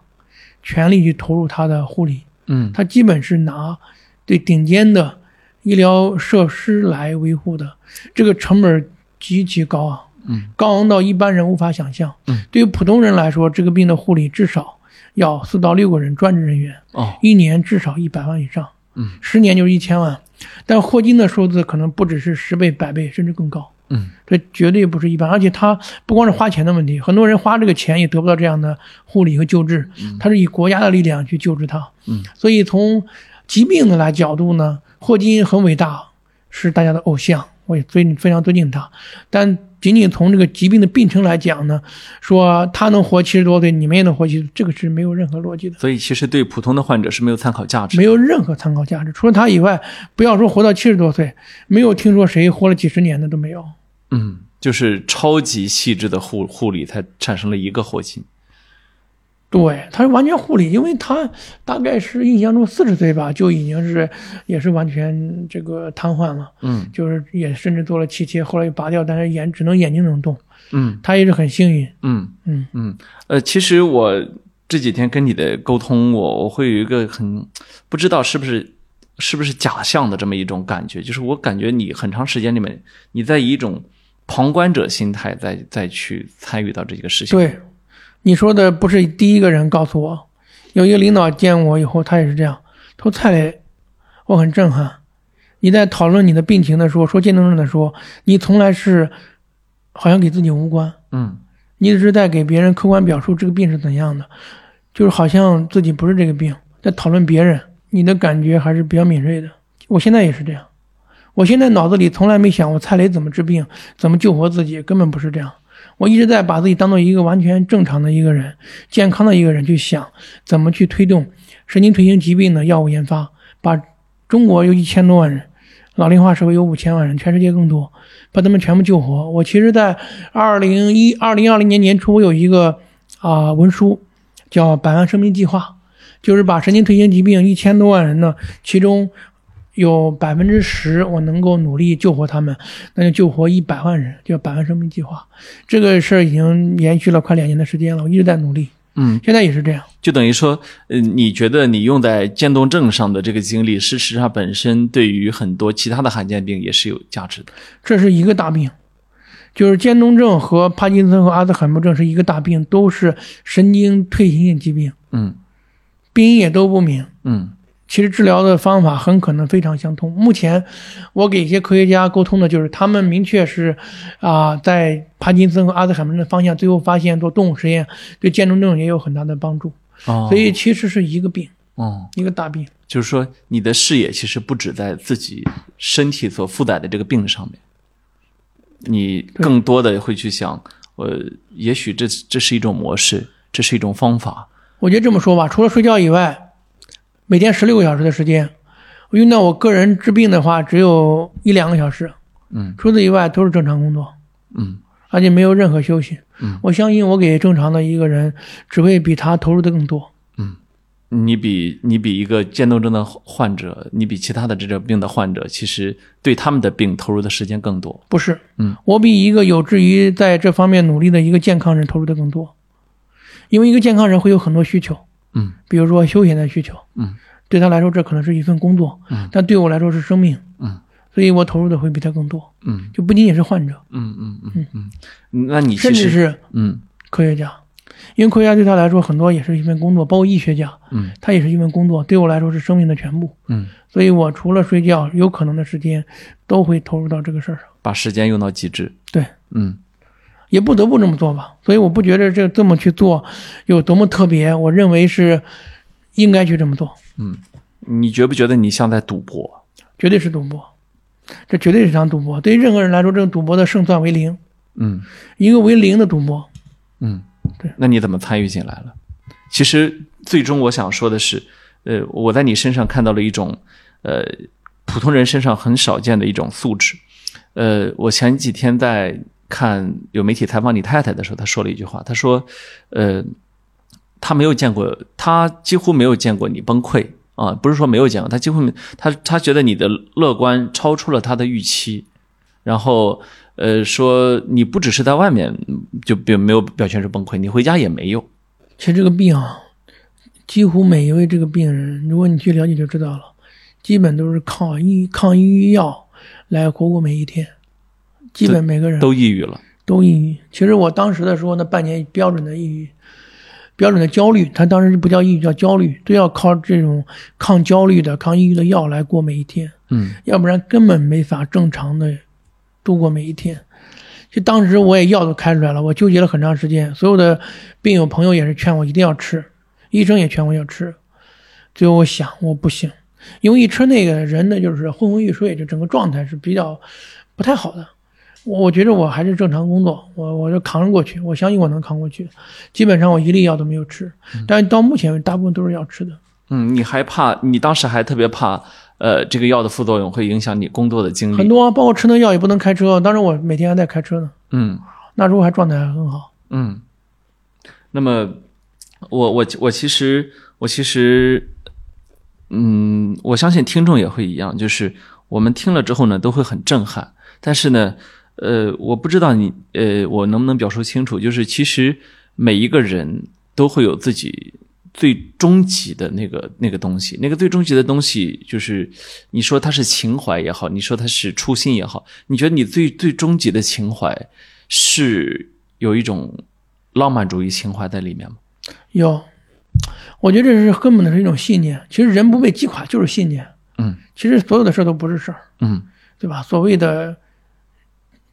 B: 全力去投入他的护理，
A: 嗯
B: 他基本是拿对顶尖的医疗设施来维护的，这个成本极其高昂，
A: 嗯，
B: 高昂到一般人无法想象。
A: 嗯，
B: 对于普通人来说，这个病的护理至少要四到六个人专职人员，
A: 哦
B: 一年至少一百万以上，
A: 嗯，
B: 十年就是一千万，但霍金的数字可能不只是十倍、百倍，甚至更高。
A: 嗯
B: 这绝对不是一般，而且他不光是花钱的问题，很多人花这个钱也得不到这样的护理和救治，他是以国家的力量去救治他。
A: 嗯，
B: 所以从疾病的来角度呢，霍金很伟大，是大家的偶像，我也尊非常尊敬他。但仅仅从这个疾病的病程来讲呢，说他能活七十多岁，你们也能活七十，这个是没有任何逻辑的。
A: 所以其实对普通的患者是没有参考价值的。
B: 没有任何参考价值。除了他以外，不要说活到七十多岁，没有听说谁活了几十年的都没有。
A: 嗯，就是超级细致的护护理才产生了一个霍金。
B: 对，他是完全护理，因为他大概是印象中四十岁吧，就已经是也是完全这个瘫痪了，
A: 嗯
B: 就是也甚至做了气切，后来又拔掉，但是眼只能眼睛能动，
A: 嗯
B: 他也是很幸运。
A: 嗯
B: 嗯
A: 嗯。呃，其实我这几天跟你的沟通，我我会有一个很不知道是不是是不是假象的这么一种感觉，就是我感觉你很长时间里面，你在以一种旁观者心态再再去参与到这个事情。
B: 对，你说的不是第一个人告诉我，有一个领导见我以后，他也是这样，他说蔡磊，我很震撼。你在讨论你的病情的时候，说渐冻症的时候，你从来是好像给自己无关，
A: 嗯
B: 你只是在给别人客观表述这个病是怎样的，就是好像自己不是这个病，在讨论别人，你的感觉还是比较敏锐的。我现在也是这样，我现在脑子里从来没想过蔡雷怎么治病，怎么救活自己，根本不是这样。我一直在把自己当做一个完全正常的一个人，健康的一个人去想，怎么去推动神经退行疾病的药物研发，把中国有一千多万人，老龄化社会有五千万人，全世界更多，把他们全部救活。我其实，在二零一二零二零年年初，我有一个啊、文书叫《百万生命计划》，就是把神经退行疾病一千多万人呢，其中有百分之十我能够努力救活他们，那就救活一百万人，叫《百万生命计划》。这个事儿已经延续了快两年的时间了，我一直在努力，
A: 嗯，
B: 现在也是这样。
A: 就等于说，嗯、你觉得你用在渐冻症上的这个经历，事实上本身对于很多其他的罕见病也是有价值的。
B: 这是一个大病，就是渐冻症和帕金森和阿兹海默症是一个大病，都是神经退行性疾病，
A: 嗯
B: 病因也都不明。
A: 嗯。
B: 其实治疗的方法很可能非常相通。目前，我给一些科学家沟通的就是，他们明确是，啊、在帕金森和阿兹海默症的方向，最后发现做动物实验对渐冻症也有很大的帮助。
A: 哦，
B: 所以其实是一个病，
A: 哦，
B: 一个大病。
A: 就是说你的视野其实不止在自己身体所负载的这个病上面，你更多的会去想，呃，也许这这是一种模式，这是一种方法。
B: 我觉得这么说吧，除了睡觉以外，每天十六个小时的时间，我用到我个人治病的话，只有一两个小时。
A: 嗯
B: 除此以外都是正常工作，
A: 嗯
B: 而且没有任何休息。
A: 嗯，
B: 我相信我给正常的一个人，只会比他投入的更多。
A: 嗯，你比你比一个渐冻症的患者，你比其他的这种病的患者，其实对他们的病投入的时间更多。
B: 不是，
A: 嗯，
B: 我比一个有志于在这方面努力的一个健康人投入的更多。因为一个健康人会有很多需求，
A: 嗯
B: 比如说休闲的需求，
A: 嗯
B: 对他来说这可能是一份工作，
A: 嗯
B: 但对我来说是生命，
A: 嗯
B: 所以我投入的会比他更多，
A: 嗯
B: 就不仅仅是患者，
A: 嗯嗯嗯嗯，那你
B: 甚
A: 其实
B: 至是
A: 嗯
B: 科学家，因为科学家对他来说很多也是一份工作，包括医学家，
A: 嗯
B: 他也是一份工作，对我来说是生命的全部，
A: 嗯，
B: 所以我除了睡觉，有可能的时间都会投入到这个事儿上，
A: 把时间用到极致，
B: 对，
A: 嗯
B: 也不得不这么做吧。所以我不觉得这这么去做有多么特别，我认为是应该去这么做，
A: 嗯，你觉不觉得你像在赌博？
B: 绝对是赌博，这绝对是一场赌博。对于任何人来说，这个赌博的胜算为零，
A: 嗯
B: 一个为零的赌博。
A: 嗯，
B: 对，
A: 那你怎么参与进来了？其实最终我想说的是，呃，我在你身上看到了一种呃普通人身上很少见的一种素质。呃，我前几天在看有媒体采访你太太的时候，她说了一句话，她说，呃，她没有见过，她几乎没有见过你崩溃啊，不是说没有见过，她几乎没，她她觉得你的乐观超出了她的预期，然后呃说你不只是在外面嗯就表没有表现出崩溃，你回家也没有，
B: 其实这个病啊，几乎每一位这个病人，如果你去了解就知道了，基本都是抗抑抗抑郁药来活过每一天，基本每个人
A: 都抑郁了。
B: 都抑郁。其实我当时的时候呢，半年标准的抑郁，标准的焦虑，他当时不叫抑郁，叫焦虑，都要靠这种抗焦虑的、抗抑郁的药来过每一天，
A: 嗯
B: 要不然根本没法正常的度过每一天。就当时我也药都开出来了，我纠结了很长时间，所有的病友朋友也是劝我一定要吃，医生也劝我要吃。最后我想我不行，因为一吃那个人呢就是昏昏欲睡，就整个状态是比较不太好的。我我觉得我还是正常工作，我我就扛过去，我相信我能扛过去。基本上我一粒药都没有吃，但是到目前为止大部分都是要吃的。
A: 嗯，你还怕？你当时还特别怕，呃，这个药的副作用会影响你工作的精力。
B: 很多啊、包括吃那药也不能开车，啊当时我每天还在开车呢，
A: 嗯
B: 那时候还状态还很好。
A: 嗯。那么，我我我其实我其实，嗯，我相信听众也会一样，就是我们听了之后呢，都会很震撼。但是呢，呃，我不知道你呃，我能不能表述清楚？就是其实每一个人都会有自己最终极的那个那个东西，那个最终极的东西就是你说它是情怀也好，你说它是初心也好，你觉得你最最终极的情怀是有一种浪漫主义情怀在里面吗？
B: 有，我觉得这是根本的是一种信念。其实人不被击垮就是信念。
A: 嗯
B: 其实所有的事儿都不是事儿，
A: 嗯
B: 对吧？所谓的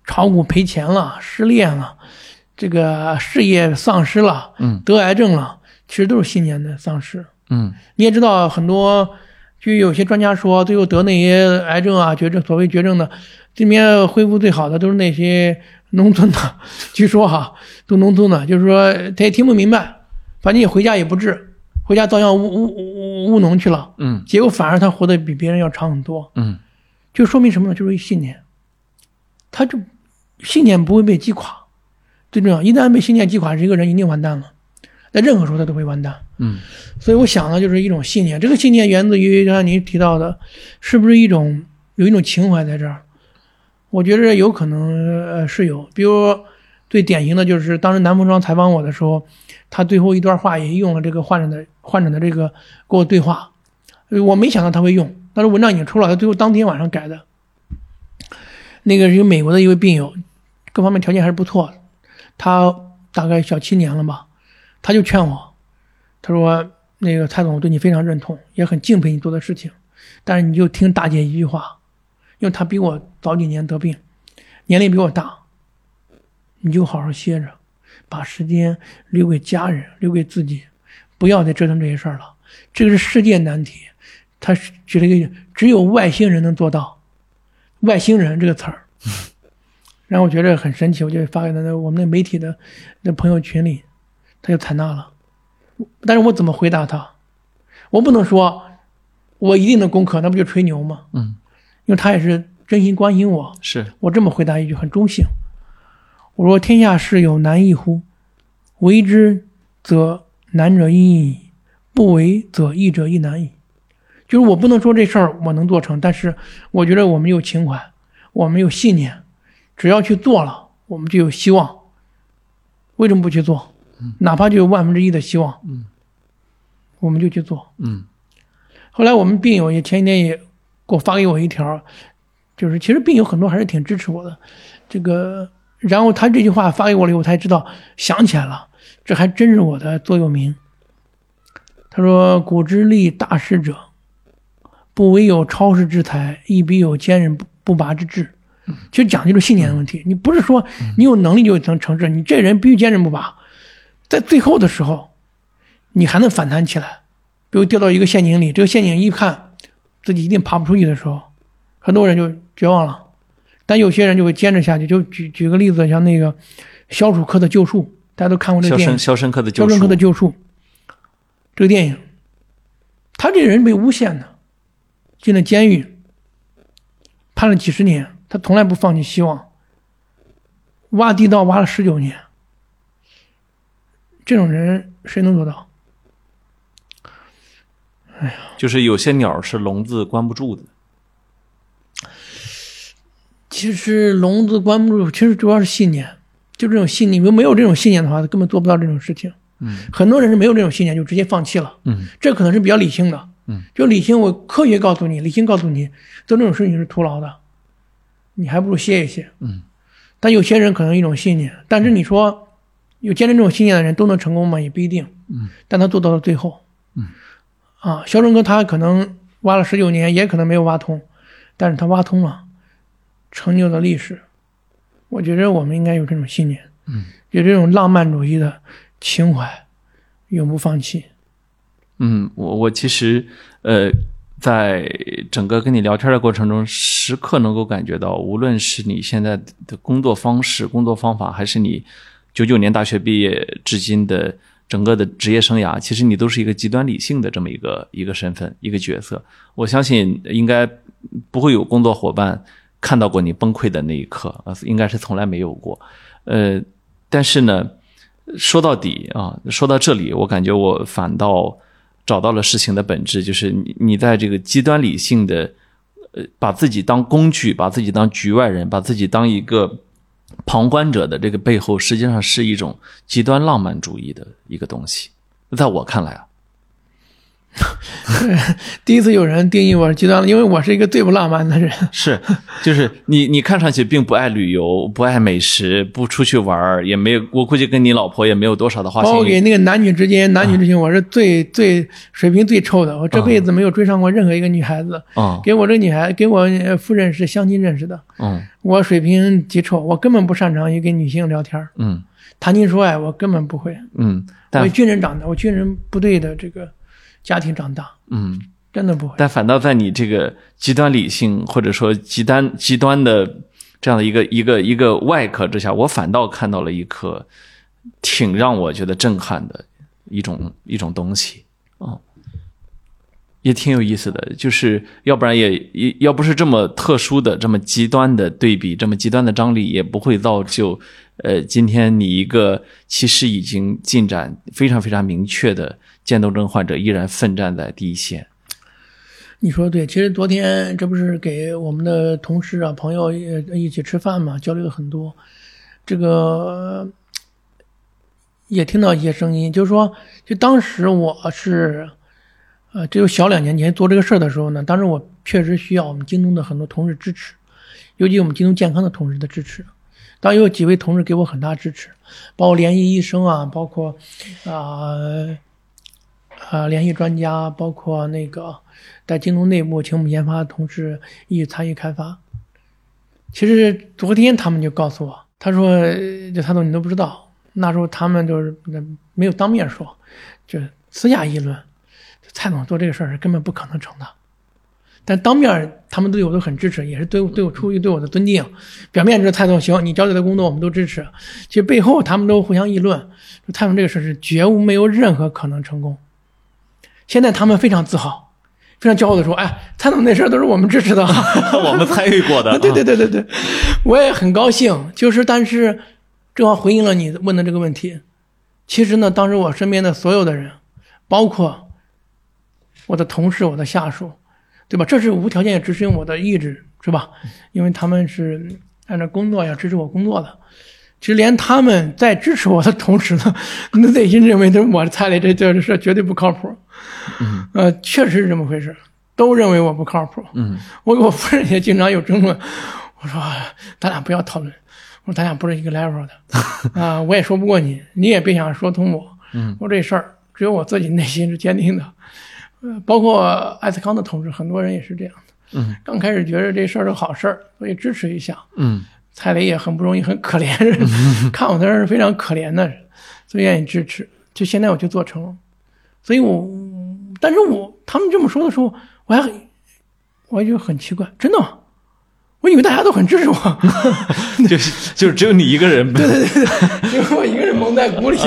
B: 炒股赔钱了、失恋了、这个事业丧失了、
A: 嗯
B: 得癌症了，其实都是信念的丧失。
A: 嗯
B: 你也知道，很多就有些专家说，最后得那些癌症啊、绝症，所谓绝症的，这里面恢复最好的都是那些农村的。据说哈，都农村的，就是说他也听不明白，反正也回家也不治，回家照样务务务务农去了，
A: 嗯
B: 结果反而他活得比别人要长很多，
A: 嗯
B: 就说明什么呢？就是信念，他就信念不会被击垮，最重要，一旦被信念击垮，一个人一定完蛋了，在任何时候他都会完蛋。
A: 嗯
B: 所以我想呢，就是一种信念。这个信念源自于刚才您提到的，是不是一种有一种情怀在这儿？我觉着有可能呃是有，比如最典型的就是当时南风窗采访我的时候，他最后一段话也用了这个患者的患者的这个跟我对话，呃我没想到他会用，但是文章已经出了，他最后当天晚上改的。那个是一个美国的一位病友，各方面条件还是不错的，他大概小七年了吧，他就劝我，他说：“那个蔡总，我对你非常认同，也很敬佩你做的事情，但是你就听大姐一句话，因为她比我早几年得病，年龄比我大，你就好好歇着，把时间留给家人，留给自己，不要再折腾这些事儿了。这个是世界难题。”他举了一个只有外星人能做到，外星人这个词儿，让我觉得很神奇。我就发给他的我们那媒体的那朋友群里，他就采纳了。但是我怎么回答他？我不能说我一定能攻克，那不就吹牛吗？
A: 嗯，
B: 因为他也是真心关心我。
A: 是
B: 我这么回答一句，很中性。我说：“天下事有难易乎？为之则难者易矣，不为则易者亦难矣。”就是我不能说这事儿我能做成，但是我觉得我们有情怀，我们有信念，只要去做了，我们就有希望。为什么不去做？哪怕就有万分之一的希望，
A: 嗯，
B: 我们就去做。
A: 嗯
B: 后来我们病友也前几天也给我发给我一条，就是其实病友很多还是挺支持我的，这个，然后他这句话发给我了以后，我才知道想起来了，这还真是我的座右铭。他说：“古之立大事者，不唯有超世之才，亦必有坚韧不不拔之志。”其实讲究是信念的问题，你不是说你有能力就能成事，你这人必须坚韧不拔，在最后的时候，你还能反弹起来。比如掉到一个陷阱里，这个陷阱一看自己一定爬不出去的时候，很多人就绝望了。但有些人就会坚持下去。就举举个例子，像那个肖楚科的《救赎》，大家都看过这个
A: 肖
B: 电影
A: 申。肖申克的
B: 肖
A: 救
B: 申克
A: 赎
B: 的，救赎这个电影，他这人被诬陷的，进了监狱，判了几十年，他从来不放弃希望。挖地道挖了十九年，这种人谁能做到？
A: 就是有些鸟是笼子关不住的。
B: 其实笼子关不住，其实主要是信念，就这种信念。如果没有这种信念的话，他根本做不到这种事情。
A: 嗯，
B: 很多人是没有这种信念，就直接放弃了。
A: 嗯，
B: 这可能是比较理性的。
A: 嗯，
B: 就理性，我科学告诉你，理性告诉你，做这种事情是徒劳的，你还不如歇一歇。
A: 嗯，
B: 但有些人可能有一种信念，但是你说有坚持这种信念的人都能成功吗？也不一定。
A: 嗯，
B: 但他做到了最后。
A: 嗯，
B: 啊，肖申哥他可能挖了十九年，也可能没有挖通，但是他挖通了，成就了历史。我觉得我们应该有这种信念，
A: 嗯，
B: 有这种浪漫主义的情怀，永不放弃。
A: 嗯，我我其实呃，在整个跟你聊天的过程中，时刻能够感觉到，无论是你现在的工作方式、工作方法，还是你九九年大学毕业至今的整个的职业生涯，其实你都是一个极端理性的这么一个一个身份、一个角色。我相信应该不会有工作伙伴看到过你崩溃的那一刻啊，应该是从来没有过。呃，但是呢，说到底啊，说到这里，我感觉我反倒找到了事情的本质，就是你你在这个极端理性的，呃，把自己当工具，把自己当局外人，把自己当一个旁观者的这个背后，实际上是一种极端浪漫主义的一个东西。在我看来啊，
B: 第一次有人定义我是极端了，因为我是一个最不浪漫的人。
A: 是，就是你，你看上去并不爱旅游，不爱美食，不出去玩儿，也没有，我估计跟你老婆也没有多少的花
B: 包括
A: 心
B: 给
A: 语。
B: 那个男女之间，男女
A: 啊
B: 之间我是最最水平最臭的，我这辈子没有追上过任何一个女孩子。
A: 嗯
B: 给我这女孩，给我呃夫人是相亲认识的，
A: 嗯
B: 我水平极臭，我根本不擅长于跟女性聊天儿，
A: 嗯
B: 谈情说爱我根本不会。
A: 嗯，
B: 我
A: 但
B: 军人长大，我军人部队的这个家庭长大，
A: 嗯，
B: 真的不会。
A: 但反倒在你这个极端理性或者说极端极端的这样的一个一个一个外壳之下，我反倒看到了一颗挺让我觉得震撼的一种一种东西哦，也挺有意思的。就是要不然也也要不是这么特殊的、这么极端的对比、这么极端的张力，也不会造就呃今天你一个其实已经进展非常非常明确的渐冻症患者依然奋战在第一线。
B: 你说得对，其实昨天这不是给我们的同事啊、朋友也一起吃饭嘛，交流了很多，这个呃也听到一些声音，就是说，就当时我是，呃，只有小两年前做这个事儿的时候呢，当时我确实需要我们京东的很多同事支持，尤其我们京东健康的同事的支持。当然，有几位同事给我很大支持，包括联系医生啊，包括啊啊联系专家，包括那个在京东内部请我们研发的同事一起参与开发。其实昨天他们就告诉我，他说呃这他都你都不知道，那时候他们就是嗯没有当面说，就是私下议论，蔡总做这个事儿是根本不可能成的。但当面他们对我都很支持，也是对我对我出于对我的尊敬。表面知道蔡总行，你交代的工作我们都支持，其实背后他们都互相议论，说蔡总这个事儿是绝无没有任何可能成功。现在他们非常自豪，非常骄傲的说：“哎，蔡总那事儿都是我们支持 的。”
A: 我们参与过的， 嗯
B: 对对对对对，我也很高兴。就是，但是正好回应了你问的这个问题。其实呢，当时我身边的所有的人，包括我的同事、我的下属，对吧？这是无条件执行我的意志，是吧？因为他们是按照工作要支持我工作的。其实连他们在支持我的同时呢， 那内心认为这我蔡磊这这这绝对不靠谱。
A: 嗯，
B: 呃，确实是这么回事，都认为我不靠谱。
A: 嗯，
B: 我跟我夫人也经常有争论，我说啊咱俩不要讨论，我说咱俩不是一个 level 的啊，我也说不过你，你也别想说通我。
A: 嗯，
B: 我说这事儿只有我自己内心是坚定的，呃，包括艾斯康的同志，很多人也是这样的。
A: 嗯，
B: 刚开始觉得这事儿是好事儿，所以支持一下。
A: 嗯
B: 蔡磊也很不容易，很可怜， 看我的人是非常可怜的人，所以愿意支持。就现在我就做成了，所以我，但是我他们这么说的时候，我还很我就很奇怪，真的吗？我以为大家都很支持我，
A: 嗯， 就是就是只有你一个人，对对
B: 结果我一个人蒙在鼓里，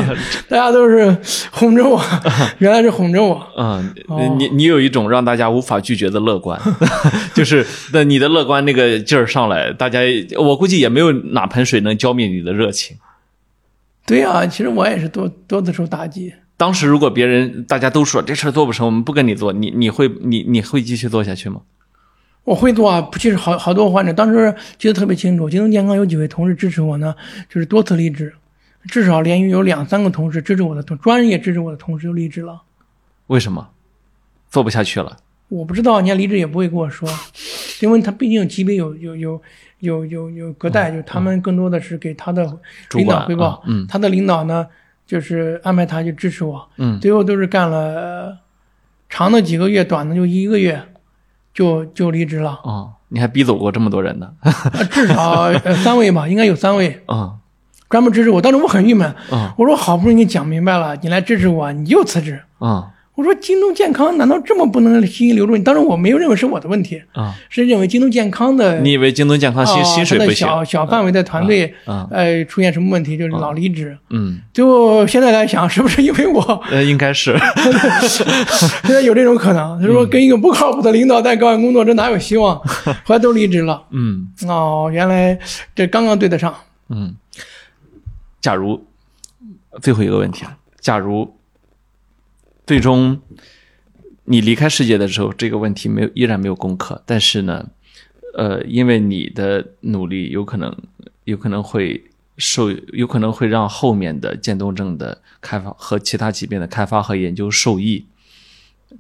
B: 大家都是哄着我， 原来是哄着我。
A: 嗯
B: 哦，
A: 你你有一种让大家无法拒绝的乐观， 就是那你的乐观那个劲儿上来，大家我估计也没有哪盆水能浇灭你的热情。
B: 对啊，其实我也是多多次受打击，
A: 当时如果别人大家都说这事儿做不成，我们不跟你做，你你会你你会继续做下去吗？
B: 我会做啊，不其实好好多患者，当时记得特别清楚，京东健康有几位同事支持我呢，就是多次离职，至少连续有两三个同事支持我的同专业支持我的同事就离职了。
A: 为什么做不下去了？
B: 我不知道，人家离职也不会跟我说，因为他毕竟级别有有有有有有隔代，就他们更多的是给他的
A: 嗯主
B: 领
A: 管
B: 导汇报
A: 啊，嗯
B: 他的领导呢就是安排他去支持我，
A: 嗯，
B: 最后都是干了呃长的几个月，短的就一个月，就就离职了
A: 哦，你还逼走过这么多人呢？
B: 呃至少呃三位吧，应该有三位。
A: 嗯
B: 专门支持我。当时我很郁闷，
A: 嗯
B: 我说好不容易讲明白了，你来支持我，你又辞职。
A: 嗯
B: 我说京东健康难道这么不能吸引留住你？当然我没有认为是我的问题，
A: 嗯，
B: 是认为京东健康的
A: 你以为京东健康薪
B: 啊
A: 薪
B: 它
A: 水
B: 的
A: 不行？
B: 小小范围的团队、
A: 嗯
B: 呃出现什么问题，就是老离职。
A: 嗯，
B: 就现在来想，是不是因为我
A: 呃，应该是
B: 现在有这种可能？他说跟一个不靠谱的领导在搞工作，这哪有 希望？后来都离职了。
A: 嗯
B: 哦，原来这刚刚对得上。
A: 嗯。假如呃最后一个问题了，假如最终你离开世界的时候，这个问题没有依然没有攻克，但是呢，呃，因为你的努力，有可能有可能会受，有可能会让后面的渐冻症的开发和其他疾病的开发和研究受益，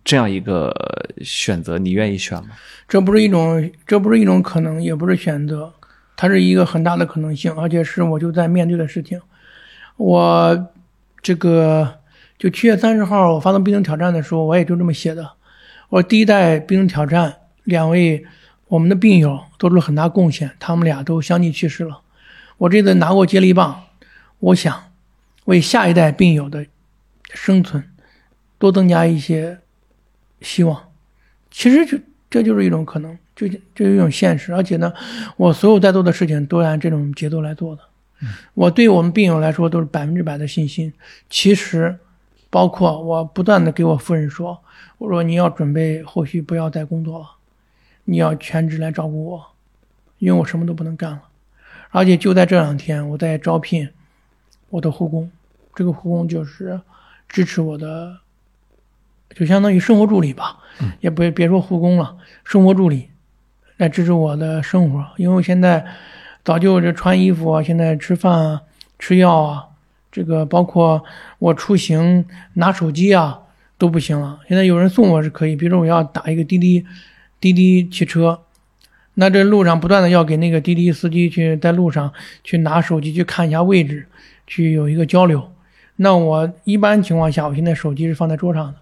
A: 这样一个呃选择，你愿意选吗？
B: 这不是一种，这不是一种可能，也不是选择，它是一个很大的可能性，而且是我就在面对的事情。我这个就七月三十号我发动冰冻挑战的时候，我也就这么写的。我第一代冰冻挑战，两位我们的病友做出了很大贡献，他们俩都相继去世了。我这次拿过接力棒，我想为下一代病友的生存多增加一些希望。其实就这就是一种可能，就就是一种现实。而且呢，我所有在做的事情都按这种节奏来做的。我对我们病友来说都是百分之百的信心。其实，包括我不断的给我夫人说，我说你要准备后续不要再工作了，你要全职来照顾我，因为我什么都不能干了。而且就在这两天，我在招聘我的护工，这个护工就是支持我的，就相当于生活助理吧，也不别说护工了，生活助理来支持我的生活，因为我现在早就这穿衣服啊，现在吃饭啊，吃药啊，这个包括我出行拿手机啊都不行了。现在有人送我是可以，比如说我要打一个滴滴滴滴汽车，那这路上不断的要给那个滴滴司机去在路上去拿手机去看一下位置，去有一个交流。那我一般情况下，我现在手机是放在桌上的，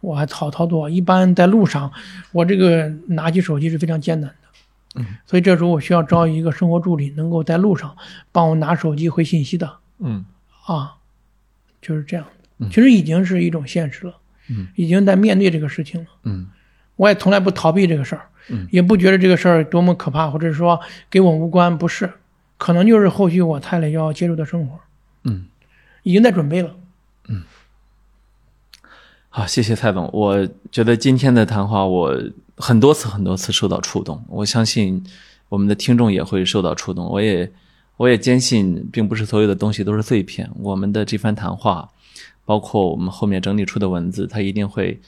B: 我还好操作。一般在路上，我这个拿起手机是非常艰难的，
A: 嗯
B: 所以这时候我需要招一个生活助理，能够在路上帮我拿手机回信息的
A: 嗯
B: 啊，就是这样的。其实已经是一种现实了，
A: 嗯
B: 已经在面对这个事情了。
A: 嗯
B: 我也从来不逃避这个事儿，
A: 嗯
B: 也不觉得这个事儿多么可怕，或者说跟我无关，不是，可能就是后续我太累要接触的生活，
A: 嗯。
B: 已经在准备了。
A: 好，啊谢谢蔡总。我觉得今天的谈话，我很多次、很多次受到触动。我相信我们的听众也会受到触动。我也，我也坚信，并不是所有的东西都是碎片。我们的这番谈话，包括我们后面整理出的文字，它一定会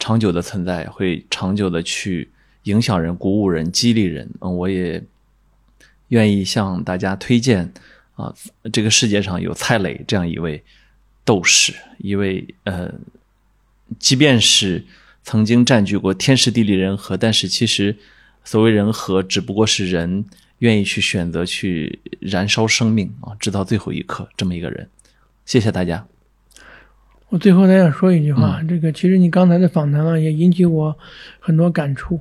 A: 长久的存在，会长久的去影响人、鼓舞人、激励人。嗯，我也愿意向大家推荐啊，这个世界上有蔡磊这样一位斗士，一位呃，即便是曾经占据过天时地利人和，但是其实所谓人和，只不过是人愿意去选择去燃烧生命啊，直到最后一刻这么一个人。谢谢大家。
B: 我最后再想说一句话，这个其实你刚才的访谈啊，也引起我很多感触，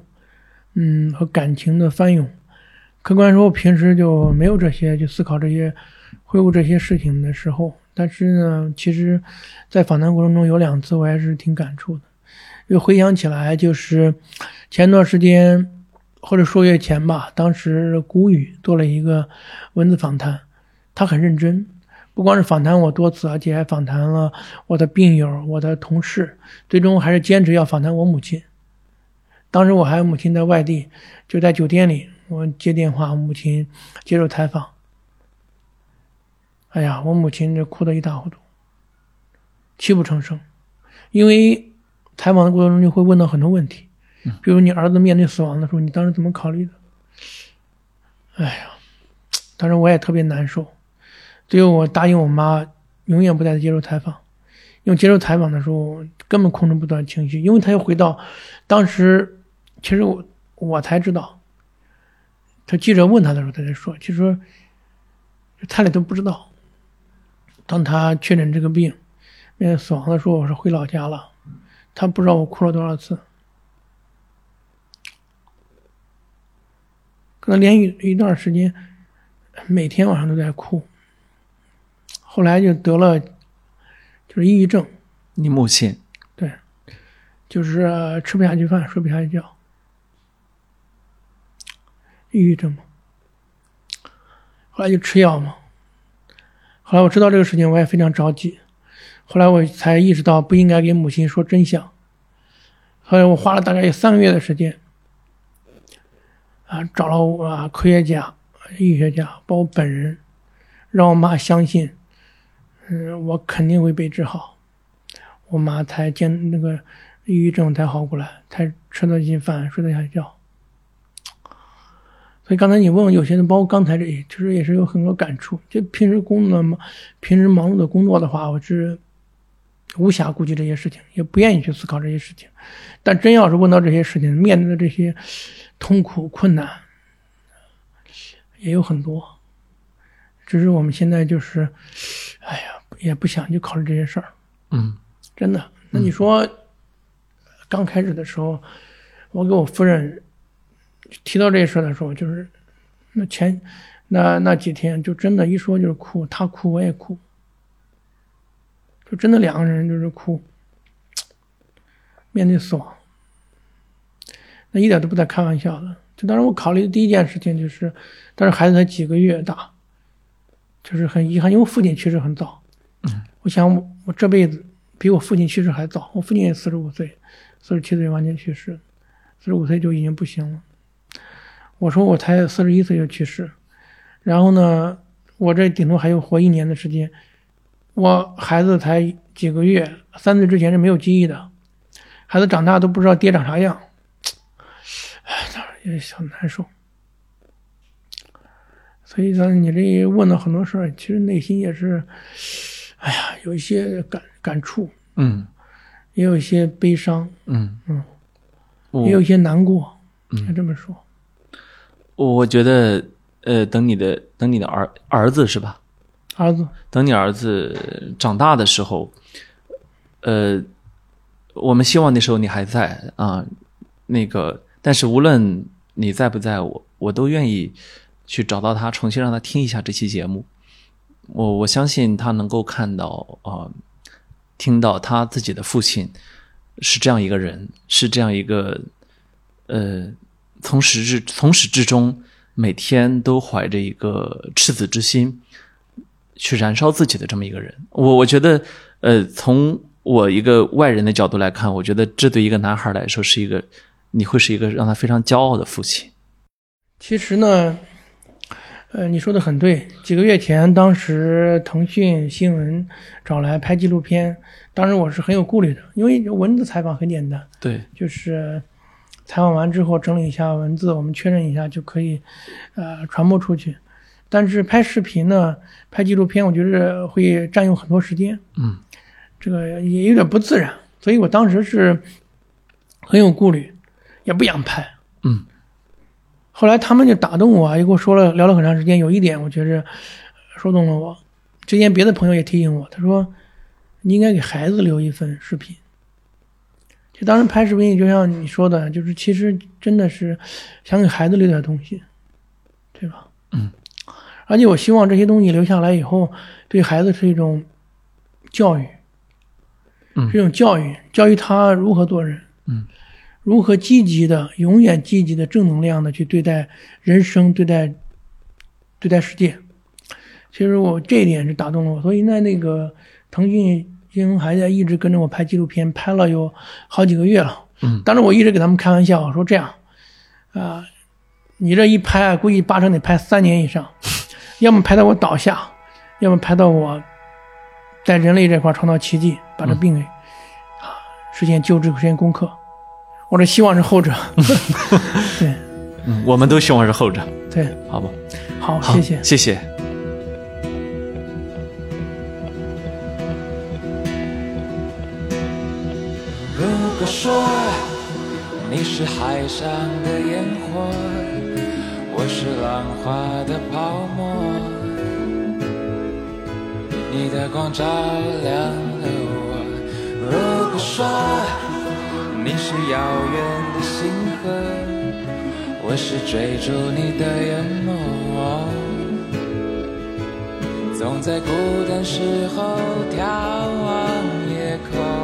B: 嗯，和感情的翻涌。客观说，我平时就没有这些去思考这些、回顾这些事情的时候，但是呢，其实，在访谈过程中有两次我还是挺感触的，又回想起来，就是前段时间或者数月前吧，当时谷雨做了一个文字访谈，他很认真。不光是访谈我多次，而且还访谈了我的病友、我的同事，最终还是坚持要访谈我母亲。当时我还母亲在外地，就在酒店里，我接电话，母亲接受采访。哎呀，我母亲这哭得一塌糊涂，泣不成声，因为采访的过程中就会问到很多问题，比如你儿子面对死亡的时候，你当时怎么考虑的？哎呀，当时我也特别难受。最后我答应我妈，永远不再接受采访，因为接受采访的时候根本控制不住情绪，因为她又回到当时，其实我我才知道，他记者问他的时候，他才说，其实他俩都不知道，当他确诊这个病，面对死亡的时候，我是回老家了，他不知道我哭了多少次，可能连续一段时间，每天晚上都在哭。后来就得了，就是抑郁症。
A: 你母亲
B: 对，就是呃吃不下去饭，睡不下去觉，抑郁症嘛。后来就吃药嘛。后来我知道这个事情，我也非常着急。后来我才意识到不应该给母亲说真相。后来我花了大概有三个月的时间，啊，找了我啊科学家、医学家，包括我本人，让我妈相信。嗯，我肯定会被治好。我妈才见那个抑郁症才好过来，才吃得进饭，睡得下觉。所以刚才你问我有些人，包括刚才这，其实也是有很多感触。就平时工作嘛，平时忙碌的工作的话，我是无暇顾及这些事情，也不愿意去思考这些事情。但真要是问到这些事情，面对的这些痛苦困难，也有很多。只是我们现在就是，哎呀，也不想去考虑这些事儿，
A: 嗯，
B: 真的。那你说，刚开始的时候，我给我夫人提到这事儿的时候，就是那前那那几天就真的，一说就是哭，她哭我也哭，就真的两个人就是哭，面对死亡，那一点都不在开玩笑的。就当时我考虑的第一件事情就是，当时孩子才几个月大。就是很遗憾，因为我父亲去世很早。我想我我这辈子比我父亲去世还早，我父亲也四十五岁，四十七岁完全去世，四十五岁就已经不行了。我说我才四十一岁就去世，然后呢，我这顶多还有活一年的时间，我孩子才几个月，三岁之前是没有记忆的，孩子长大都不知道爹长啥样，哎，当时也很难受。所以咱你这一问到很多事儿，其实内心也是，哎呀，有一些感感触，
A: 嗯
B: 也有一些悲伤，
A: 嗯
B: 嗯，
A: 我
B: 也有一些难过，应该这么说。
A: 我觉得呃，等你的等你的儿儿子是吧？
B: 儿子，
A: 等你儿子长大的时候，呃，我们希望那时候你还在啊、那个，但是无论你在不在我，我都愿意去找到他，重新让他听一下这期节目。我我相信他能够看到啊、呃听到他自己的父亲是这样一个人，是这样一个呃，从始至从始至终，每天都怀着一个赤子之心，去燃烧自己的这么一个人。我我觉得，呃，从我一个外人的角度来看，我觉得这对一个男孩来说是一个，你会是一个让他非常骄傲的父亲。
B: 其实呢，呃，你说的很对。几个月前，当时腾讯新闻找来拍纪录片，当时我是很有顾虑的，因为文字采访很简单，
A: 对，
B: 就是采访完之后整理一下文字，我们确认一下就可以，呃，传播出去。但是拍视频呢，拍纪录片，我觉得会占用很多时间，
A: 嗯，
B: 这个也有点不自然，所以我当时是很有顾虑，也不想拍，
A: 嗯。
B: 后来他们就打动我啊，又跟我说了聊了很长时间，有一点我觉着说动了我。之前别的朋友也提醒我，他说你应该给孩子留一份视频。就当时拍视频，就像你说的，就是其实真的是想给孩子留点东西，对吧？
A: 嗯。
B: 而且我希望这些东西留下来以后，对孩子是一种教育，
A: 嗯
B: 是一种教育，教育他如何做人，
A: 嗯，
B: 如何积极的、永远积极的、正能量的去对待人生、对待对待世界。其实我这一点是打动了我，所以那那个腾讯新闻还在一直跟着我拍纪录片，拍了有好几个月了。
A: 嗯，
B: 当时我一直给他们开玩笑，我说这样，啊、啊你这一拍啊，估计八成得拍三年 以上，要么拍到我倒下，要么拍到我在人类这块创造奇迹，把这
A: 嗯
B: 病给、啊实现救治、实现攻克。我这希望是 后者。对
A: 嗯，我们都希望是后者，
B: 对，
A: 好吧？
B: 好，
A: 好，
B: 谢谢。
A: 谢谢。
C: 如果说你是海上的烟火，我是浪花的泡沫，你的光照亮了我。如果说你是遥远的星河，我是追逐你的眼眸，总在孤单时候眺望夜空。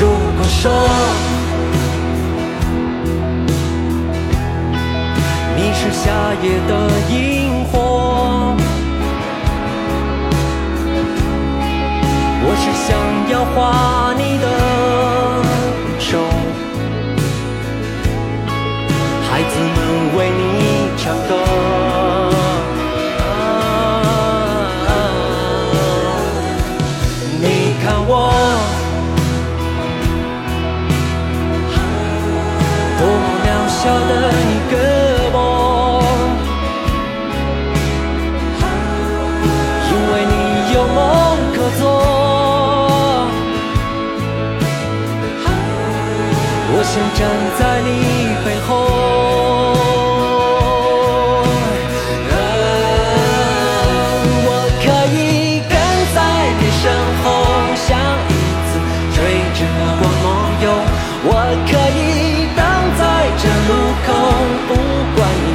C: 如果说你是夏夜的萤火，我是想要画你的手，孩子们为你唱歌。你看我。多么渺小的一个梦，因为你有梦可做，我想站在你背后。啊我可以跟在你身后，像影子追着光梦游。我可以等在这路口，不管你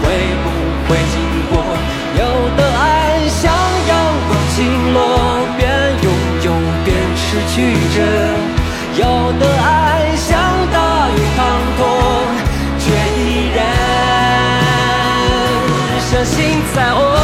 C: 会不会经过。有的爱像阳光倾落，边拥有边失去着；有的爱像大雨滂沱，却依然相信在我。